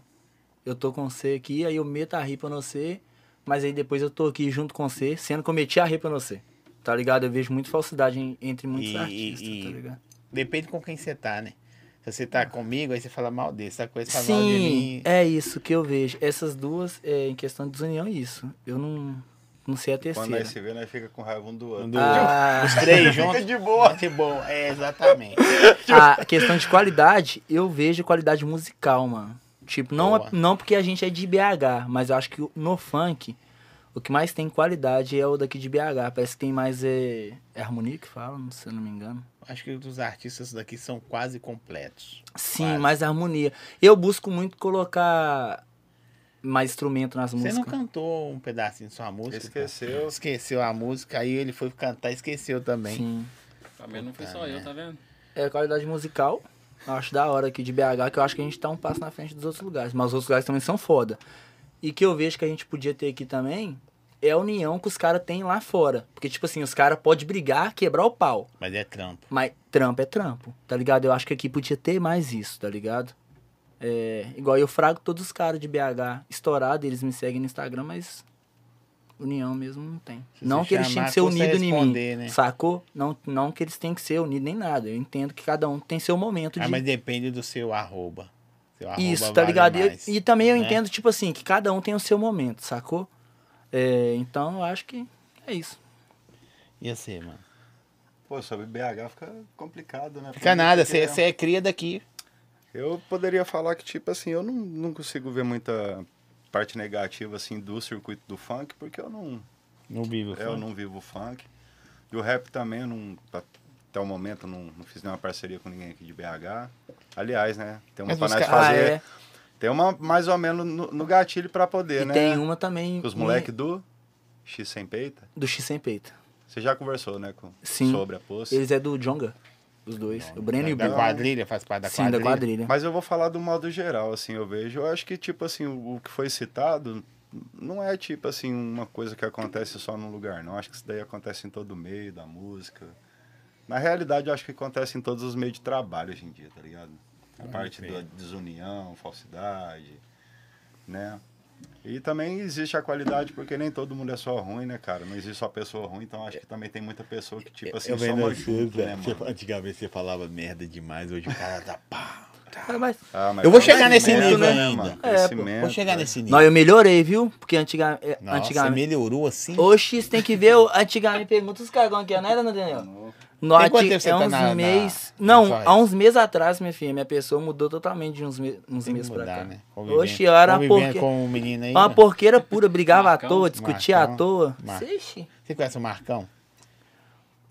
Speaker 4: eu tô com você aqui, aí eu meto a ripa no você, mas aí depois eu tô aqui junto com você, sendo que eu meti a ripa no você. Tá ligado? Eu vejo muita falsidade em- entre muitos
Speaker 1: E-
Speaker 4: artistas,
Speaker 1: e-
Speaker 4: tá ligado?
Speaker 1: Depende com quem você tá, né? Se você tá comigo, aí você fala mal dele. Se tá com ele, você fala mal de
Speaker 4: Sim,
Speaker 1: mim.
Speaker 4: é isso que eu vejo. Essas duas, é, em questão de desunião, é isso. Eu não, não sei a terceira.
Speaker 3: Quando nós se vê, nós fica com raiva um do outro.
Speaker 1: é Um do
Speaker 4: Ah,
Speaker 1: Os
Speaker 4: [LAUGHS]
Speaker 1: três juntos.
Speaker 3: Fica de boa.
Speaker 1: Que bom. É, exatamente.
Speaker 4: a questão de qualidade, eu vejo qualidade musical, mano. Tipo, não,
Speaker 1: Boa.
Speaker 4: não porque a gente é de BH, mas eu acho que no funk, o que mais tem qualidade é o daqui de BH. Parece que tem mais. É, é harmonia que fala, se eu não me engano.
Speaker 1: Acho que os artistas daqui são quase completos.
Speaker 4: Sim,
Speaker 1: Quase.
Speaker 4: mais harmonia. Eu busco muito colocar mais instrumento nas
Speaker 1: Você não
Speaker 4: músicas.
Speaker 1: cantou um pedacinho de sua música? cara?
Speaker 3: Esqueceu.
Speaker 1: Esqueceu a música, aí ele foi cantar e esqueceu também.
Speaker 4: Sim.
Speaker 2: Tá vendo? Não foi só eu, tá vendo?
Speaker 4: É qualidade musical. Eu acho da hora aqui de BH, que eu acho que a gente tá um passo na frente dos outros lugares. Mas os outros lugares também são foda. E que eu vejo que a gente podia ter aqui também é a união que os caras têm lá fora. Porque, tipo assim, os caras podem brigar, quebrar o pau.
Speaker 1: Mas é trampo.
Speaker 4: Mas trampo é trampo, tá ligado? Eu acho que aqui podia ter mais isso, tá ligado? É, igual eu frago todos os caras de BH estourado, eles me seguem no Instagram, mas união mesmo não tem.
Speaker 1: Se
Speaker 4: não
Speaker 1: você
Speaker 4: que eles
Speaker 1: chamar,
Speaker 4: tinham que ser
Speaker 1: custa
Speaker 4: unidos em mim,
Speaker 1: responder, né?
Speaker 4: sacou? Não, não que eles tenham que ser unidos nem nada. Eu entendo que cada um tem seu momento de...
Speaker 1: Ah, mas depende do seu arroba. Seu arroba
Speaker 4: Isso, tá
Speaker 1: vale
Speaker 4: ligado? E, eu-
Speaker 1: mais.
Speaker 4: e também eu
Speaker 1: né?
Speaker 4: entendo, tipo assim, que cada um tem o seu momento, sacou? É, então eu acho que é isso.
Speaker 1: Ia ser, mano.
Speaker 3: Pô, sobre BH fica complicado, né?
Speaker 1: Fica nada, você
Speaker 3: Porque-
Speaker 1: você é cria daqui.
Speaker 3: Eu poderia falar que, tipo assim, eu não, não consigo ver muita parte negativa, assim, do circuito do funk, porque eu não,
Speaker 1: No vivo.
Speaker 3: eu não vivo funk. E o rap também, eu não, a- até o momento, eu não, não fiz nenhuma parceria com ninguém aqui de BH. Aliás, né? Tem uma
Speaker 1: Mas
Speaker 3: pra
Speaker 1: os
Speaker 3: nós
Speaker 1: ca-
Speaker 3: fazer.
Speaker 4: Ah, é.
Speaker 3: Tem uma mais ou menos no, no gatilho pra poder,
Speaker 4: E
Speaker 3: né?
Speaker 4: tem uma também
Speaker 3: Com os
Speaker 4: um-
Speaker 3: moleques do X Sem Peita.
Speaker 4: do X Sem Peito.
Speaker 3: Você já conversou, né? Com,
Speaker 4: Sim.
Speaker 3: Sobre a poça.
Speaker 4: Eles é do Jonga, os dois. o Breno e o
Speaker 1: Da
Speaker 4: Bruno.
Speaker 1: quadrilha, faz parte da
Speaker 4: Sim,
Speaker 1: quadrilha.
Speaker 4: da quadrilha.
Speaker 3: Mas eu vou falar do modo geral, assim, eu vejo. Eu acho que, tipo assim, o o que foi citado não é, tipo assim, uma coisa que acontece só num lugar, não. Acho que isso daí acontece em todo meio da música. Na realidade, eu acho que acontece em todos os meios de trabalho hoje em dia, tá ligado? A parte da desunião, falsidade, né? E também existe a qualidade, porque nem todo mundo é só ruim, né, cara? Não existe só pessoa ruim, então acho que também tem muita pessoa que, tipo assim,
Speaker 1: eu
Speaker 3: só
Speaker 1: vendo tipo,
Speaker 3: uma
Speaker 1: você,
Speaker 3: junto, né,
Speaker 1: velho.
Speaker 3: mano?
Speaker 1: Antigamente você falava merda demais, hoje o cara tá pá.
Speaker 4: Ah, mas-
Speaker 3: Ah, mas
Speaker 1: Eu vou
Speaker 3: também
Speaker 1: chegar nesse
Speaker 3: merda,
Speaker 1: nível, né,
Speaker 3: mano?
Speaker 4: É, pô, vou
Speaker 3: Crescimento,
Speaker 1: Vou chegar
Speaker 3: né?
Speaker 1: nesse nível.
Speaker 4: Não, eu melhorei, viu? Porque antiga, é,
Speaker 1: Nossa,
Speaker 4: antigamente.
Speaker 1: melhorou assim?
Speaker 4: Oxi, você tem que ver. o- Antigamente pergunta os cagão aqui, não era, não, Daniel? No,
Speaker 1: Tá Tem quanto
Speaker 4: anti-
Speaker 1: tempo você
Speaker 4: é
Speaker 1: tá
Speaker 4: uns
Speaker 1: na- na-
Speaker 4: meses.
Speaker 1: na
Speaker 4: não,
Speaker 1: Zóia?
Speaker 4: há uns meses atrás, minha filha, minha pessoa mudou totalmente de uns, me- uns
Speaker 1: Tem que
Speaker 4: meses pra
Speaker 1: mudar,
Speaker 4: cá.
Speaker 1: né?
Speaker 4: Oxi, eu era Ah, uma
Speaker 1: Convivendo
Speaker 4: porqueira.
Speaker 1: com o menino aí.
Speaker 4: Uma
Speaker 1: né?
Speaker 4: porqueira pura, brigava à toa, discutia à
Speaker 1: Marcão,
Speaker 4: toa.
Speaker 1: Mar-
Speaker 4: Ixi,
Speaker 1: Você conhece o Marcão?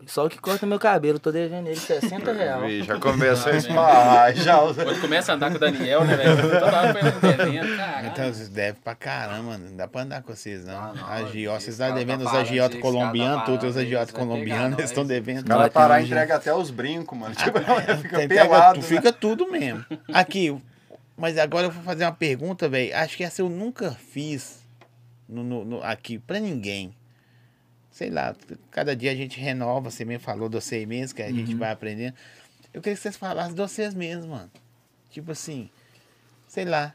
Speaker 4: só o que corta meu cabelo, tô devendo ele 60 reais.
Speaker 3: Ih, já começou a
Speaker 1: né?
Speaker 3: esparrar, já. os-
Speaker 2: Quando começa a andar com o Daniel, né, velho? Toda hora foi um
Speaker 1: [LAUGHS]
Speaker 2: devendo, caralho.
Speaker 1: Então, vocês devem pra caramba, mano. Não dá pra andar com vocês, não.
Speaker 5: Ah, não,
Speaker 1: agiota,
Speaker 5: esse
Speaker 1: vocês estão
Speaker 5: cara tá
Speaker 1: devendo os
Speaker 5: parando,
Speaker 1: agiotas
Speaker 5: esse cara tá
Speaker 1: colombianos, todos os
Speaker 5: parando,
Speaker 1: agiotas
Speaker 5: eles vão pegar
Speaker 1: colombianos
Speaker 5: nós.
Speaker 1: estão devendo. um
Speaker 3: O
Speaker 4: Não,
Speaker 3: cara
Speaker 4: tem
Speaker 3: parar,
Speaker 4: nojento.
Speaker 3: entrega até os
Speaker 1: [LAUGHS]
Speaker 3: brincos, mano. [LAUGHS] Tipo, fica
Speaker 1: Você entrega,
Speaker 3: pelado,
Speaker 1: tu
Speaker 3: né?
Speaker 1: fica tudo mesmo. Aqui, mas agora eu vou fazer uma pergunta, velho. Acho que essa eu nunca fiz no, no- no- aqui pra ninguém. Sei lá, cada dia a gente renova, você mesmo falou de você mesmo, que a gente
Speaker 3: Uhum.
Speaker 1: vai aprendendo. Eu queria que vocês falassem de vocês mesmos, mano. Tipo assim, sei lá.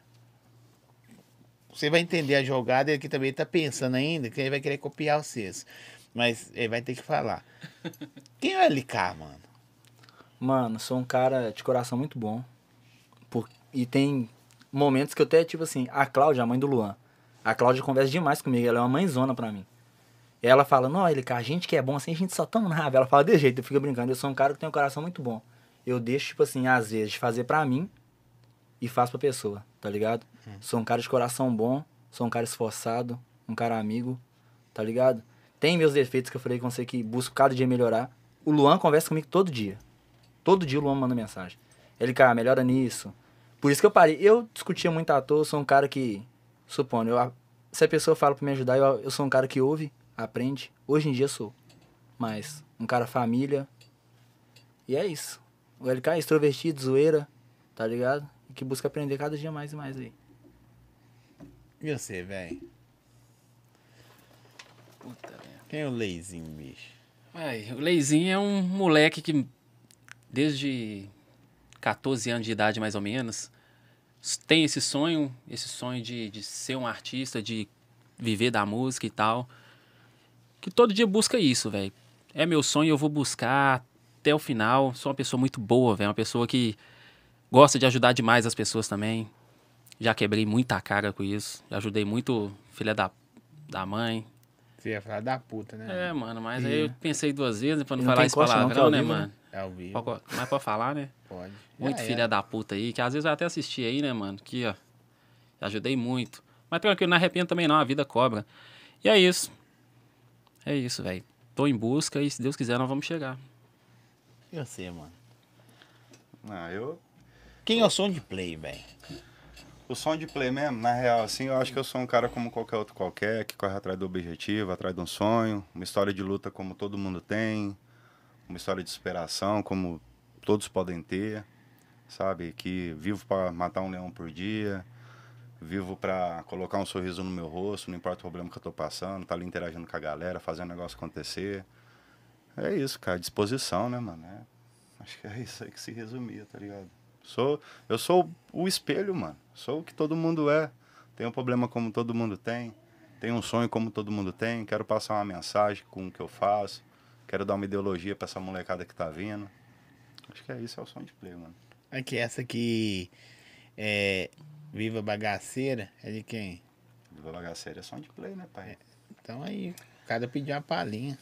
Speaker 1: você vai entender a jogada, ele que também tá pensando ainda, que ele vai querer copiar vocês. Mas ele vai ter que
Speaker 3: [LAUGHS]
Speaker 1: falar. Quem é o LK, mano?
Speaker 4: Mano, sou um cara de coração muito bom. Por- E tem momentos que eu até, tipo assim, a Cláudia, a mãe do Luan. A Cláudia conversa demais comigo, ela é uma mãezona pra mim. Ela fala, não, ele, cara, a gente que é bom assim, a gente só toma raiva. Ela fala, de jeito, eu fico brincando, eu sou um cara que tem um coração muito bom. Eu deixo, tipo assim, às vezes, de fazer pra mim e faço pra pessoa, tá ligado? Sou um cara de coração bom, sou um cara esforçado, um cara amigo, tá ligado? Tem meus defeitos que eu falei com você que busco cada dia melhorar. O Luan conversa comigo todo dia. Todo dia o Luan manda mensagem. Ele, cara, melhora nisso. Por isso que eu parei. Eu discutia muito à toa, eu sou um cara que. Supondo, eu, se a pessoa fala pra me ajudar, eu, eu sou um cara que ouve, aprende. Hoje em dia sou. Mas, um cara família. E é isso. O LK é extrovertido, zoeira, tá ligado? E que busca aprender cada dia mais e mais aí.
Speaker 1: E você, velho?
Speaker 2: Puta merda.
Speaker 1: Quem é o Leizinho, bicho?
Speaker 2: Ai, o Leizinho é um moleque que, desde 14 anos de idade, mais ou menos, tem esse sonho, esse sonho de, de ser um artista, de viver da música e tal. Que todo dia busca isso, velho. É meu sonho, eu vou buscar até o final. Sou uma pessoa muito boa, velho. Uma pessoa que gosta de ajudar demais as pessoas também. Já quebrei muita cara com isso. Já ajudei muito filha da, da mãe.
Speaker 1: Você ia falar da puta, né?
Speaker 2: É, mano, mas
Speaker 1: E-
Speaker 2: aí eu pensei duas vezes pra não,
Speaker 4: E não
Speaker 2: falar
Speaker 4: tem
Speaker 2: esse
Speaker 4: corte não,
Speaker 2: palavrão,
Speaker 4: que é ao
Speaker 2: né,
Speaker 4: vivo, né?
Speaker 2: mano?
Speaker 1: É. Ao vivo.
Speaker 2: Pode- Mas pode falar, né?
Speaker 1: Pode. Ah, é.
Speaker 2: Muito
Speaker 1: Já
Speaker 2: filha
Speaker 1: era.
Speaker 2: da puta aí, que às vezes eu até assisti aí, né, mano? Que, ó, ajudei muito. Mas tranquilo, não arrependo também não, a vida cobra. E é isso. É isso, velho. Tô em busca e se Deus quiser nós vamos chegar.
Speaker 1: E você, mano?
Speaker 3: Ah, eu
Speaker 1: Quem é o som de play, velho?
Speaker 3: O som de play mesmo, na real, assim, eu acho que eu sou um cara como qualquer outro qualquer, que corre atrás do objetivo, atrás de um sonho, uma história de luta como todo mundo tem, uma história de superação como todos podem ter, sabe? Que vivo para matar um leão por dia, vivo para colocar um sorriso no meu rosto, não importa o problema que eu tô passando, tá ali interagindo com a galera, fazendo o negócio acontecer. É isso, cara, disposição, né, mano? É- acho que é isso aí que se resumia, tá ligado? Sou, eu sou o espelho, mano. Sou o que todo mundo é. Tenho um problema como todo mundo tem. Tenho um sonho como todo mundo tem. Quero passar uma mensagem com o que eu faço. Quero dar uma ideologia pra essa molecada que tá vindo. Acho que é isso, é o som de play, mano.
Speaker 1: Aqui, É essa aqui é Viva Bagaceira, é de quem?
Speaker 3: Viva Bagaceira é som de play, né, pai?
Speaker 1: Então aí, cada pediu uma palhinha.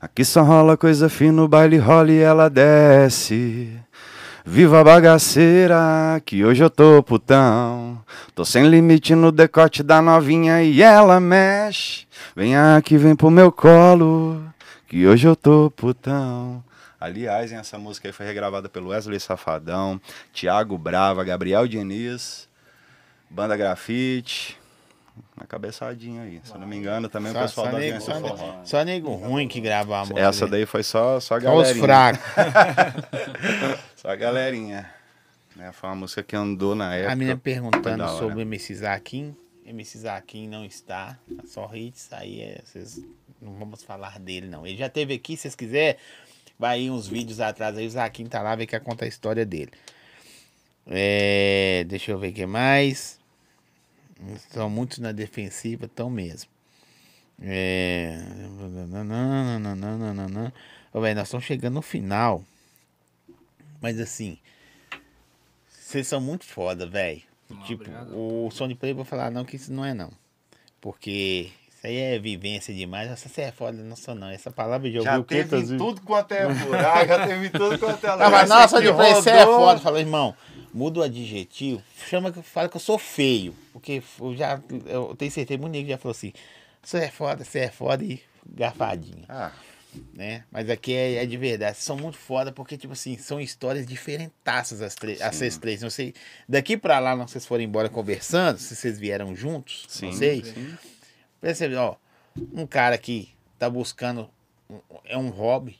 Speaker 3: Aqui só rola coisa fina, o baile rola e ela desce. Viva a bagaceira, que hoje eu tô putão. Tô sem limite no decote da novinha e ela mexe. Vem aqui, vem pro meu colo, que hoje eu tô putão. Aliás, hein, essa música aí foi regravada pelo Wesley Safadão, Thiago Brava, Gabriel Diniz, Banda Grafite. Na cabeçadinha aí. Se eu não me engano, também o
Speaker 1: Só,
Speaker 3: pessoal
Speaker 1: só
Speaker 3: da
Speaker 1: nego,
Speaker 3: Agência
Speaker 1: só,
Speaker 3: Forró.
Speaker 1: ne- só nego ruim que grava a música.
Speaker 3: Essa
Speaker 1: dele.
Speaker 3: daí foi só, só a
Speaker 1: Só os
Speaker 3: galerinha.
Speaker 1: fracos.
Speaker 3: [LAUGHS] Só a galerinha. Né, Foi uma música que andou na época.
Speaker 1: A menina
Speaker 3: foi da
Speaker 1: perguntando
Speaker 3: hora.
Speaker 1: sobre o MC Zaquim. MC Zaquim não está, só hits, aí é, vocês não vamos falar dele não. Ele já teve aqui, se vocês quiserem, vai aí uns vídeos atrás aí, o Zaquim tá lá, vê que conta a história dele. É, deixa eu ver o que mais. São muitos na defensiva, tão mesmo. É... nananana. Ô, véi, nós estamos chegando no final. Mas assim, vocês são muito foda, velho.
Speaker 6: Não,
Speaker 1: Tipo,
Speaker 6: obrigado.
Speaker 1: o Sony Play eu vou falar, não, que isso não é não. Porque isso aí é vivência demais. Essa você é foda, não sou não. Essa palavra já
Speaker 3: Já
Speaker 1: ouviu
Speaker 3: teve
Speaker 1: tantas
Speaker 3: em
Speaker 1: vezes.
Speaker 3: tudo quanto é buraco, já teve em tudo quanto é
Speaker 1: Não,
Speaker 3: lugar.
Speaker 1: mas nossa,
Speaker 3: Esse
Speaker 1: de
Speaker 3: aqui
Speaker 1: play, você é
Speaker 3: rodou.
Speaker 1: foda. Fala, irmão, muda o adjetivo, chama que fala que eu sou feio. Porque eu já eu tenho certeza, muito nego já falou assim: você é foda, você é foda e garfadinha,
Speaker 3: Ah,
Speaker 1: né? Mas aqui é, é de verdade, vocês são muito foda porque, tipo assim, são histórias diferentaças as três, as
Speaker 3: Sim.
Speaker 1: vocês três. Não sei, daqui pra lá, não, vocês forem embora conversando, se vocês vieram juntos,
Speaker 3: sim.
Speaker 1: não sei.
Speaker 3: sim.
Speaker 1: Percebe, ó, um cara que tá buscando, um- é um hobby,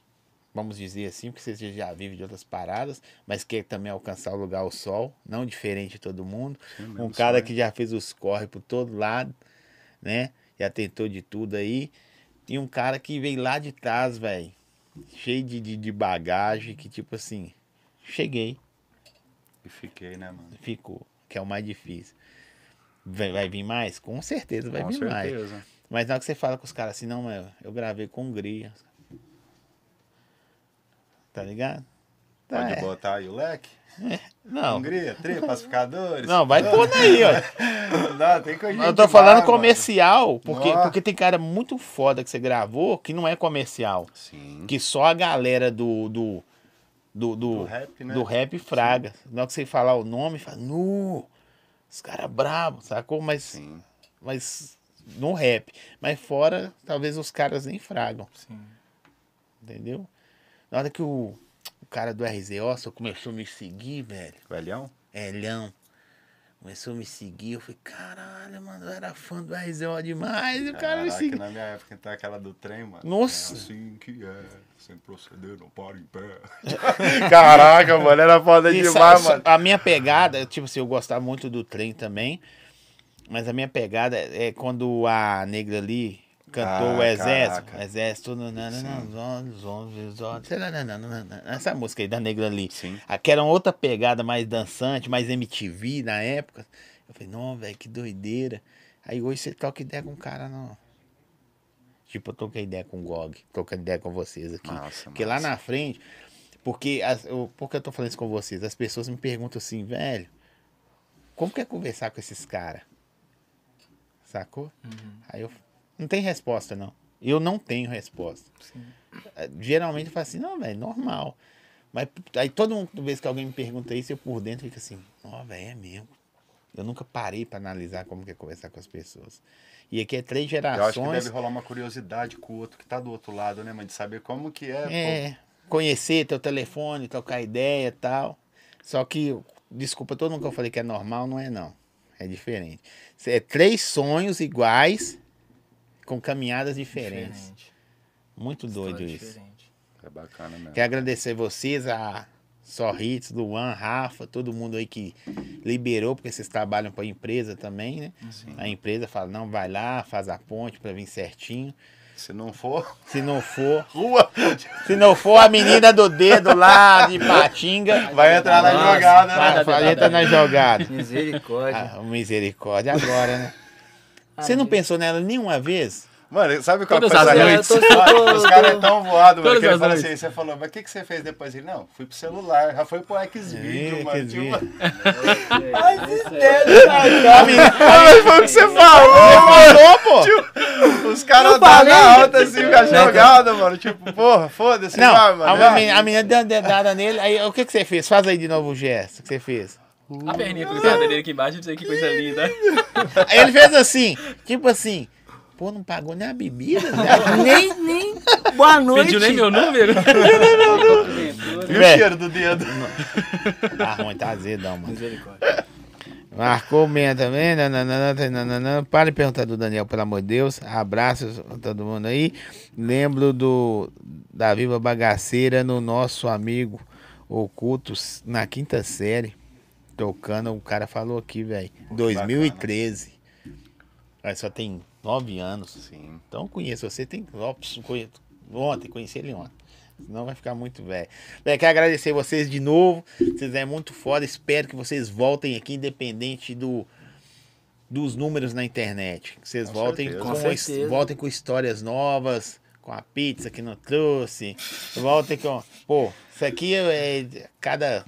Speaker 1: vamos dizer assim, porque você já vive de outras paradas, mas quer também alcançar o lugar ao sol, não diferente de todo mundo. Um cara que já fez os corre por todo lado, né? Já tentou de tudo aí. E um cara que veio lá de trás, velho, cheio de, de, de bagagem, que tipo assim, cheguei,
Speaker 3: E fiquei, né, mano?
Speaker 1: ficou, que é o mais difícil. Vai, vai vir mais? Com certeza vai
Speaker 3: Com
Speaker 1: vir mais.
Speaker 3: certeza.
Speaker 1: Mas na hora que você fala com os caras assim, não, mas eu gravei com Hungria. Tá ligado? Tá,
Speaker 3: Pode
Speaker 1: é.
Speaker 3: botar aí o leque.
Speaker 1: Não.
Speaker 3: Hungria, tri, pacificadores.
Speaker 1: Não, vai pondo aí, ó.
Speaker 3: Não, tem coisa
Speaker 1: Eu tô falando
Speaker 3: comercial.
Speaker 1: comercial, porque,
Speaker 3: Ó.
Speaker 1: porque tem cara muito foda que você gravou que não é comercial.
Speaker 3: Sim.
Speaker 1: Que só a galera do. do. do, do,
Speaker 3: Do rap, né?
Speaker 1: do rap fraga. Na hora que você falar o nome, fala, nu, os caras brabo, sacou? Mas,
Speaker 3: Sim.
Speaker 1: mas no rap. Mas fora, talvez os caras nem fragam. Entendeu? Na hora que o, o cara do RZO só começou a me seguir, velho.
Speaker 3: Velhão?
Speaker 1: Elhão. Começou a me seguir, eu falei, caralho, mano, eu era fã do RZO demais, e o cara me
Speaker 3: Caraca,
Speaker 1: seguiu.
Speaker 3: na minha época, então aquela do trem, mano.
Speaker 1: Nossa.
Speaker 3: É assim que é, sem proceder, não para
Speaker 1: [LAUGHS]
Speaker 3: em pé. Caraca, mano, era foda
Speaker 1: E
Speaker 3: demais,
Speaker 1: sa-
Speaker 3: mano.
Speaker 1: A minha pegada, tipo assim, eu gostava muito do trem também, mas a minha pegada é quando a negra ali cantou
Speaker 3: Ah,
Speaker 1: o exército,
Speaker 3: caraca.
Speaker 1: exército, nananana, zon- zon- zon- sei lá, nananana, essa música aí da negra ali.
Speaker 3: Sim.
Speaker 1: Aquela era outra pegada mais dançante, mais MTV na época. Eu falei, não, velho, que doideira. Aí hoje você troca ideia com um cara, não. Tipo, eu troquei ideia com o Gog, trocando ideia com vocês aqui.
Speaker 3: Massa,
Speaker 1: Porque lá
Speaker 3: massa.
Speaker 1: na frente, porque as, eu, por que eu tô falando isso com vocês? As pessoas me perguntam assim, velho, como que é conversar com esses caras? Sacou? Aí eu. Não tem resposta, não. Eu não tenho resposta. Eh, Geralmente eu falo assim, não, velho, normal. Mas p- aí todo mundo, toda vez que alguém me pergunta isso, eu por dentro fico assim, ó, velho, é mesmo. Eu nunca parei pra analisar como que é conversar com as pessoas. E aqui é três
Speaker 3: Eu acho que
Speaker 1: gerações.
Speaker 3: deve rolar uma curiosidade com o outro que tá do outro lado, né, mano? De saber como que é. pô.
Speaker 1: É, conhecer teu telefone, trocar ideia e tal. Só que, desculpa, todo mundo que eu falei que é normal, não é não. É diferente. Cê- É três sonhos iguais com caminhadas diferentes.
Speaker 6: Diferente.
Speaker 1: Muito doido
Speaker 6: História
Speaker 1: isso.
Speaker 6: diferente.
Speaker 3: É bacana mesmo.
Speaker 1: Quero agradecer vocês, a Sorrits, Luan, Rafa, todo mundo aí que liberou, porque vocês trabalham para a empresa também, né? A empresa fala, não, vai lá, faz a ponte para vir certinho.
Speaker 3: Se não for, [LAUGHS]
Speaker 1: Se não for,
Speaker 3: rua,
Speaker 1: se não for a menina do dedo lá de Patinga,
Speaker 3: vai entrar na
Speaker 4: Nossa,
Speaker 3: jogada,
Speaker 1: Vai,
Speaker 3: né?
Speaker 1: vai, entra na jogada.
Speaker 4: Misericórdia.
Speaker 1: Ah, misericórdia agora, né? Você não pensou nela nenhuma vez?
Speaker 3: Mano, sabe qual é a
Speaker 2: Todas
Speaker 3: coisa
Speaker 2: as
Speaker 3: mais-
Speaker 2: noites.
Speaker 4: Eu tô-
Speaker 3: Mano,
Speaker 4: tô-
Speaker 3: Os
Speaker 4: tô-
Speaker 3: caras é tão voado, mano.
Speaker 2: Todas
Speaker 3: Que ele
Speaker 2: as
Speaker 3: fala
Speaker 2: noites.
Speaker 3: assim, você falou, mas o que, que você fez depois? Ele, não, fui pro celular, já foi pro Xvideo,
Speaker 2: É,
Speaker 1: Ih,
Speaker 3: mano. Tipo,
Speaker 1: Xvideo.
Speaker 4: Deus,
Speaker 1: A menina-
Speaker 3: mas foi o que você falou,
Speaker 1: Falou, pô!
Speaker 3: [LAUGHS] Os caras dão na alta assim com a jogada, mano. Tipo, porra, foda-se,
Speaker 1: Não,
Speaker 3: vai,
Speaker 1: a
Speaker 3: mano.
Speaker 1: menina- a menina, deu uma dedada nele, aí o que, que você fez? Faz aí de novo o gesto que você fez.
Speaker 2: A perninha cruzada dele aqui embaixo, não sei que coisa linda.
Speaker 1: Aí ele fez assim, tipo assim, pô, não pagou nem a bebida, né?
Speaker 4: [LAUGHS] nem, nem. Boa noite.
Speaker 2: Pediu nem meu número.
Speaker 3: E o
Speaker 1: velho.
Speaker 3: cheiro do dedo?
Speaker 1: Tá ruim, tá azedão, mano. Marcou meia também. nananana, tananana. Para de perguntar do Daniel, pelo amor de Deus. Abraços a todo mundo aí. Lembro do da Viva Bagaceira no nosso amigo Ocultos na quinta série. Tocando, o cara falou aqui, velho. 2013. Aí só tem nove anos.
Speaker 3: Sim,
Speaker 1: Então conheço você, tem. ó, pss, conhe- Ontem, conheci ele ontem. Senão vai ficar muito velho. Bem, quero agradecer vocês de novo. Vocês é muito foda. Espero que vocês voltem aqui, independente do, dos números na internet. Que vocês
Speaker 3: Com
Speaker 1: voltem
Speaker 3: certeza.
Speaker 1: com,
Speaker 4: Com
Speaker 1: his-
Speaker 4: certeza.
Speaker 1: voltem com histórias novas, com a pizza que não trouxe. Voltem com. Pô, isso aqui é é cada.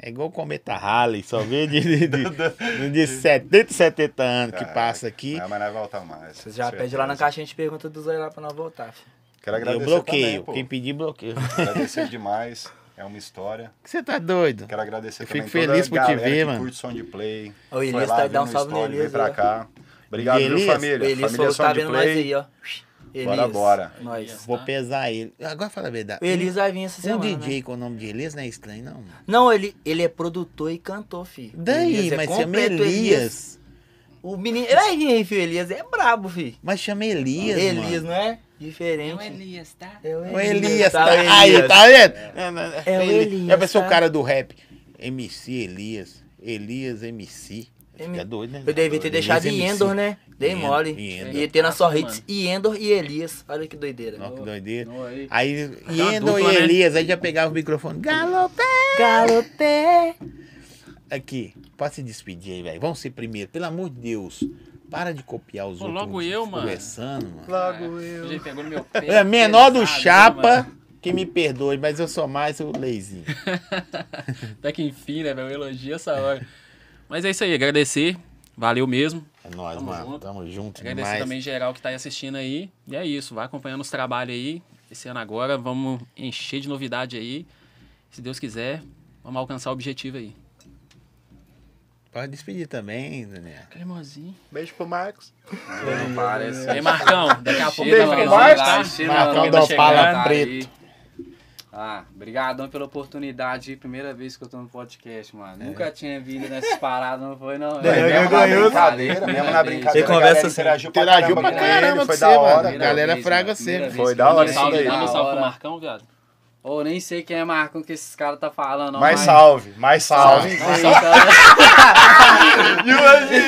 Speaker 1: É igual o cometa Halley, só vê de, de,
Speaker 3: [LAUGHS]
Speaker 1: de, de 70, 70 anos que
Speaker 3: Caraca,
Speaker 1: passa aqui.
Speaker 3: mas não vai voltar mais.
Speaker 4: Vocês já pede lá na caixinha de pergunta dos olhos lá pra nós voltar. filho.
Speaker 3: Quero
Speaker 1: Eu
Speaker 3: agradecer
Speaker 1: bloqueio.
Speaker 3: também, pô.
Speaker 1: Quem pedir, bloqueio.
Speaker 3: Agradecer demais. É uma história.
Speaker 1: Você tá doido?
Speaker 3: Quero agradecer
Speaker 1: Eu
Speaker 3: também
Speaker 1: fico feliz por
Speaker 3: toda
Speaker 1: te
Speaker 3: a galera
Speaker 1: ver,
Speaker 3: que
Speaker 1: mano.
Speaker 3: curte som de play.
Speaker 4: Ó, O
Speaker 3: Foi
Speaker 4: Elias
Speaker 3: lá,
Speaker 4: tá
Speaker 3: viu
Speaker 4: dá um
Speaker 3: no
Speaker 4: salve no
Speaker 3: story,
Speaker 4: Elias.
Speaker 3: Veio pra
Speaker 4: ó.
Speaker 3: cá. Obrigado,
Speaker 1: Elias?
Speaker 3: viu,
Speaker 4: O
Speaker 3: família?
Speaker 4: Elias
Speaker 3: família
Speaker 4: falou que
Speaker 3: som
Speaker 4: tá
Speaker 3: de
Speaker 4: vendo nós
Speaker 3: play.
Speaker 4: aí, ó. Elias.
Speaker 3: Bora, bora.
Speaker 4: Nós.
Speaker 3: tá.
Speaker 1: Vou pesar ele. Agora fala a verdade.
Speaker 4: O Elias vai vir essa
Speaker 1: um
Speaker 4: semana.
Speaker 1: DJ
Speaker 4: né?
Speaker 1: com o nome de Elias não é estranho, não. mano.
Speaker 4: Não, ele, ele é produtor e cantor, filho.
Speaker 1: Daí,
Speaker 4: Elias é
Speaker 1: mas chama
Speaker 4: completo,
Speaker 1: Elias.
Speaker 4: O menino. Ele vai vir aí, filho. Elias é brabo, filho.
Speaker 1: Mas chama Elias,
Speaker 4: Elias,
Speaker 1: mano.
Speaker 4: não é?
Speaker 5: É o
Speaker 4: Diferente.
Speaker 5: Elias, tá?
Speaker 4: É
Speaker 1: O Elias, tá,
Speaker 4: o
Speaker 1: aí,
Speaker 4: Elias.
Speaker 1: tá vendo? É, não,
Speaker 4: É o
Speaker 1: Eli-
Speaker 4: Elias,
Speaker 1: Já pensou o
Speaker 4: tá?
Speaker 1: cara do rap? MC Elias. Elias MC.
Speaker 4: M-
Speaker 1: Fica doido, né?
Speaker 4: Eu devia
Speaker 1: Elias
Speaker 4: ter
Speaker 1: é
Speaker 4: deixado
Speaker 1: MC.
Speaker 4: Endor, né? Dei
Speaker 1: Endor,
Speaker 4: mole.
Speaker 1: Endor.
Speaker 4: Ia ter na só
Speaker 2: Nossa,
Speaker 4: hits
Speaker 2: mano.
Speaker 4: Endor e Elias. Olha que doideira.
Speaker 1: Ó, que doideira.
Speaker 2: Não, aí.
Speaker 1: Aí,
Speaker 2: Dá uma
Speaker 1: Endor e
Speaker 2: dupla, né?
Speaker 1: Elias, aí já pegava o microfone. Galopé!
Speaker 4: Galopé.
Speaker 1: Aqui. Pode se despedir aí, velho. Vamos ser primeiro, pelo amor de Deus. Para de copiar os
Speaker 2: Pô,
Speaker 1: outros.
Speaker 2: logo eu, mano.
Speaker 1: Conversando, mano.
Speaker 3: Logo
Speaker 2: O
Speaker 3: eu.
Speaker 2: jeito pegou no meu pé.
Speaker 1: É, menor do
Speaker 2: pesado, né,
Speaker 1: Chapa,
Speaker 2: mano.
Speaker 1: que me perdoe, mas eu sou mais o leizinho.
Speaker 2: Até que enfim, né, velho? Elogio essa hora. Mas é isso aí, agradecer. Valeu mesmo.
Speaker 1: É nóis,
Speaker 2: Tamo
Speaker 1: mano.
Speaker 2: junto.
Speaker 1: Tamo junto
Speaker 2: Agradecer
Speaker 1: demais.
Speaker 2: também geral que tá aí assistindo aí. E é isso, vai acompanhando os trabalhos aí. Esse ano agora, vamos encher de novidade aí. Se Deus quiser, vamos alcançar o objetivo aí.
Speaker 1: Pode despedir também, Daniel.
Speaker 2: Cremosinho.
Speaker 3: Beijo pro Marcos.
Speaker 6: Não parece.
Speaker 2: Aí, Marcão, daqui a pouco
Speaker 1: beijo
Speaker 2: tá
Speaker 1: pro
Speaker 2: lá,
Speaker 1: Marcos.
Speaker 2: tá?
Speaker 1: Marcão da Opala Preto.
Speaker 6: Tá Ah, brigadão pela oportunidade. Primeira vez que eu tô no podcast,
Speaker 3: É.
Speaker 6: mano. Nunca tinha vindo nessas paradas, não foi, não.
Speaker 4: É,
Speaker 6: velho.
Speaker 4: mesmo na ganhou.
Speaker 3: brincadeira, mesmo na brincadeira.
Speaker 4: Você conversa
Speaker 3: a galera
Speaker 4: assim.
Speaker 3: Interagiu pra
Speaker 1: Interagiu pra
Speaker 3: caramba, com
Speaker 1: caramba
Speaker 3: ele,
Speaker 1: com
Speaker 3: foi
Speaker 1: você,
Speaker 3: da
Speaker 1: mano.
Speaker 3: hora.
Speaker 6: Primeira
Speaker 1: galera
Speaker 6: vez,
Speaker 1: fraga
Speaker 6: mano.
Speaker 1: sempre.
Speaker 6: Primeira
Speaker 3: Foi
Speaker 6: vez
Speaker 3: da
Speaker 6: que eu
Speaker 3: hora
Speaker 6: vi
Speaker 3: isso
Speaker 6: essa
Speaker 2: Salve,
Speaker 3: daí.
Speaker 2: dá
Speaker 6: da
Speaker 2: meu salve pro
Speaker 6: hora.
Speaker 2: Marcão, viado.
Speaker 6: Ô, nem sei quem é Marcão que esses caras tá falando, não.
Speaker 3: Mais
Speaker 6: mas-
Speaker 3: salve, mais salve.
Speaker 6: Nossa, então-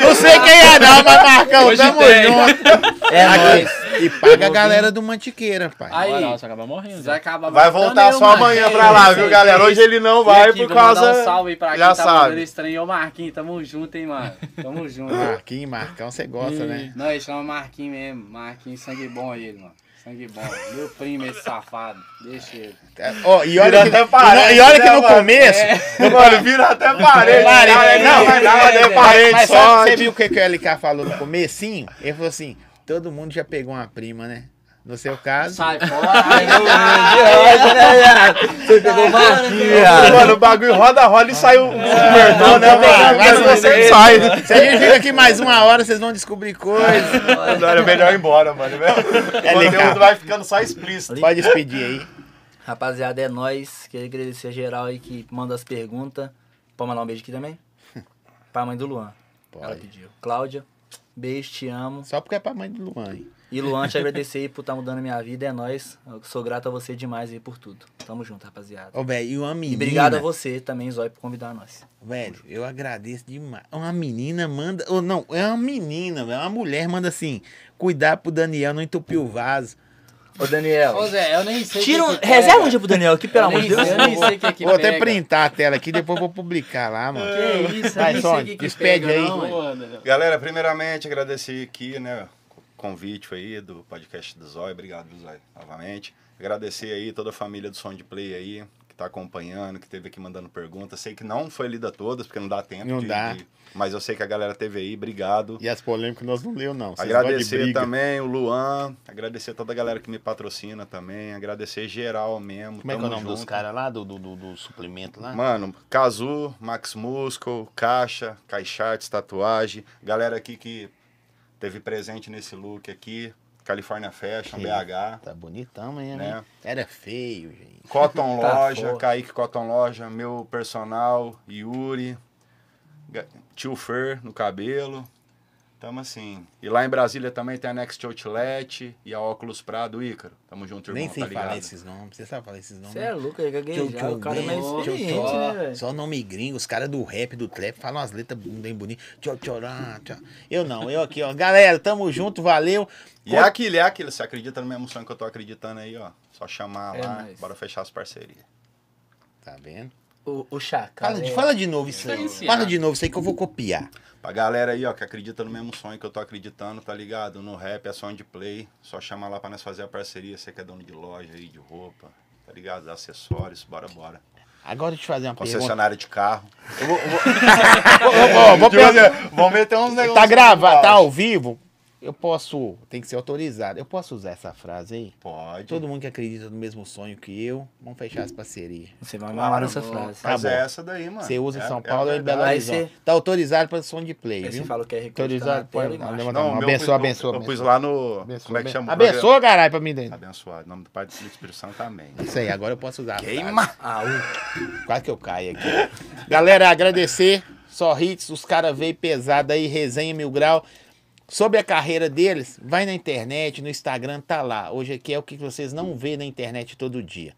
Speaker 1: Não sei quem é não, mas Marcão,
Speaker 2: Hoje
Speaker 1: tamo
Speaker 2: tem.
Speaker 1: junto.
Speaker 4: É nóis.
Speaker 1: Aqui. E paga a galera do Mantiqueira, pai.
Speaker 6: Aí,
Speaker 2: Moral, você acaba morrendo.
Speaker 6: vai acabar
Speaker 3: Vai
Speaker 6: assim, matando
Speaker 3: voltar
Speaker 6: eu,
Speaker 3: só
Speaker 6: Marquinhos.
Speaker 3: amanhã pra lá, viu, galera? Hoje ele não vai
Speaker 6: E aqui,
Speaker 3: por
Speaker 6: vou mandar
Speaker 3: causa.
Speaker 6: Um salve aí pra
Speaker 3: Já
Speaker 6: quem tá mandando
Speaker 3: sabe.
Speaker 6: estranho. Ô, Marquinhos, tamo junto, hein, mano.
Speaker 3: [LAUGHS]
Speaker 6: Tamo junto.
Speaker 1: Marquinhos, Marcão, você gosta, né?
Speaker 6: Não, ele chama Marquinhos mesmo. Marquinhos, sangue bom ele, mano. Sangue bom. Meu primo, esse safado. Deixa ele.
Speaker 1: É, Ó, e olha
Speaker 3: Vira
Speaker 1: que,
Speaker 3: até
Speaker 1: e no-
Speaker 3: parece,
Speaker 1: e olha que
Speaker 3: né,
Speaker 1: no
Speaker 3: mano?
Speaker 1: começo...
Speaker 3: Mano, vira até parede.
Speaker 1: Parede,
Speaker 3: cara, ele
Speaker 1: não,
Speaker 3: Não, vai dar,
Speaker 6: parede,
Speaker 3: é parede
Speaker 1: Mas sabe,
Speaker 3: só.
Speaker 1: você viu o que, que o LK falou no comecinho? Ele falou assim, todo mundo já pegou uma prima, né? No seu caso...
Speaker 6: Sai
Speaker 4: [LAUGHS]
Speaker 6: fora.
Speaker 4: né,
Speaker 1: Tá
Speaker 4: Você pegou o Marquinhos.
Speaker 3: Mano, o bagulho roda, roda e sai o perdão, né,
Speaker 1: É, Vai,
Speaker 3: mano?
Speaker 1: vai,
Speaker 3: Mas
Speaker 1: vai,
Speaker 3: você
Speaker 1: vai.
Speaker 3: sai.
Speaker 1: Se a gente fica aqui mais uma hora, vocês vão descobrir coisas.
Speaker 3: Não, era melhor ir embora, mano.
Speaker 1: É
Speaker 3: O
Speaker 1: legal.
Speaker 3: conteúdo vai ficando só explícito.
Speaker 1: Pode despedir aí.
Speaker 4: Rapaziada, é nóis. Queria agradecer a geral aí que manda as perguntas. Pode mandar um beijo
Speaker 1: [LAUGHS]
Speaker 4: aqui também? Pra mãe do Luan. Ela
Speaker 1: Pode.
Speaker 4: pediu. Cláudia, beijo, te amo.
Speaker 1: Só porque é pra mãe do Luan, hein?
Speaker 4: E Luan, te agradecer aí por estar mudando minha vida. É nóis. Eu sou grato a você demais aí por tudo. Tamo junto, rapaziada.
Speaker 1: Ô, velho, e uma
Speaker 4: E
Speaker 1: menina...
Speaker 4: obrigado a você também, Zói, por convidar nós.
Speaker 1: Velho, eu agradeço demais. Uma menina manda. Ou não, é uma menina, velho. Uma mulher manda assim: cuidar pro Daniel não entupir o vaso.
Speaker 4: Ô, Daniel.
Speaker 6: Ô, Zé, eu nem sei.
Speaker 4: Tira
Speaker 6: quem
Speaker 4: um,
Speaker 6: que
Speaker 4: reserva
Speaker 6: pega.
Speaker 4: um dia pro Daniel aqui, pelo
Speaker 6: Eu
Speaker 4: amor
Speaker 6: nem
Speaker 4: de Deus.
Speaker 6: sei, Eu nem sei quem que É.
Speaker 1: vou até
Speaker 6: pega.
Speaker 1: printar a tela aqui, depois eu vou publicar lá, mano.
Speaker 6: Que isso, eu
Speaker 1: Vai,
Speaker 6: nem
Speaker 1: Sônia,
Speaker 6: sei quem que
Speaker 1: despede
Speaker 6: pega,
Speaker 1: aí.
Speaker 6: não, mano.
Speaker 3: Galera, primeiramente agradecer aqui, né, o convite aí do podcast do Zói. Obrigado, Zói, novamente. Agradecer aí toda a família do Sound Play aí, que tá acompanhando, que teve aqui mandando perguntas. Sei que não foi lida todas, porque não dá tempo.
Speaker 1: Não dá.
Speaker 3: mas eu sei que a galera teve aí, obrigado.
Speaker 1: E as polêmicas nós não leu, não. Vocês gostam de
Speaker 3: Agradecer
Speaker 1: briga.
Speaker 3: também o Luan, agradecer toda a galera que me patrocina também, agradecer geral mesmo.
Speaker 1: Como é que é o
Speaker 3: tamo
Speaker 1: nome dos
Speaker 3: junto.
Speaker 1: caras lá, do, do, do, do suplemento lá?
Speaker 3: Mano, Kazu, Max Musco, Caixa, Caixates, Tatuagem. Galera aqui que teve presente nesse look aqui. California Fashion,
Speaker 1: Que
Speaker 3: BH.
Speaker 1: Tá bonitão mesmo,
Speaker 3: Né?
Speaker 1: hein? Era feio, gente.
Speaker 3: Cotton
Speaker 4: Tá
Speaker 3: Loja,
Speaker 4: forte.
Speaker 3: Kaique Cotton Loja, meu personal, Yuri. Ga- Tio Fer no cabelo. Tamo assim. E lá em Brasília também tem a Next Outlet e a Óculos Prado Ícaro. Tamo junto, irmão,
Speaker 1: Nem sei
Speaker 3: tá ligado?
Speaker 1: falar esses nomes. Você sabe falar esses nomes? né?
Speaker 4: Você é louco, é
Speaker 1: Tchau,
Speaker 4: gaguejar.
Speaker 1: tchau,
Speaker 4: O cara é mais
Speaker 6: tchau,
Speaker 4: experiente,
Speaker 6: tchau.
Speaker 4: né, velho?
Speaker 1: Só nome gringo, os caras do rap, do trap, falam umas letras bem bonitas. Tchau, tchau, lá, tchau. Eu não, eu aqui, ó. Galera, tamo junto, valeu.
Speaker 3: E é aquilo, é aquilo. Você acredita no mesmo sonho que eu tô acreditando aí, ó. Só chamar
Speaker 6: É
Speaker 3: lá,
Speaker 6: nóis.
Speaker 3: bora fechar as parcerias.
Speaker 1: Tá vendo?
Speaker 4: O, o Chacal.
Speaker 1: Fala de,
Speaker 4: é-
Speaker 1: fala de novo isso aí.
Speaker 2: Diferenciado.
Speaker 1: Fala de novo isso aí que eu vou copiar.
Speaker 3: Pra galera aí, ó, que acredita no mesmo sonho que eu tô acreditando, tá ligado? No rap é sonho de play. Só chama lá pra nós fazer a parceria. Você que é dono de loja aí, de roupa, tá ligado? Acessórios, bora, bora.
Speaker 1: Agora deixa eu fazer uma pergunta.
Speaker 3: Concessionária de carro.
Speaker 1: Vou, vou- vou
Speaker 3: Tipo assim,
Speaker 1: perguntar.
Speaker 3: Vamos meter uns negócios.
Speaker 1: Tá gravado,
Speaker 3: no
Speaker 1: tá
Speaker 3: auge.
Speaker 1: ao vivo? Eu posso, tem que ser autorizado. Eu posso usar essa frase aí?
Speaker 3: Pode.
Speaker 1: Todo mundo que acredita no mesmo sonho que eu, vamos fechar as parcerias.
Speaker 4: Você vai
Speaker 3: Claro,
Speaker 4: amar essa
Speaker 3: não.
Speaker 4: frase.
Speaker 1: Tá
Speaker 3: Mas é
Speaker 1: bom.
Speaker 3: essa daí, mano.
Speaker 1: Você usa em
Speaker 3: É-
Speaker 1: São
Speaker 3: é
Speaker 1: Paulo e
Speaker 3: verdade.
Speaker 1: Belo
Speaker 4: Aí
Speaker 1: Horizonte. Tá autorizado para som de play,
Speaker 4: Aí você
Speaker 1: viu?
Speaker 4: fala o QR Code. Tá na
Speaker 1: Autorizado,
Speaker 4: tela,
Speaker 1: pode
Speaker 4: embaixo.
Speaker 1: levantar a
Speaker 3: Não,
Speaker 1: mão.
Speaker 3: meu,
Speaker 1: Abençoa,
Speaker 3: eu-
Speaker 1: abençoa.
Speaker 3: Eu pus
Speaker 1: abençoa.
Speaker 3: lá no. Como é que
Speaker 1: Abençoa,
Speaker 3: chama? o programa?
Speaker 1: Abençoa, caralho, pra mim. Dani.
Speaker 3: Abençoado. Em nome do Pai, do Filho e do Espírito Santo, amém.
Speaker 1: Isso aí, agora eu posso usar. a frase.
Speaker 3: Queima!
Speaker 4: Ah, o-
Speaker 1: Quase que eu caio aqui. Galera, agradecer. Só hits, os caras veio pesado aí, resenha mil grau. Sobre a carreira deles, vai na internet, no Instagram, tá lá. Hoje aqui é o que vocês não vê na internet todo dia.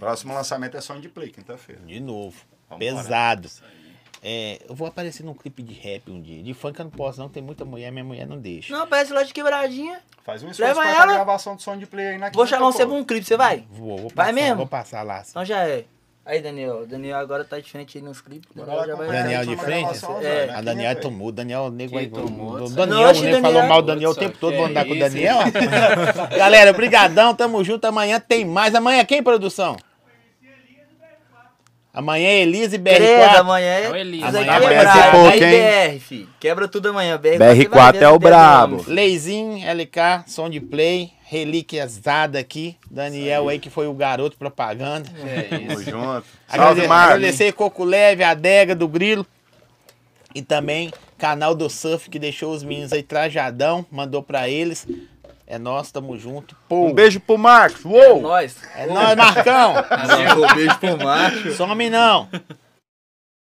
Speaker 3: Próximo lançamento é Sound Play, quinta-feira.
Speaker 1: De novo.
Speaker 3: Vambora.
Speaker 1: pesado. É, eu vou aparecer num clipe de rap um dia. De funk eu não posso, não. Tem muita mulher, minha mulher não deixa.
Speaker 4: Não, parece lá de quebradinha.
Speaker 3: Faz um esforço
Speaker 4: Leva
Speaker 3: pra
Speaker 4: ela.
Speaker 3: gravação do Sound Play aí na
Speaker 4: Vou
Speaker 3: quinta,
Speaker 4: chamar você
Speaker 3: pô.
Speaker 4: pra um clipe, você vai?
Speaker 1: Vou, vou
Speaker 4: Vai
Speaker 1: passar,
Speaker 4: mesmo?
Speaker 1: Vou passar lá. assim.
Speaker 4: Então já é. Aí, Daniel. O Daniel agora tá de frente aí nos clipes. o Daniel já vai-
Speaker 1: Daniel de frente?
Speaker 4: É.
Speaker 1: A Daniel tomou, o Daniel o nego
Speaker 6: Quem
Speaker 1: aí.
Speaker 6: tomou,
Speaker 1: O
Speaker 6: sabe?
Speaker 1: Daniel,
Speaker 4: Nossa,
Speaker 1: o nego falou
Speaker 4: Daniel.
Speaker 1: mal do Daniel o tempo todo,
Speaker 6: Que é
Speaker 1: vou andar com o
Speaker 6: isso,
Speaker 1: Daniel. [LAUGHS] Galera, brigadão, tamo junto. Amanhã tem mais. Amanhã quem, produção? Amanhã é Elise e
Speaker 4: Credo,
Speaker 1: BR4.
Speaker 4: amanhã é.
Speaker 2: É o Elias.
Speaker 4: Isso aí
Speaker 1: Amanhã vai
Speaker 4: quebrar,
Speaker 1: ser
Speaker 3: pouco,
Speaker 4: aí
Speaker 3: hein?
Speaker 4: BR, fi. Quebra tudo amanhã. BR,
Speaker 3: BR4 é o brabo.
Speaker 1: Leizin, LK, som de play, relíquiasada aqui. Daniel aí que foi o garoto propaganda.
Speaker 6: É
Speaker 3: Tamo
Speaker 6: isso.
Speaker 3: junto.
Speaker 1: Agradecer,
Speaker 3: Salve, Marcos.
Speaker 1: agradecer Coco Leve, Adega do Grilo. E também canal do Surf, que deixou os meninos aí trajadão, mandou pra eles. É nós, tamo junto. Pô,
Speaker 3: Um beijo pro Marcos.
Speaker 4: É
Speaker 3: Uou!
Speaker 4: nóis.
Speaker 3: [LAUGHS]
Speaker 1: É nóis, Marcão!
Speaker 4: Um beijo pro macho.
Speaker 1: Some não!